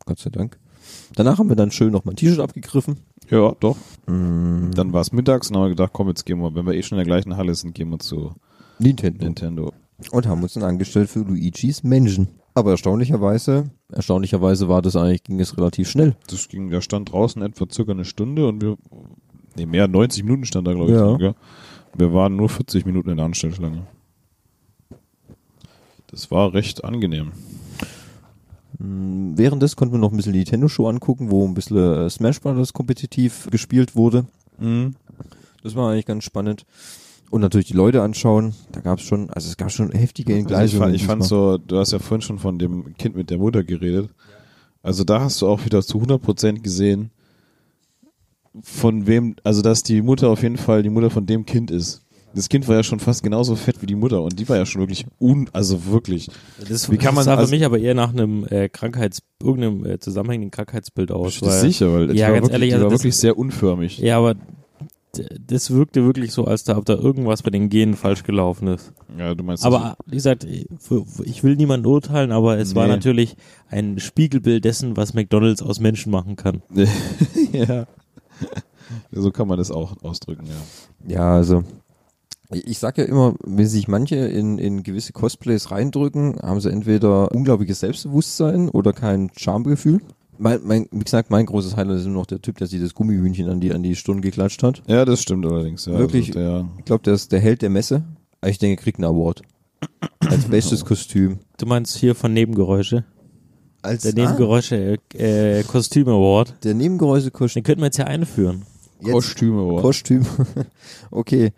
S1: Gott sei Dank. Danach haben wir dann schön noch mal ein T-Shirt abgegriffen.
S2: Ja, doch.
S1: Mm.
S2: Dann war es mittags und haben wir gedacht, komm, jetzt gehen wir, wenn wir eh schon in der gleichen Halle sind, gehen wir zu
S1: Nintendo.
S2: Nintendo.
S1: Und haben uns dann angestellt für Luigi's Mansion. Aber erstaunlicherweise, erstaunlicherweise war das eigentlich, ging es relativ schnell.
S2: Das ging, da stand draußen etwa circa eine Stunde und wir, nee, mehr, 90 Minuten stand da, glaube ich.
S1: Ja.
S2: sogar. Wir waren nur 40 Minuten in der Anstellschlange. Das war recht angenehm.
S1: Während des konnten wir noch ein bisschen die Nintendo-Show angucken, wo ein bisschen äh, Smash Brothers kompetitiv gespielt wurde. Mhm.
S2: Also
S1: Das war eigentlich ganz spannend. Und natürlich die Leute anschauen. Da gab es schon, also es gab schon heftige
S2: Also ich
S1: Entgleisungen.
S2: fand, ich fand
S1: diesmal.
S2: so, du hast ja vorhin schon von dem Kind mit der Mutter geredet. Also da hast du auch wieder zu 100% gesehen, von wem, also dass die Mutter auf jeden Fall die Mutter von dem Kind ist. Das Kind war ja schon fast genauso fett wie die Mutter und die war ja schon wirklich un, also wirklich.
S5: Das,
S2: Wie kann man-
S5: das sah für
S2: also-
S5: mich aber eher nach einem äh, Krankheits, irgendeinem äh, zusammenhängenden Krankheitsbild
S2: Das
S5: aus.
S2: ist
S5: weil-
S2: sicher, weil die
S5: Ja,
S2: war,
S5: ganz
S2: wirklich,
S5: ehrlich,
S2: die
S5: also
S2: war
S5: das-
S2: wirklich sehr unförmig.
S5: Ja, aber d- das wirkte wirklich so, als da, ob da irgendwas bei den Genen falsch gelaufen ist.
S2: Ja, du meinst
S5: Aber wie gesagt, für- ich will niemanden urteilen, aber es war
S2: Nee.
S5: natürlich ein Spiegelbild dessen, was McDonalds aus Menschen machen kann.
S2: ja. So kann man das auch ausdrücken, ja.
S1: ja, also ich ich sag ja immer, wenn sich manche in, in gewisse Cosplays reindrücken, haben sie entweder unglaubliches Selbstbewusstsein oder kein Charmegefühl. Mein, mein, wie gesagt, mein großes Highlight ist immer noch der Typ, der sich das Gummihühnchen an die, an die Stirn geklatscht hat.
S2: Ja, das stimmt allerdings, ja.
S1: Wirklich?
S2: Also der,
S1: Ich glaube, der ist der Held der Messe. Aber Ich denke, er kriegt einen Award. Als bestes Kostüm.
S5: Du meinst hier von Nebengeräusche?
S1: Als ah,
S5: Der Nebengeräusche
S2: ah.
S5: äh, äh, Kostüm Award.
S1: der Nebengeräuschekostüm.
S5: Den könnten wir jetzt ja einführen.
S1: Jetzt-
S2: Kostüme, boah.
S1: Kostüm. Okay.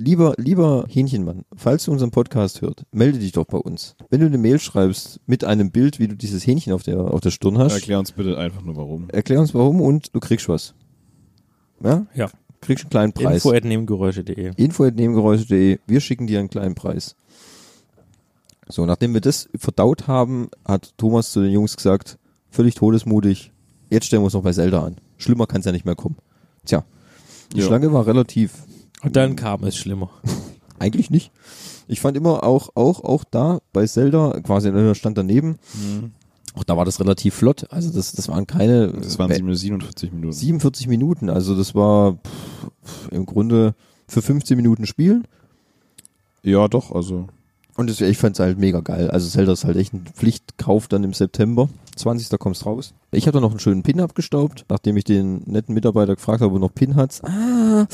S1: Lieber, lieber Hähnchenmann, falls du unseren Podcast hört, melde dich doch bei uns. Wenn du eine Mail schreibst mit einem Bild, wie du dieses Hähnchen auf der, auf der Stirn hast, erklär,
S2: Erklär uns bitte einfach nur warum.
S1: uns warum und du kriegst was. Ja?
S5: Ja.
S1: Kriegst einen kleinen Preis.
S5: Info at nebengeräusche.de.
S1: info.nebengeräusche.de, wir schicken dir einen kleinen Preis. So, nachdem wir das verdaut haben, hat Thomas zu den Jungs gesagt, völlig todesmutig, jetzt stellen wir uns noch bei Zelda an. Schlimmer kann es ja nicht mehr kommen. Tja, die
S2: Ja.
S1: Schlange war relativ
S5: Und
S2: Mhm.
S5: dann kam es schlimmer.
S1: Eigentlich nicht. Ich fand immer auch, auch, auch da bei Zelda, quasi einer stand daneben,
S2: Mhm.
S1: auch da war das relativ flott. Also das, das waren keine
S2: Das waren
S1: Be-
S2: 47 Minuten.
S1: 47 Minuten. Also das war pff, im Grunde für 15 Minuten spielen.
S2: Ja, doch, also.
S1: Und das, ich fand's halt mega geil. Also Zelda ist halt echt ein Pflichtkauf dann im September. 20. kommst raus. Ich habe da noch einen schönen Pin abgestaubt, nachdem ich den netten Mitarbeiter gefragt habe, ob er noch Pin hat. Ah,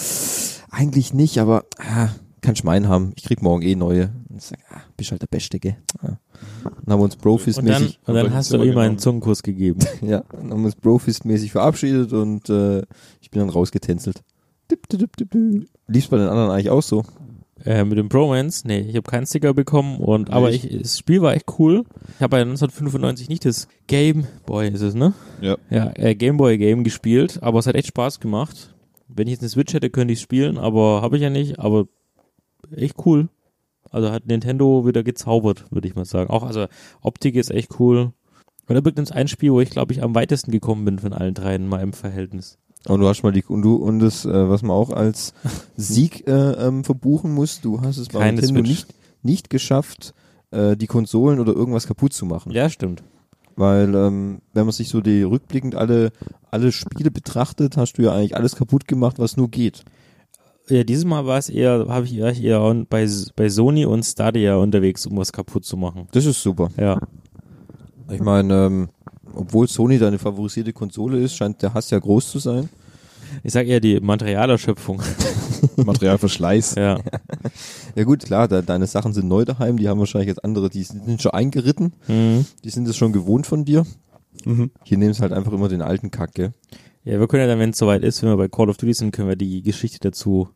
S1: eigentlich nicht, aber ah, kann Schmein haben. Ich krieg morgen eh neue. Und ich sag, ah, bist halt der Beste, gell? Ah. Dann haben wir uns
S5: Und dann,
S1: Profis-mäßig,
S5: und
S2: Hab euch
S5: dann
S2: ins
S5: hast du
S2: Zimmer
S5: ihm einen
S2: genommen.
S5: Zungenkurs gegeben.
S1: ja, dann haben wir uns Profis-mäßig verabschiedet und äh, ich bin dann rausgetänzelt. Dip, dip, dip, dip, dip. Lief's bei den anderen eigentlich auch so?
S5: äh, mit dem Bromance. Nee, ich habe keinen Sticker bekommen. Und, aber
S1: ich-
S5: ich, das Spiel war echt cool. Ich habe ja 1995 nicht das Game Boy, ist es, ne?
S2: Ja.
S5: Ja, äh, Game Boy Game gespielt. Aber es hat echt Spaß gemacht. Wenn ich jetzt eine Switch hätte, könnte ich spielen. Aber habe ich ja nicht. Aber echt cool. Also hat Nintendo wieder gezaubert, würde ich mal sagen. Auch, also Optik ist echt cool. Und da birgt uns ein Spiel, wo ich glaube ich am weitesten gekommen bin von allen dreien mal im Verhältnis.
S1: Und du hast mal die und du und das, äh, was man auch als Sieg äh, ähm, verbuchen muss, du hast es bei
S5: Keine
S1: Nintendo
S5: Switch.
S1: nicht, nicht geschafft, äh, die Konsolen oder irgendwas kaputt zu machen.
S5: Ja, stimmt.
S1: Weil ähm, wenn man sich so die rückblickend alle, alle Spiele betrachtet, hast du ja eigentlich alles kaputt gemacht, was nur geht.
S5: Ja, dieses Mal war es eher, habe ich war ich eher on- bei, S- bei Sony und Stadia unterwegs, um was kaputt zu machen.
S1: Das ist super.
S5: Ja.
S1: Ich meine, ähm, obwohl Sony deine favorisierte Konsole ist, scheint der Hass ja groß zu sein.
S5: Ich sag eher die Materialerschöpfung.
S2: Materialverschleiß.
S5: Ja.
S1: Ja gut, klar, de deine Sachen sind neu daheim, die haben wahrscheinlich jetzt andere, die sind schon eingeritten,
S5: Mhm.
S1: die sind es schon gewohnt von dir.
S2: Mhm.
S1: Hier nehmen sie halt einfach immer den alten Kack, gell?
S5: Ja, wir können ja dann, wenn es soweit ist, wenn wir bei Call of Duty sind, können wir die Geschichte dazu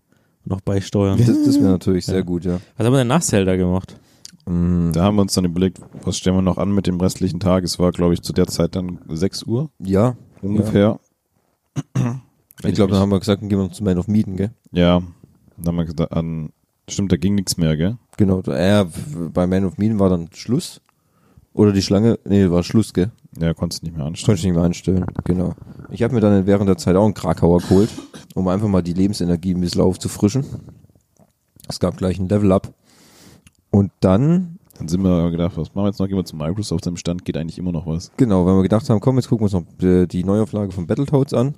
S5: noch beisteuern.
S1: Das, das wäre natürlich sehr gut, ja.
S5: Was haben wir denn nach Zelda gemacht? Mhm.
S2: Da haben wir uns dann überlegt, was stellen wir noch an mit dem restlichen Tag. Es war, glaube ich, zu der Zeit dann 6 Uhr
S1: Ja,
S2: ungefähr. Wenn
S1: ich glaube,
S2: mich-
S1: dann haben wir gesagt, dann gehen wir noch zu Man of Medan, gell?
S2: Ja, dann haben wir gesagt, an, stimmt, da ging nichts mehr, gell?
S1: Genau, da- ja, w- bei Man of Medan war dann Schluss. Oder die Schlange, nee, war Schluss, gell?
S2: Ja, konntest nicht mehr anstrengen.
S1: Konnte ich nicht mehr anstellen, genau. Ich habe mir dann während der Zeit auch einen Krakauer geholt, um einfach mal die Lebensenergie ein bisschen aufzufrischen. Es gab gleich ein Level-Up. Und dann,
S2: Dann sind wir aber gedacht, was machen wir jetzt noch? Gehen wir zu Microsoft, am Stand geht eigentlich immer noch was.
S1: genau, weil wir gedacht haben, komm, jetzt gucken wir uns noch äh, die Neuauflage von Battletoads an.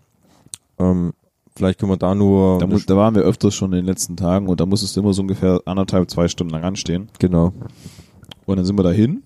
S1: Ähm, vielleicht können wir da nur...
S2: Da, mu- da waren wir öfters schon in den letzten Tagen und da musstest du immer so ungefähr anderthalb, zwei Stunden lang anstehen.
S1: genau.
S2: Und dann sind wir dahin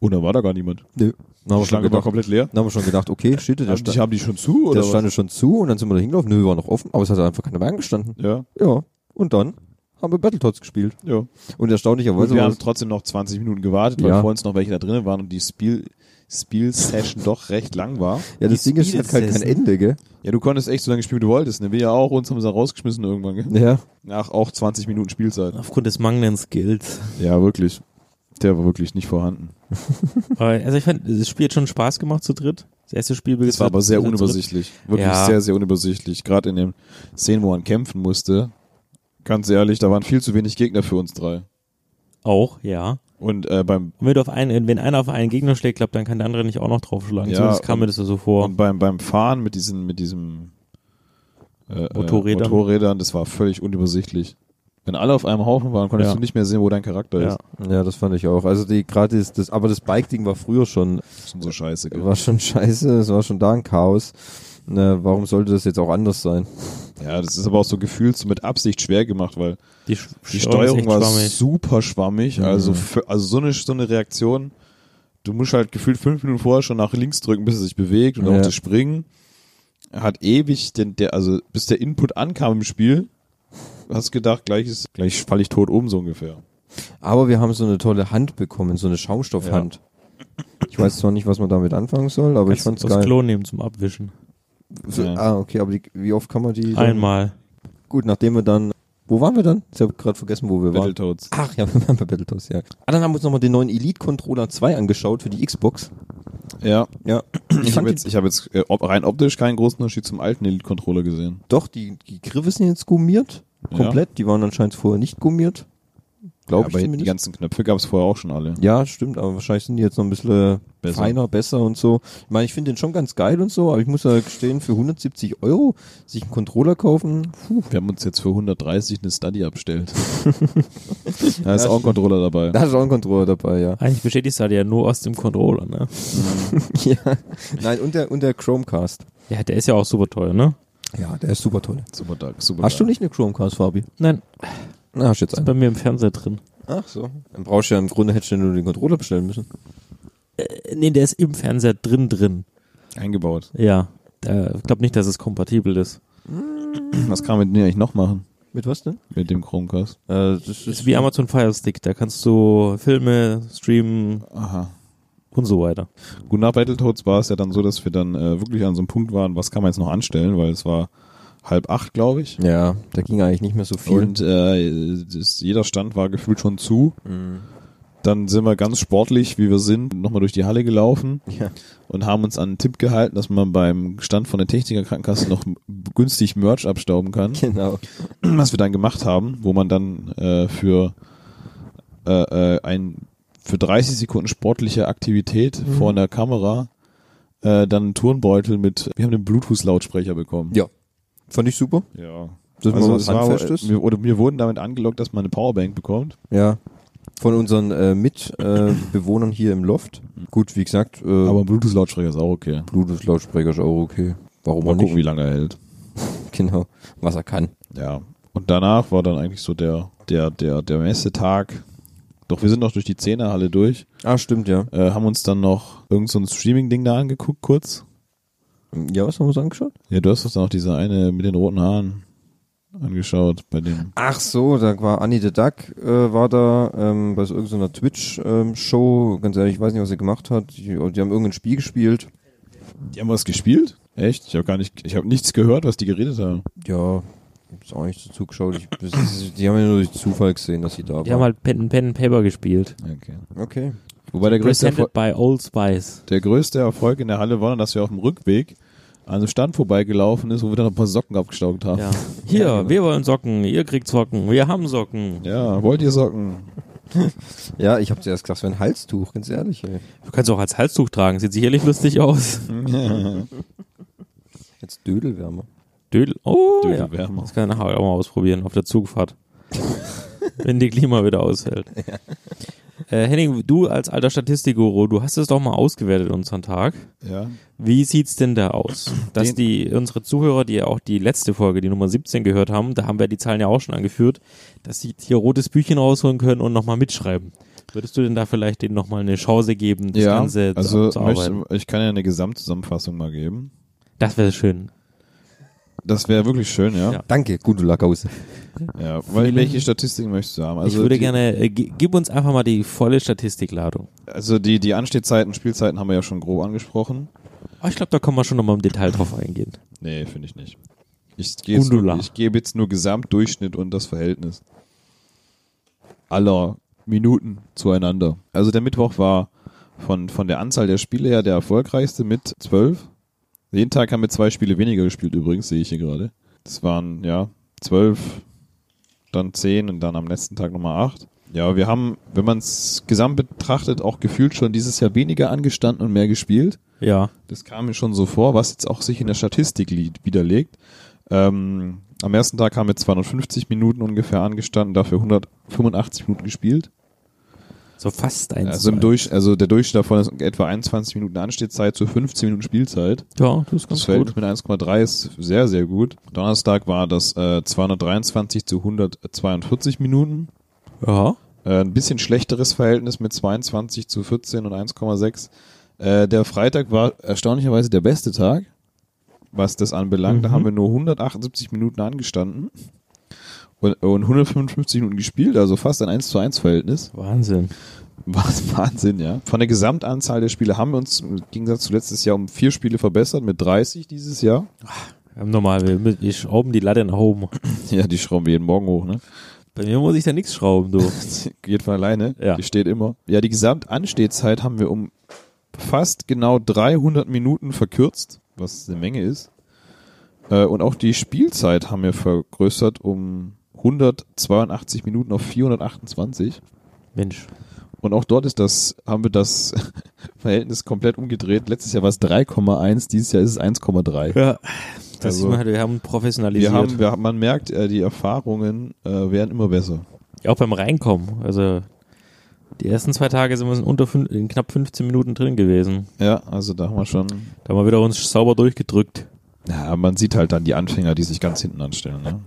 S2: und da war da gar niemand.
S1: Nö. Dann haben,
S2: Die
S1: wir schon
S2: Schlange war
S1: gedacht,
S2: komplett leer.
S1: dann haben wir schon gedacht, okay, shit, der,
S2: Haben
S1: Sta
S2: die, haben die schon zu oder
S1: der
S2: was?
S1: stand es schon zu und dann sind wir da hingelaufen. Nö, war noch offen, aber es hat einfach keiner mehr angestanden.
S2: Ja,
S1: Ja, und dann haben wir Battletoads gespielt.
S2: ja.
S1: Und
S2: Und
S1: erstaunlicherweise
S2: wir
S1: war
S2: haben
S1: das,
S2: trotzdem noch 20 Minuten gewartet, weil
S1: Ja.
S2: vor uns noch welche da drinnen waren und die Spiel, Spiel-Session doch recht lang war.
S1: ja, das Ding ist, es hat halt kein Ende, gell?
S2: Ja, du konntest echt so lange spielen, wie du wolltest. Ne? Wir ja auch, uns haben sie dann rausgeschmissen irgendwann. Gell?
S1: Ja.
S2: Nach auch 20 Minuten Spielzeit.
S5: Aufgrund des mangelnden Skills.
S2: Ja, wirklich. Der war wirklich nicht vorhanden.
S5: Aber, also ich fand, das Spiel hat schon Spaß gemacht zu dritt. Das erste Spiel
S2: Das war aber sehr unübersichtlich. Wirklich
S5: Ja.
S2: sehr, sehr unübersichtlich. Gerade in den Szenen, wo man kämpfen musste. Ganz ehrlich, da waren viel zu wenig Gegner für uns drei.
S5: Auch, ja.
S2: Und äh, beim,
S5: Und wenn, du auf einen, wenn einer auf einen Gegner schlägt, glaubt, dann kann der andere nicht auch noch draufschlagen.
S2: Ja,
S5: Ja, Zumindest kam mir das so vor.
S2: und beim, beim Fahren mit diesem, mit diesem äh, äh,
S5: Motorrädern.
S2: Motorrädern, das war völlig unübersichtlich. Wenn alle auf einem Haufen waren, konntest
S5: Ja.
S2: du nicht mehr sehen, wo dein Charakter
S5: Ja.
S2: ist.
S1: Ja, das fand ich auch. Also die gerade ist das, aber das Bike-Ding war früher schon,
S2: ist schon so scheiße. Gell?
S1: war schon scheiße, es war schon da ein Chaos. Ne, warum sollte das jetzt auch anders sein?
S2: Ja, das ist aber auch so gefühlt so mit Absicht schwer gemacht, weil
S5: Die, Sch-
S2: Die
S5: ist
S2: Steuerung
S5: echt
S2: war
S5: schwammig.
S2: super
S1: Mhm.
S2: schwammig. Also, fö- also so, eine, so eine Reaktion. Du musst halt gefühlt fünf Minuten vorher schon nach links drücken, bis es sich bewegt und
S1: Ja.
S2: auch das Springen. Hat ewig, den, der, also bis der Input ankam im Spiel, hast gedacht, gleich, ist, gleich falle ich tot um, so ungefähr.
S1: Aber wir haben so eine tolle Hand bekommen, so eine Schaumstoffhand. Ich weiß zwar nicht, was man damit anfangen soll, aber ich fand's
S5: Kannst du aufs
S1: geil.
S5: Klo nehmen zum Abwischen.
S1: So,
S2: Ja.
S1: Ah, okay, aber die, wie oft kann man die? dann-
S5: Einmal.
S1: Gut, nachdem wir dann, wo waren wir dann? Ich habe gerade vergessen, wo wir waren.
S2: Battletoads.
S1: Ach ja, wir waren bei Battletoads, ja. Ah, dann haben wir uns nochmal den neuen Elite Controller 2 angeschaut für die Xbox.
S2: Ja,
S1: Ja.
S2: ich
S1: fand
S2: habe
S1: die-
S2: jetzt, ich hab jetzt äh, ob- rein optisch keinen großen Unterschied zum alten Elite-Controller gesehen.
S1: Doch, die, die Griffe sind jetzt gummiert.
S2: Ja.
S1: Komplett. Die waren anscheinend vorher nicht gummiert. Glaube
S2: aber
S1: ich
S2: die
S1: zumindest.
S2: ganzen Knöpfe gab es vorher auch schon alle.
S1: Ja, stimmt, aber wahrscheinlich sind die jetzt noch ein bisschen äh,
S2: Besser.
S1: feiner, besser und so. Ich meine, ich finde den schon ganz geil und so, aber ich muss ja gestehen, für 170 Euro sich einen Controller kaufen, puh,
S2: Wir haben uns jetzt für 130 eine Study abgestellt. da ist auch ein
S1: stimmt.
S2: Controller dabei.
S1: da ist auch ein Controller dabei, ja.
S5: Eigentlich besteht die Stadia nur aus dem Controller, ne?
S1: ja. Nein, und der, und der Chromecast.
S5: Ja, der ist ja auch super teuer, ne?
S1: Ja, der ist super toll.
S2: Super Dark, super
S1: Hast du
S2: Dark.
S1: nicht eine Chromecast, Fabi?
S5: Nein,
S1: Na, hast du jetzt
S5: ist
S1: einen.
S5: bei mir im Fernseher drin.
S1: Ach so. Dann brauchst du ja im Grunde, hättest du ja nur den Controller bestellen müssen.
S5: Äh, nee, der ist im Fernseher drin drin.
S2: eingebaut?
S5: Ja. Da- Ich glaube nicht, dass es kompatibel ist.
S2: Was kann man denn eigentlich noch machen
S1: Mit was denn?
S2: mit dem Chromecast?
S1: Äh, das
S5: Das ist
S1: ist
S5: wie Amazon Fire Stick, da kannst du Filme streamen
S2: Aha.
S5: und so weiter.
S2: Gut, nach Battletoads war es ja dann so, dass wir dann äh, wirklich an so einem Punkt waren, was kann man jetzt noch anstellen, weil es war halb acht, glaube ich.
S1: ja, da ging eigentlich nicht mehr so viel.
S2: Und äh, das, jeder Stand war gefühlt schon zu. Dann sind wir ganz sportlich, wie wir sind, nochmal durch die Halle gelaufen
S1: Ja.
S2: und haben uns an einen Tipp gehalten, dass man beim Stand von der Techniker Krankenkasse noch günstig Merch abstauben kann.
S1: Genau.
S2: was wir dann gemacht haben, wo man dann äh, für äh, äh, ein für 30 Sekunden sportliche Aktivität vor einer Kamera äh, dann einen Turnbeutel mit, wir haben einen Bluetooth-Lautsprecher bekommen.
S1: Ja. Fand ich super.
S2: Ja.
S1: Dass man
S2: also
S1: was
S2: es war,
S1: Handfestes?
S2: mir, oder mir wurden damit angelockt, dass man eine Powerbank bekommt.
S1: Ja. Von unseren äh, Mitbewohnern äh, Bewohnern hier im Loft. Gut, wie gesagt, äh,
S2: Aber ein Bluetooth-Lautsprecher ist auch okay.
S1: Bluetooth-Lautsprecher ist auch okay. Warum
S2: Mal
S1: auch
S2: gucken,
S1: nicht?
S2: wie lange er hält.
S1: Genau. Was er kann.
S2: Ja. Und danach war dann eigentlich so der, der, der, der Messetag. Doch wir sind noch durch die Zehnerhalle durch,
S1: Ah, stimmt, ja.
S2: äh, haben uns dann noch irgend so ein Streaming-Ding da angeguckt kurz.
S1: Ja, was haben wir uns angeschaut?
S2: Ja, du hast doch auch diese eine mit den roten Haaren angeschaut bei dem.
S1: Ach so, da war Annie the Duck, äh, war da ähm, bei so irgendeiner Twitch-Show. Ganz ehrlich, ich weiß nicht, was sie gemacht hat. Die, die haben irgendein Spiel gespielt.
S2: Die haben was gespielt? Echt? Ich habe gar nicht, ich habe nichts gehört, was die geredet haben.
S1: Ja, ist auch nicht so zugeschaut. Ich, das ist, die haben ja nur durch Zufall gesehen, dass sie da
S5: Die haben
S1: waren.
S5: halt Pen, Pen and Paper gespielt.
S2: Okay.
S1: Okay.
S2: Wobei der größte, Erfol
S5: Presented by Old Spice.
S2: der größte Erfolg in der Halle war, dann, dass wir auf dem Rückweg an einem Stand vorbeigelaufen ist, wo wir dann ein paar Socken abgestaubt haben.
S5: Ja. genau. Hier, wir wollen Socken, ihr kriegt Socken, wir haben Socken.
S2: Ja, wollt ihr Socken?
S1: Ja, ich habe zuerst gedacht, es wäre ein Halstuch, ganz ehrlich. Ey.
S5: Du kannst auch als Halstuch tragen, sieht sicherlich lustig aus.
S1: Jetzt Dödelwärmer.
S5: Dödel. Oh,
S2: Dödel
S5: ja.
S2: wärmer.
S5: Das kann ich nachher auch mal ausprobieren auf der Zugfahrt. Wenn die Klima wieder ausfällt. Äh, Henning, du als alter Statistikguru, du hast es doch mal ausgewertet unseren Tag.
S2: Ja.
S5: Wie sieht's denn da aus? Dass die unsere Zuhörer, die ja auch die letzte Folge, die Nummer 17 gehört haben, da haben wir die Zahlen ja auch schon angeführt, dass sie hier rotes Büchchen rausholen können und nochmal mitschreiben. Würdest du denn da vielleicht denen nochmal eine Chance geben, das
S2: ja.
S5: Ganze
S2: also
S5: zu arbeiten?
S2: möchte, ich kann ja eine Gesamtzusammenfassung mal geben.
S5: Das wäre schön.
S2: Das wäre wirklich schön, ja.
S5: Ja.
S2: ja.
S1: Danke, gute Lackause.
S2: Weil, welche Statistiken möchtest du haben? Also
S5: ich würde
S2: die,
S5: gerne, äh, gi- gib uns einfach mal die volle Statistikladung.
S2: Also die, die Anstehzeiten, Spielzeiten haben wir ja schon grob angesprochen.
S5: Oh, ich glaube, da kann man schon nochmal im Detail drauf eingehen.
S2: Nee, finde ich nicht. Ich, geh jetzt
S5: Gundula.
S2: nur, ich gebe jetzt nur Gesamtdurchschnitt und das Verhältnis aller Minuten zueinander. Also der Mittwoch war von, von der Anzahl der Spiele her der erfolgreichste mit zwölf. Jeden Tag haben wir zwei Spiele weniger gespielt übrigens, sehe ich hier gerade. Das waren, ja, zwölf, dann zehn und dann am letzten Tag nochmal acht. Ja, wir haben, wenn man es gesamt betrachtet, auch gefühlt schon dieses Jahr weniger angestanden und mehr gespielt.
S5: Ja.
S2: Das kam mir schon so vor, was jetzt auch sich in der Statistik li- widerlegt. Ähm, am ersten Tag haben wir 250 Minuten ungefähr angestanden, dafür 185 Minuten gespielt.
S5: So fast eins.
S2: Also, im Durch, also der Durchschnitt davon ist etwa 21 Minuten Anstehzeit zu 15 Minuten Spielzeit.
S5: Ja, das ist
S2: Das
S5: ganz
S2: Verhältnis
S5: gut.
S2: mit 1,3 ist sehr, sehr gut. Donnerstag war das äh, 223 zu 142 Minuten.
S5: Ja.
S2: Äh, ein bisschen schlechteres Verhältnis mit 22 zu 14 und 1,6. Äh, der Freitag war erstaunlicherweise der beste Tag, was das anbelangt. Da haben wir nur 178 Minuten angestanden und, und 155 Minuten gespielt, also fast ein 1 zu 1 Verhältnis.
S5: Wahnsinn.
S2: Was Wahnsinn, ja. Von der Gesamtanzahl der Spiele haben wir uns im Gegensatz zu letztes Jahr um vier Spiele verbessert, mit 30 dieses Jahr.
S5: Ähm, normal, wir, mü- wir schrauben die Latte nach oben.
S2: Ja, die schrauben wir jeden Morgen hoch, ne?
S5: Bei mir muss ich da nichts schrauben, du.
S2: geht von alleine.
S5: Ja.
S2: Die steht immer. Ja, die Gesamtanstehzeit haben wir um fast genau 300 Minuten verkürzt, was eine Menge ist. Äh, und auch die Spielzeit haben wir vergrößert um 182 Minuten auf 428.
S5: Mensch.
S2: Und auch dort ist das, haben wir das Verhältnis komplett umgedreht. Letztes Jahr war es 3,1, dieses Jahr ist es 1,3.
S5: Ja, das
S2: Also,
S5: sieht man halt, wir haben professionalisiert.
S2: Wir haben, wir, haben- man merkt, äh, die Erfahrungen äh, werden immer besser.
S5: auch beim Reinkommen. Also die ersten zwei Tage sind wir so unter fün- in knapp 15 Minuten drin gewesen.
S2: Ja, also da haben wir schon.
S5: Da haben wir wieder uns sauber durchgedrückt.
S2: Ja, man sieht halt dann die Anfänger, die sich ganz hinten anstellen ne?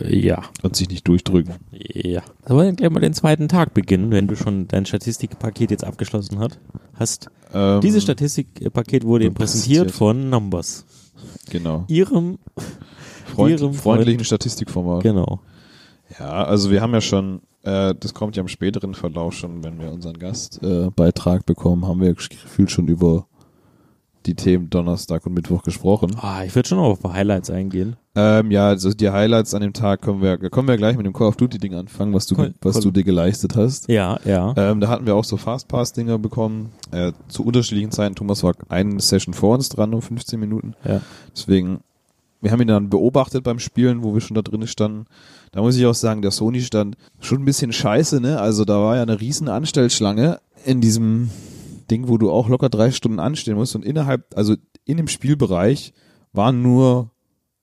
S5: Äh, Ja.
S2: und sich nicht durchdrücken.
S5: Ja. Da wollen wir gleich mal den zweiten Tag beginnen, wenn du schon dein Statistikpaket jetzt abgeschlossen hat, hast.
S2: Ähm,
S5: Dieses Statistikpaket wurde Ihnen präsentiert
S2: präsentiert.
S5: von Numbers.
S2: Genau.
S5: Ihrem,
S2: Freund,
S5: Ihrem
S2: freundlichen
S5: Freund.
S2: Statistikformat.
S5: genau.
S2: Ja, also wir haben ja schon, äh, das kommt ja im späteren Verlauf schon, wenn wir unseren Gastbeitrag äh, Beitrag bekommen, haben wir gefühlt schon über die Themen Donnerstag und Mittwoch gesprochen.
S5: Ah, ich würde schon noch auf ein paar Highlights eingehen.
S2: Ähm, ja, also die Highlights an dem Tag können wir, können wir gleich mit dem Call of Duty Ding anfangen, was du,
S5: Cool,
S2: was
S5: cool.
S2: du dir geleistet hast.
S5: Ja, ja.
S2: Ähm, da hatten wir auch so Fastpass-Dinger bekommen, äh, zu unterschiedlichen Zeiten. Thomas war eine Session vor uns dran, um 15 Minuten.
S5: Ja.
S2: Deswegen, wir haben ihn dann beobachtet beim Spielen, wo wir schon da drin standen. Da muss ich auch sagen, der Sony stand schon ein bisschen scheiße, ne? Also da war ja eine riesen Anstellschlange in diesem Ding, wo du auch locker drei Stunden anstehen musst. Und innerhalb, also in dem Spielbereich waren nur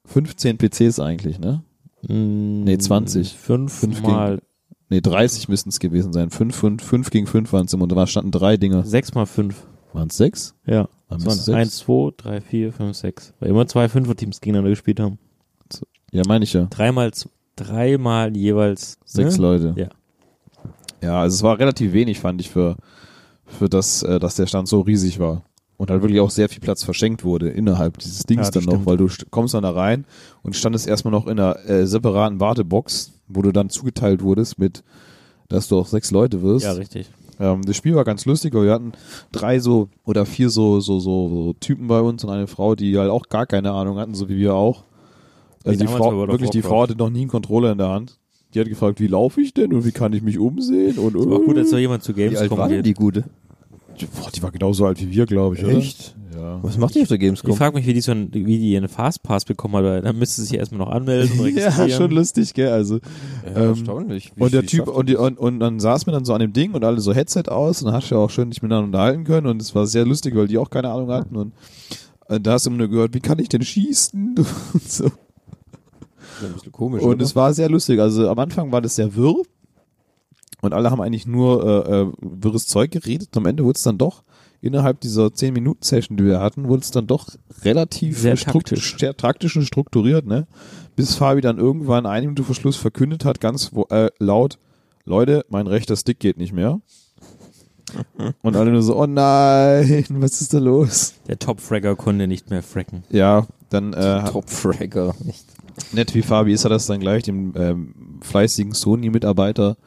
S2: 15 PCs eigentlich, ne?
S5: Nee,
S2: 20.
S5: Fünf,
S2: Ähm, Fünf
S5: mal,
S2: Ne, 30 müssten es gewesen sein. Fünf, fünf, fünf gegen fünf waren es immer. Und da standen drei Dinger.
S5: sechs mal fünf.
S2: Waren es sechs?
S5: Ja.
S2: Waren
S5: Das
S2: es
S5: waren eins, zwei, drei, vier, fünf, sechs. Weil immer zwei Fünfer-Teams gegeneinander gespielt haben.
S2: Ja, meine ich ja.
S5: Dreimal, z- dreimal jeweils
S2: Sechs
S5: ne?
S2: Leute.
S5: Ja.
S2: Ja, also es war relativ wenig, fand ich, für, für das, äh, dass der Stand so riesig war. Und halt wirklich auch sehr viel Platz verschenkt wurde innerhalb dieses Dings
S5: Ja, das
S2: dann noch,
S5: stimmt.
S2: weil du st- kommst dann da rein und standest erstmal noch in einer äh, separaten Wartebox, wo du dann zugeteilt wurdest mit, dass du auch sechs Leute wirst.
S5: Ja, richtig.
S2: Ähm, das Spiel war ganz lustig, aber wir hatten drei so oder vier so, so, so, so Typen bei uns und eine Frau, die halt auch gar keine Ahnung hatten, so wie wir auch. Also die
S5: damals bei
S2: Frau,
S5: World of
S2: wirklich, die
S5: Warcraft.
S2: Frau hatte noch nie einen Controller in der Hand. Die hat gefragt, wie laufe ich denn und wie kann ich mich umsehen und
S5: War gut, dass so jemand zu
S1: Wie alt war
S5: Gamescom
S1: denn
S5: geht.
S1: die gute?
S2: Boah, die war genauso alt wie wir, glaube ich,
S1: Echt?
S2: oder? Ja.
S1: Was macht die auf der
S5: Ich
S1: Gamescom?
S5: frage mich, wie die, so ein, wie die ihren Fastpass bekommen hat, weil dann müsste sie sich erstmal noch anmelden und registrieren.
S2: Ja, schon lustig, gell? Also, ähm,
S1: erstaunlich. wie
S2: und der
S1: viel
S2: Typ,
S1: schafft
S2: und, die, und, und dann saß man dann so an dem Ding und alle so Headset aus und dann hast du ja auch schön dich miteinander unterhalten können und es war sehr lustig, weil die auch keine Ahnung hatten und äh, da hast du immer nur gehört, wie kann ich denn schießen? Und, so.
S1: das? Ein bisschen komisch.
S2: und
S1: oder?
S5: ne?
S2: es war sehr lustig. Also am Anfang war das sehr wirr und alle haben eigentlich nur äh, äh, wirres Zeug geredet. Am Ende wurde es dann doch innerhalb dieser 10-Minuten-Session, die wir hatten, wurde es dann doch relativ
S5: Sehr
S2: strukt-
S5: taktisch.
S2: sehr taktisch und strukturiert, ne? Bis Fabi dann irgendwann eine Minute vor Schluss verkündet hat, ganz wo, äh, laut, Leute, mein rechter Stick geht nicht mehr. Und alle nur so, oh nein, was ist da los?
S5: Der Top-Fragger konnte nicht mehr fracken.
S2: Ja, dann äh,
S1: Top-Fragger.
S2: nett wie Fabi ist, hat das dann gleich dem ähm, fleißigen Sony-Mitarbeiter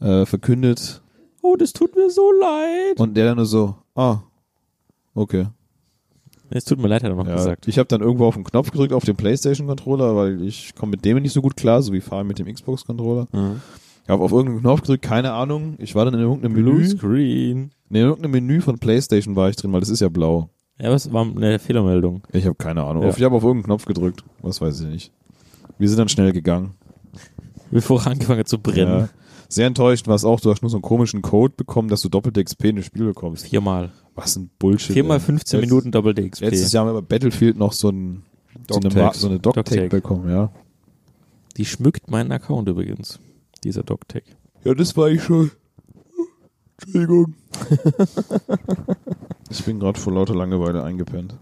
S2: äh, verkündet.
S5: Oh, das tut mir so leid.
S2: Und der dann nur so, ah, okay.
S5: Es tut mir leid, hat er noch
S2: Ja,
S5: gesagt.
S2: Ich habe dann irgendwo auf den Knopf gedrückt, auf den PlayStation-Controller, weil ich komme mit dem nicht so gut klar, so wie Fabi mit dem Xbox-Controller.
S5: Mhm.
S2: Ich habe auf irgendeinen Knopf gedrückt, keine Ahnung. Ich war dann in irgendeinem
S5: Blue
S2: Menü.
S5: Screen.
S2: Nee, in irgendeinem Menü von PlayStation war ich drin, weil das ist ja blau.
S5: Ja, was war eine Fehlermeldung?
S2: Ich habe keine Ahnung.
S5: Ja.
S2: Auf- Ich habe auf irgendeinen Knopf gedrückt. Was weiß ich nicht. Wir sind dann schnell gegangen.
S5: Bevor er angefangen hat zu brennen.
S2: Ja. Sehr enttäuscht war es auch, du hast nur so einen komischen Code bekommen, dass du doppelte XP in das Spiel bekommst.
S5: Viermal.
S2: Was ein Bullshit.
S5: Viermal
S2: ey.
S5: 15
S2: Letzt-
S5: Minuten Double DXP.
S2: Letztes Jahr haben wir bei Battlefield noch so, ein, so eine, Ma-
S1: Dogtag.
S2: so eine Dogtag
S5: Dogtag.
S2: bekommen, ja.
S5: Die schmückt meinen Account übrigens. Dieser DocTech.
S2: Ja, das war ich schon. Entschuldigung. ich bin gerade vor lauter Langeweile eingepennt.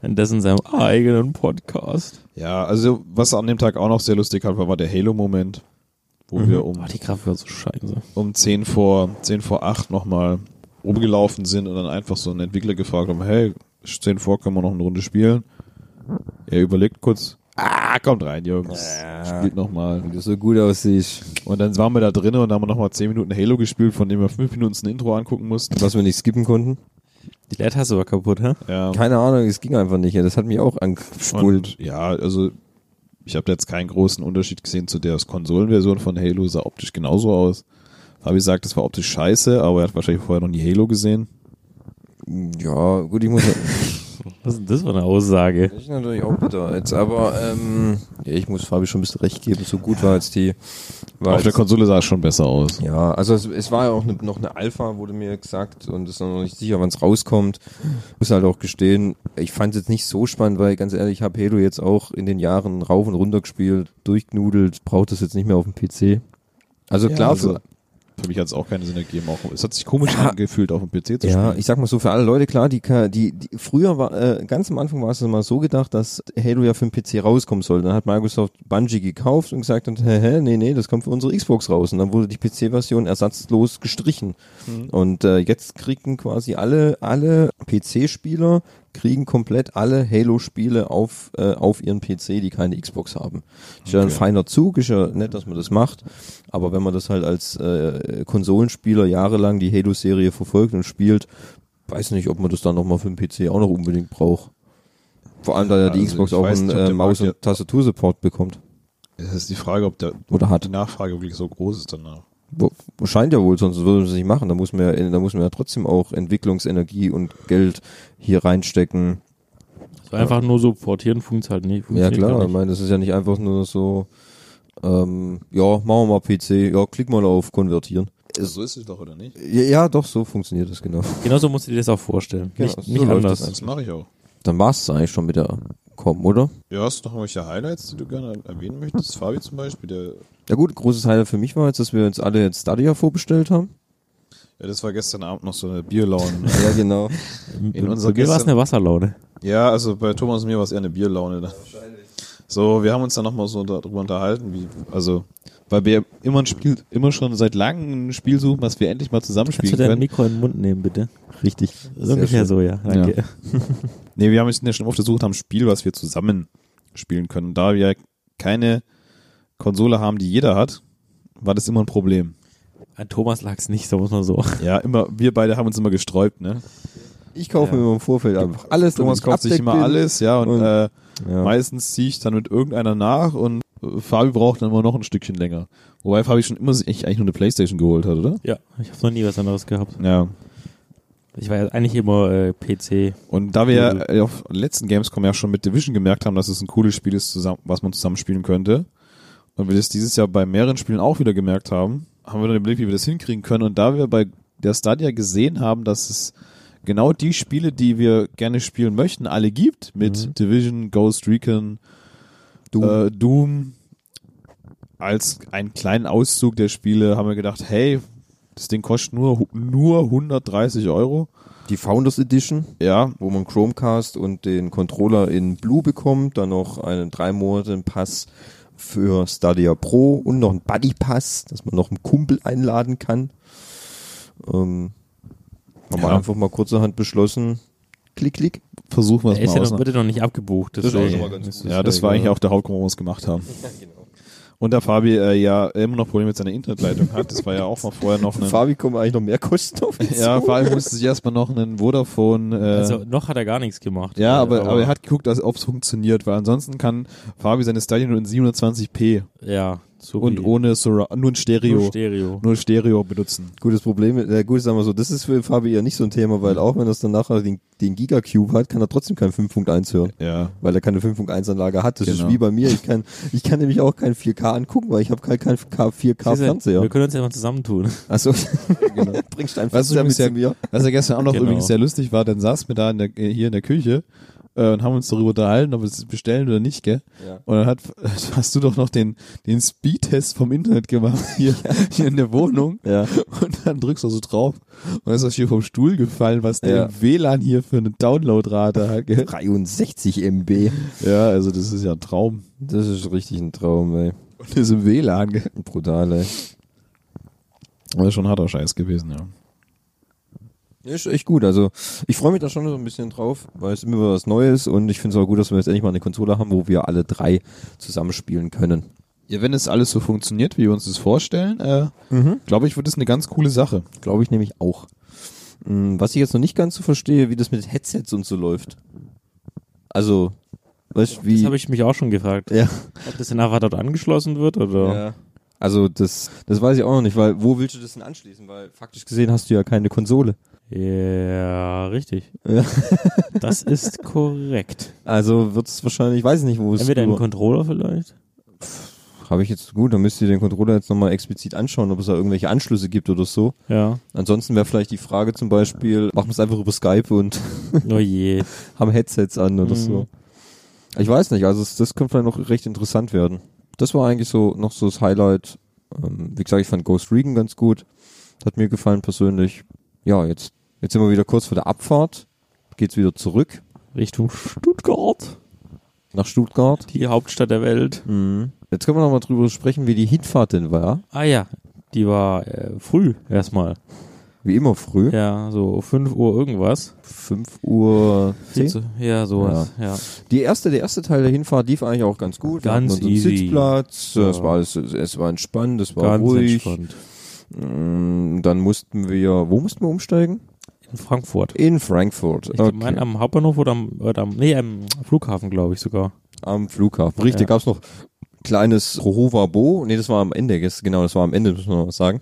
S5: Und das in seinem eigenen Podcast.
S2: Ja, also was an dem Tag auch noch sehr lustig war, war der Halo-Moment, wo wir um
S5: Oh, die Grafik war so scheiße.
S2: um 10 vor, 10 vor 8 nochmal rumgelaufen sind und dann einfach so einen Entwickler gefragt haben, hey, 10 vor können wir noch eine Runde spielen. Er überlegt kurz, ah, kommt rein, Jungs, spielt nochmal.
S1: Wenn du so gut aussiehst.
S2: Und dann waren wir da drinnen und haben nochmal 10 Minuten Halo gespielt, von dem wir 5 Minuten ein Intro angucken mussten.
S1: Was wir nicht skippen konnten.
S5: Die Leertaste war kaputt, hä?
S2: Ja,
S1: Keine Ahnung, es ging einfach nicht. Ja, Das hat mich auch angespult.
S2: und, ja also ich habe da jetzt keinen großen Unterschied gesehen zu der Konsolenversion von Halo, sah optisch genauso aus. Fabi sagt, das war optisch scheiße, aber er hat wahrscheinlich vorher noch nie Halo gesehen.
S1: Ja, gut, ich muss,
S5: Was ist denn das für eine Aussage?
S1: Ich natürlich auch bitter jetzt, aber ähm, ja, ich muss Fabi schon ein bisschen recht geben, so gut war jetzt die. War
S2: Auf der
S1: jetzt,
S2: Konsole sah es schon besser aus.
S1: ja, also es, es war ja auch ne, noch eine Alpha, wurde mir gesagt, und ist noch nicht sicher, wann es rauskommt. Muss halt auch gestehen, ich fand es jetzt nicht so spannend, weil ganz ehrlich, ich habe Halo jetzt auch in den Jahren rauf und runter gespielt, durchgenudelt, braucht es jetzt nicht mehr auf dem PC. Also
S2: Ja,
S1: klar,
S2: also-
S1: für,
S2: Für mich hat es auch keinen Sinn ergeben. Auch, es hat sich komisch
S1: Ja.
S2: angefühlt, auf dem PC zu
S1: Ja,
S2: spielen.
S1: ich sag mal so für alle Leute, klar, die, ka- die, die früher war, äh, ganz am Anfang war es immer so gedacht, dass Halo ja für den PC rauskommen soll. Dann hat Microsoft Bungie gekauft und gesagt und hä, hä, nee, nee, das kommt für unsere Xbox raus. Und dann wurde die PC-Version ersatzlos gestrichen.
S2: Mhm.
S1: Und äh, jetzt kriegen quasi alle, alle PC-Spieler kriegen komplett alle Halo-Spiele auf, äh, auf ihren PC, die keine Xbox haben. Ist ja ein feiner Zug, ist ja nett, dass man das macht. Aber wenn man das halt als äh, Konsolenspieler jahrelang die Halo-Serie verfolgt und spielt, weiß nicht, ob man das dann nochmal für den PC auch noch unbedingt braucht. Vor allem, da ja die
S2: Also,
S1: Xbox
S2: ich
S1: auch
S2: weiß
S1: einen
S2: nicht, ob
S1: äh,
S2: der
S1: Maus-
S2: Markt
S1: und Tastatursupport bekommt.
S2: Es ist die Frage, ob der,
S1: Oder hat.
S2: die Nachfrage wirklich so groß ist danach.
S1: Wo- Scheint ja wohl, sonst würden sie es nicht machen. Da muss man ja, da muss man ja trotzdem auch Entwicklungsenergie und Geld hier reinstecken.
S5: So einfach nur so portieren funktioniert halt nicht.
S1: Ja
S5: Funktioniert
S1: klar,
S5: gar
S1: ich
S5: nicht.
S1: meine, das ist ja nicht einfach nur so, ähm, ja, machen wir mal PC, ja, klick mal auf konvertieren.
S2: So ist es doch, oder nicht?
S1: Ja, ja doch, so funktioniert das genau.
S5: Genauso musst du dir das auch vorstellen.
S1: Genau,
S5: nicht
S1: so
S5: nicht
S1: läuft
S5: anders.
S2: Das mache ich auch.
S1: Dann war's eigentlich schon mit der Com, oder?
S2: Ja, hast du noch irgendwelche Highlights, die du gerne erwähnen möchtest? Fabi zum Beispiel, der,
S1: Ja gut, großes Highlight für mich war jetzt, dass wir jetzt alle jetzt Stadia vorbestellt haben.
S2: ja, das war gestern Abend noch so eine Bierlaune.
S1: Ja, genau.
S2: In
S5: Bei
S2: unserer
S5: mir war es
S2: gestern,
S5: eine Wasserlaune.
S2: ja, also bei Thomas und mir war es eher eine Bierlaune. Ne? So, wir haben uns dann nochmal so da- drüber unterhalten, wie, also, weil wir immer ein Spiel, immer schon seit langem ein Spiel suchen, was wir endlich mal
S5: Kannst du
S2: zusammenspielen
S5: dein
S2: können.
S5: Mikro in den Mund nehmen, bitte? Richtig. So ungefähr
S1: schön.
S5: so, ja. Danke.
S2: Nee, wir haben uns ja schon oft versucht, haben ein Spiel, was wir zusammen spielen können. Da wir keine Konsole haben, die jeder hat, war das immer ein Problem.
S5: An Thomas lag's nicht, so muss man so.
S2: Ja, immer, wir beide haben uns immer gesträubt, ne?
S1: Ich kaufe mir immer im Vorfeld einfach alles.
S2: Thomas
S1: damit ich
S2: kauft sich
S1: abdeckt
S2: immer
S1: bin.
S2: alles, ja, und,
S1: Und-
S2: äh,
S1: Ja.
S2: meistens ziehe ich dann mit irgendeiner nach und äh, Fabi braucht dann immer noch ein Stückchen länger. Wobei Fabi schon immer sich echt eigentlich nur eine Playstation geholt hat, oder?
S5: Ja, ich habe noch nie was anderes gehabt.
S2: Ja.
S5: Ich war ja eigentlich immer äh, PC.
S2: Und da wir ja äh, auf letzten Gamescom ja schon mit Division gemerkt haben, dass es ein cooles Spiel ist, zusammen, was man zusammen spielen könnte, und wir das dieses Jahr bei mehreren Spielen auch wieder gemerkt haben, haben wir dann überlegt, wie wir das hinkriegen können. Und da wir bei der Stadia gesehen haben, dass es genau die Spiele, die wir gerne spielen möchten, alle gibt, mit
S5: Mhm.
S2: Division, Ghost Recon, Doom. Äh, Doom, als einen kleinen Auszug der Spiele haben wir gedacht, hey, das Ding kostet nur, nur 130 Euro.
S1: Die Founders Edition,
S2: Ja,
S1: wo man Chromecast und den Controller in Blue bekommt, dann noch einen drei Monate Pass für Stadia Pro und noch einen Buddy Pass, dass man noch einen Kumpel einladen kann. Ähm, haben wir
S2: Ja.
S1: einfach mal kurzerhand beschlossen. Klick, klick.
S2: versuchen wir
S5: Er
S2: es
S5: ist
S2: mal
S5: ja
S2: aus.
S5: noch, wurde noch nicht abgebucht.
S1: ist auch
S5: deswegen.
S1: schon mal ganz gut.
S2: Ja, das war eigentlich auch der Hauptgrund, warum wir es gemacht haben.
S1: genau.
S2: Und da Fabi äh, ja immer noch Probleme mit seiner Internetleitung hat, das war ja auch mal vorher noch ein...
S1: Fabi kommen eigentlich noch mehr Kosten auf ihn
S2: Ja,
S1: zu.
S2: Fabi musste sich erstmal noch einen Vodafone... Äh,
S5: Also noch hat er gar nichts gemacht.
S2: ja,
S5: Äh,
S2: aber, aber er hat geguckt, ob es funktioniert, weil ansonsten kann Fabi seine Stadion nur in 720p
S5: Ja, so
S2: und
S5: wie-
S2: ohne Surra nur ein Stereo,
S5: Nur Stereo.
S2: nur Stereo benutzen.
S1: Gutes Problem, äh, gut, sagen wir so, das ist für Fabi ja nicht so ein Thema, weil auch wenn er dann nachher den, den Gigacube hat, kann er trotzdem kein 5.1 hören.
S2: Ja.
S1: weil er keine 5.1 Anlage hat. Das
S2: Genau.
S1: ist wie bei mir. Ich kann, ich kann nämlich auch kein 4K angucken, weil ich habe kein, kein 4K
S5: Siehste, Wir
S1: Fernseher.
S5: können uns ja mal zusammentun.
S1: Also genau. bringst einfach
S2: Weißt du,
S1: damit
S2: übrigens
S1: zu
S2: ja-
S1: mir.
S2: Was ja gestern auch noch
S5: Genau.
S2: übrigens sehr lustig war, dann saßen wir da in der, hier in der Küche äh, und haben uns darüber unterhalten, ob wir es bestellen oder nicht, gell?
S1: Ja.
S2: Und dann hat, hast du doch noch den, den Speedtest vom Internet gemacht hier, hier in der Wohnung.
S1: Ja.
S2: Und dann drückst du so drauf und dann ist das hier vom Stuhl gefallen, was der
S1: Ja.
S2: im WLAN hier für eine Downloadrate hat, gell?
S1: 63 MB.
S2: Ja, also das ist ja ein Traum.
S1: Das ist richtig ein Traum, ey.
S2: Und ist im WLAN, gell?
S1: Brutal, ey.
S2: Das ist schon harter Scheiß gewesen, ja.
S1: Ist echt gut. Also ich freue mich da schon so ein bisschen drauf, weil es immer was Neues und ich finde es auch gut, dass wir jetzt endlich mal eine Konsole haben, wo wir alle drei zusammenspielen können.
S2: Ja, wenn es alles so funktioniert, wie wir uns das vorstellen, äh, glaube ich, wird es eine ganz coole Sache.
S1: Glaube ich nämlich auch. Hm, Was ich jetzt noch nicht ganz so verstehe, wie das mit Headsets und so läuft. Also, weißt du,
S5: Das
S1: wie.
S5: habe ich mich auch schon gefragt.
S1: ja.
S5: Ob das denn einfach dort angeschlossen wird oder?
S1: Ja. Also das, das weiß ich auch noch nicht, weil wo willst du das denn anschließen? Weil faktisch gesehen hast du ja keine Konsole.
S5: Ja, richtig.
S1: Ja.
S5: Das ist korrekt.
S1: Also wird es wahrscheinlich, ich weiß nicht, wo es
S5: Entweder einen Controller vielleicht.
S1: Habe ich jetzt gut, dann müsst ihr den Controller jetzt nochmal explizit anschauen, ob es da irgendwelche Anschlüsse gibt oder so.
S5: Ja.
S1: Ansonsten wäre vielleicht die Frage zum Beispiel, machen wir es einfach über Skype und
S5: Oh je.
S1: haben Headsets an oder
S5: Mhm.
S1: so. Ich weiß nicht, also es, das könnte vielleicht noch recht interessant werden. Das war eigentlich so noch so das Highlight. Ähm, wie gesagt, ich fand Ghost Recon ganz gut. Hat mir gefallen persönlich. Ja, jetzt, jetzt sind wir wieder kurz vor der Abfahrt. Geht's wieder zurück
S5: Richtung Stuttgart.
S1: nach Stuttgart.
S5: Die Hauptstadt der Welt.
S1: Mhm. Jetzt können wir nochmal drüber sprechen, wie die Hinfahrt denn war.
S5: Ah ja. Die war äh, früh erstmal.
S1: Wie immer früh.
S5: Ja, so 5 Uhr irgendwas.
S1: 5 Uhr. 10.
S5: Ja, sowas. Ja.
S1: Die erste, der erste Teil der Hinfahrt lief eigentlich auch ganz gut.
S5: Ganz
S1: wir hatten unseren
S5: easy.
S1: Sitzplatz,
S5: Ja.
S1: es war alles, es war entspannt, es war
S5: Ganz
S1: ruhig.
S5: entspannt.
S1: Mm, Dann mussten wir, wo mussten wir umsteigen?
S5: In Frankfurt.
S1: In Frankfurt.
S5: Ich
S1: Okay.
S5: meine am Hauptbahnhof oder am, oder am nee, am Flughafen, glaube ich sogar.
S1: am Flughafen. Richtig,
S5: Ja.
S1: gab's noch kleines Rohova Bo. Nee, das war am Ende, gest- genau, das war am Ende, muss man noch was sagen.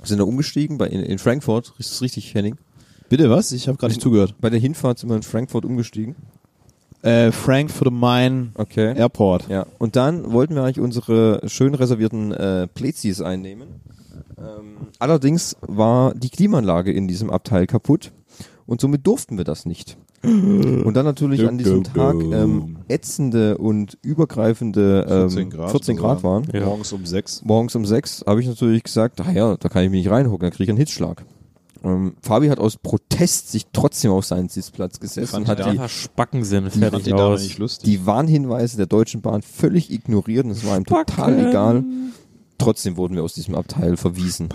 S1: Wir sind da umgestiegen bei, in, in Frankfurt, ist das richtig, Henning?
S2: Bitte was? Ich habe gerade nicht zugehört.
S1: Bei der Hinfahrt sind wir in Frankfurt umgestiegen.
S2: Äh, Frankfurt am Main
S1: Okay. Ja.
S2: Airport.
S1: ja. Und dann wollten wir eigentlich unsere schön reservierten äh, Plezis einnehmen. Ähm, allerdings war die Klimaanlage in diesem Abteil kaputt und somit durften wir das nicht. Und dann natürlich an diesem Tag ähm, ätzende und übergreifende ähm, 14 Grad,
S2: oder?
S1: waren.
S5: Ja.
S2: Morgens um sechs.
S1: Morgens um sechs habe ich natürlich gesagt, ach ja, da kann ich mich nicht reinhocken, dann kriege ich einen Hitzschlag. Ähm, Fabi hat aus Protest sich trotzdem auf seinen Sitzplatz gesetzt
S2: Fand
S1: und hat
S2: ich
S1: die,
S5: Einfach Spacken sind
S2: Fand
S5: fertig
S2: die Dame
S5: aus.
S2: nicht lustig.
S1: die Warnhinweise der Deutschen Bahn völlig ignoriert und es war ihm total egal. Trotzdem wurden wir aus diesem Abteil verwiesen.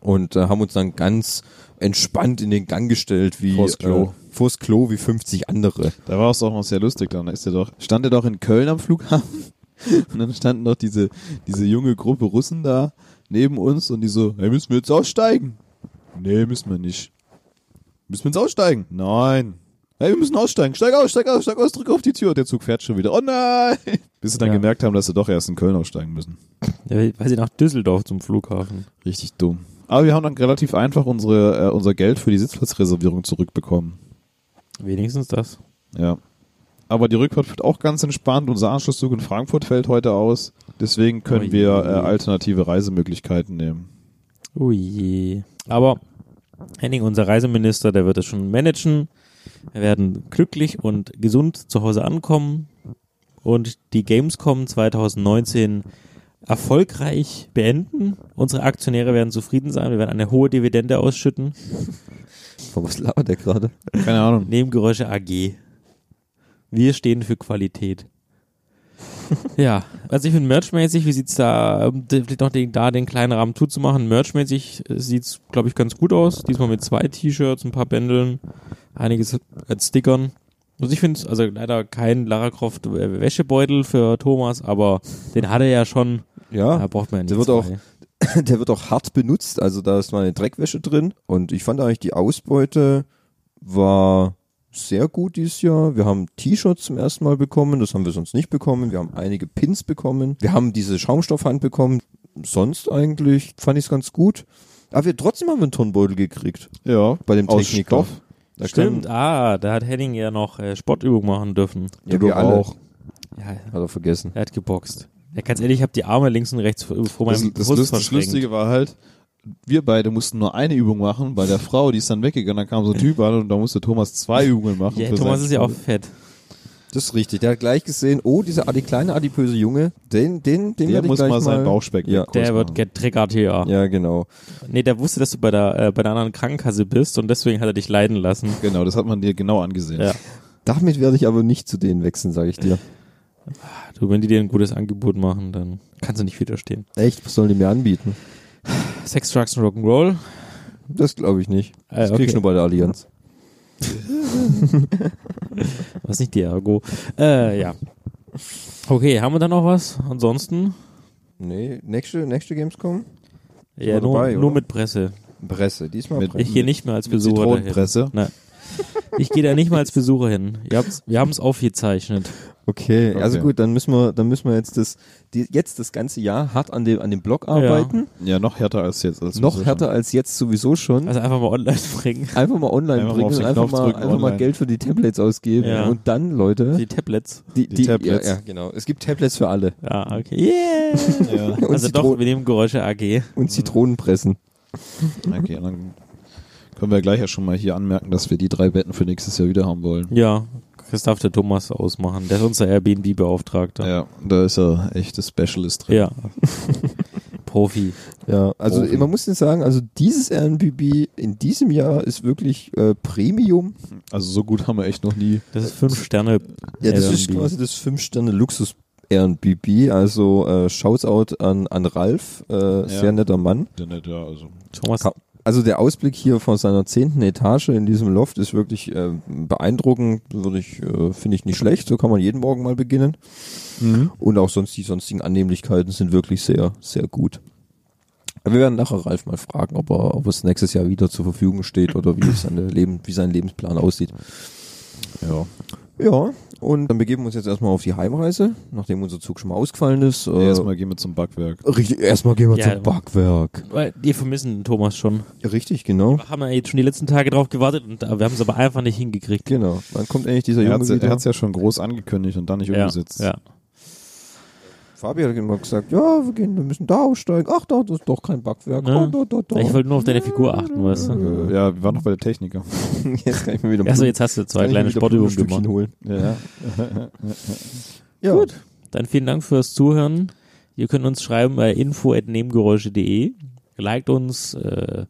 S1: Und äh, haben uns dann ganz entspannt in den Gang gestellt, wie
S2: Vors Klo.
S1: Äh, vors Klo wie 50 andere.
S2: Da war es auch noch sehr lustig dann. Da ist er doch, stand er doch in Köln am Flughafen und dann standen doch diese, diese junge Gruppe Russen da neben uns und die so, hey, müssen wir jetzt aussteigen? Nee, müssen wir nicht. Müssen wir jetzt aussteigen? Nein. Hey, wir müssen aussteigen. Steig aus, steig aus, steig aus, drück auf die Tür. Der Zug fährt schon wieder. Oh nein! Bis sie dann
S5: Ja.
S2: gemerkt haben, dass sie doch erst in Köln aussteigen müssen.
S5: Ja, Weil sie nach Düsseldorf zum Flughafen.
S2: Richtig dumm. Aber wir haben dann relativ einfach unsere, äh, unser Geld für die Sitzplatzreservierung zurückbekommen.
S5: Wenigstens das.
S2: Ja. Aber die Rückfahrt wird auch ganz entspannt. Unser Anschlusszug in Frankfurt fällt heute aus. Deswegen können
S5: Ui.
S2: wir äh, alternative Reisemöglichkeiten nehmen.
S5: Oh je. Aber Henning, unser Reiseminister, der wird das schon managen. Wir werden glücklich und gesund zu Hause ankommen und die Gamescom 2019 erfolgreich beenden. Unsere Aktionäre werden zufrieden sein. Wir werden eine hohe Dividende ausschütten.
S1: Boah, Was labert der gerade?
S2: Keine Ahnung.
S5: Nebengeräusche AG. Wir stehen für Qualität. ja, also ich finde merchmäßig, wie sieht's da, ähm, de- vielleicht noch den, da den kleinen Rahmen zuzumachen, merchmäßig äh, sieht's, glaube ich, ganz gut aus. Diesmal mit zwei T-Shirts, ein paar Bändeln, einiges an Stickern. Also ich finde also leider kein Lara Croft äh, Wäschebeutel für Thomas, aber den hat er ja schon.
S1: Ja.
S5: da braucht man ja nicht
S1: Ah, der wird
S5: zwei.
S1: auch- der wird auch hart benutzt. Also da ist mal eine Dreckwäsche drin. Und ich fand eigentlich die Ausbeute war sehr gut dieses Jahr. Wir haben T-Shirts zum ersten Mal bekommen. Das haben wir sonst nicht bekommen. Wir haben einige Pins bekommen. Wir haben diese Schaumstoffhand bekommen. Sonst eigentlich fand ich es ganz gut. Aber wir, trotzdem haben wir einen Turnbeutel gekriegt.
S2: Ja.
S1: Bei dem
S2: Aus
S1: Techniker.
S2: Stoff?
S1: Da
S5: Stimmt,
S1: können-
S5: ah, da hat Henning ja noch äh, Sportübungen machen dürfen.
S1: Ja, wir alle. Hat
S5: Ja,
S1: er vergessen.
S5: Er hat geboxt. Ja, ganz ehrlich, ich habe die Arme links und rechts vor vor
S2: Das,
S5: meinem
S2: das,
S5: Brust
S2: Lust, das
S5: verschränkt.
S2: Lustige war halt, wir beide mussten nur eine Übung machen. Bei der Frau, die ist dann weggegangen, dann kam so ein Typ an und da musste Thomas zwei Übungen machen.
S5: Ja,
S2: für
S5: Thomas
S2: seinen
S5: ist ja auch
S2: Sport.
S5: fett.
S1: Das ist richtig. Der hat gleich gesehen, oh, dieser adi, kleine adipöse Junge, den, den, den
S2: Der
S1: werde ich
S2: muss
S1: gleich
S2: mal seinen Bauchspeck
S1: Ja.
S2: kurz
S5: Der wird
S2: machen.
S5: getriggert hier.
S1: Ja, genau.
S5: Nee, der wusste, dass du bei der, äh, bei der anderen Krankenkasse bist und deswegen hat er dich leiden lassen.
S2: Genau, das hat man dir genau angesehen.
S5: Ja.
S1: Damit werde ich aber nicht zu denen wechseln, sage ich dir.
S5: Du, wenn die dir ein gutes Angebot machen, dann kannst du nicht widerstehen.
S1: Echt, was sollen die mir anbieten?
S5: Sex, Drugs und Rock'n'Roll.
S1: Das glaube ich nicht.
S2: Ah,
S5: Äh,
S1: Das krieg
S5: okay.
S1: ich nur bei der Allianz.
S5: Was nicht die Ergo. Äh, ja. Okay, haben wir da noch was? Ansonsten?
S1: Nee, nächste, nächste Gamescom?
S5: Ja,
S1: mal
S5: nur,
S1: dabei,
S5: nur
S1: oder?
S5: mit Presse.
S1: Presse, diesmal
S2: Mit-
S1: Presse.
S5: Ich gehe nicht mehr als Besucher dahin.
S2: Zitronenpresse.
S5: Na, Ich gehe da nicht mal als Besucher hin. Ihr habt's, wir haben es aufgezeichnet.
S1: Okay, also
S2: Okay.
S1: gut, dann müssen wir, dann müssen wir jetzt das, die, jetzt das ganze Jahr hart an dem, an dem Blog arbeiten.
S2: Ja, noch härter als jetzt. Als
S1: Noch härter als jetzt sowieso schon.
S5: Also einfach mal online bringen.
S1: einfach mal online
S2: Einfach mal
S1: bringen
S2: auf
S1: und
S2: den
S1: einfach,
S2: Knopf
S1: mal,
S2: drücken
S1: einfach mal
S2: online.
S1: Geld für die Tablets ausgeben.
S5: Ja.
S1: Und dann, Leute,
S5: Die Tablets.
S1: die,
S2: die Tablets.
S1: Ja, ja, genau. Es gibt Tablets für alle.
S5: Ja, okay. Yeah.
S2: Ja,
S1: Und,
S5: Also doch,
S1: Zitronen,
S5: wir nehmen Geräusche AG.
S2: Mhm.
S1: und Zitronenpressen.
S2: okay, dann können wir gleich ja schon mal hier anmerken, dass wir die drei Betten für nächstes Jahr wieder haben wollen.
S5: Ja, das darf der Thomas ausmachen. Der ist unser Airbnb-Beauftragter.
S2: Ja, da ist er echt das Specialist drin.
S5: ja. Profi.
S1: Ja, also
S2: Profi.
S1: man muss jetzt sagen, also dieses RNBB in diesem Jahr ist wirklich äh, Premium.
S2: Also so gut haben wir echt noch nie.
S5: Das ist fünf Sterne.
S1: Ja, das ist
S5: Airbnb.
S1: quasi das 5-Sterne-Luxus-RNBB. Also äh, Shoutout an, an Ralf, äh, sehr netter Mann.
S2: Ja, also.
S5: Thomas,
S1: Ka- Also der Ausblick hier von seiner zehnten Etage in diesem Loft ist wirklich äh, beeindruckend, würde ich, äh, finde ich nicht schlecht. So kann man jeden Morgen mal beginnen. Und auch sonst die sonstigen Annehmlichkeiten sind wirklich sehr, sehr gut. Aber Wir werden nachher Ralf mal fragen, ob er, ob es nächstes Jahr wieder zur Verfügung steht oder wie, es seine Leben, wie sein Lebensplan aussieht.
S2: Ja.
S1: Ja, und dann begeben wir uns jetzt erstmal auf die Heimreise, nachdem unser Zug schon mal ausgefallen ist. Äh,
S2: Erstmal gehen wir zum Backwerk.
S1: richtig, erstmal gehen wir
S5: Ja.
S1: zum Backwerk.
S5: weil wir vermissen den Thomas schon.
S1: Ja, richtig, genau.
S5: Wir haben ja jetzt schon die letzten Tage drauf gewartet und äh, wir haben es aber einfach nicht hingekriegt.
S1: Genau. Dann kommt eigentlich dieser
S2: Er
S1: Junge
S2: hat's, er
S1: wieder.
S2: hat's ja schon groß angekündigt und dann nicht
S5: Ja,
S2: umgesetzt.
S5: ja.
S1: Fabi hat immer gesagt, ja, wir, gehen, wir müssen da aussteigen. Ach, da ist doch kein Backwerk.
S5: Ja.
S1: Oh, da, da, da.
S5: Ich wollte nur auf deine Figur achten, weißt du?
S2: Äh, ja, wir waren noch bei der Techniker.
S1: jetzt kann ich mir wieder
S5: Achso, jetzt hast du zwei
S1: kann ich mir
S5: kleine
S1: wieder Pudelstückchen
S5: Sportübungen gemacht.
S1: holen.
S2: Ja.
S1: Ja. Gut.
S5: Dann vielen Dank fürs Zuhören. Ihr könnt uns schreiben bei info.nebengeräusche.de. Liked uns, äh,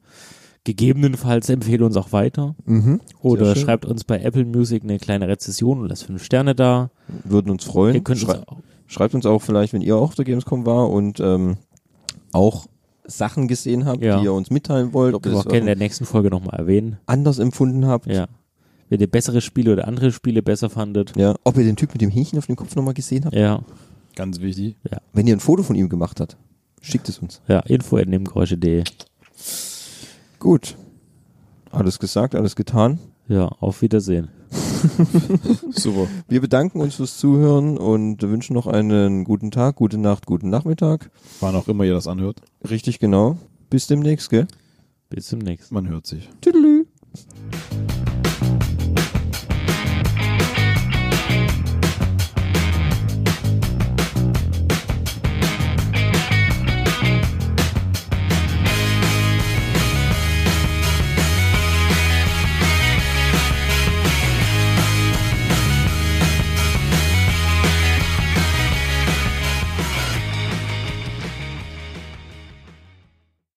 S5: gegebenenfalls empfehlt uns auch weiter.
S1: Mhm. Sehr
S5: Oder
S1: schön.
S5: schreibt uns bei Apple Music eine kleine Rezension und lasst fünf Sterne da.
S1: Würden uns freuen.
S5: Ihr könnt
S1: Schrei-
S5: uns auch,
S1: schreibt uns auch vielleicht, wenn ihr auch auf der Gamescom war und ähm, auch Sachen gesehen habt,
S5: Ja.
S1: die ihr uns mitteilen wollt, ob ihr
S5: können wir
S1: das
S5: auch gerne in
S1: auch
S5: der nächsten Folge nochmal erwähnen.
S1: anders empfunden habt.
S5: Ja. Wenn ihr bessere Spiele oder andere Spiele besser fandet.
S1: Ja, ob ihr den Typ mit dem Hähnchen auf dem Kopf nochmal gesehen habt?
S5: Ja.
S2: Ganz wichtig.
S1: Wenn ihr ein Foto von ihm gemacht habt, schickt es uns.
S5: Ja, info.nebengeräusche.de.
S1: Gut. Alles gesagt, alles getan.
S5: Ja, auf Wiedersehen.
S2: Super.
S1: Wir bedanken uns fürs Zuhören und wünschen noch einen guten Tag, gute Nacht, guten Nachmittag.
S2: Wann auch immer ihr das anhört,
S1: Richtig genau. Bis demnächst, gell?
S5: Bis zum nächsten Mal.
S2: man hört sich.
S1: Tüdelü.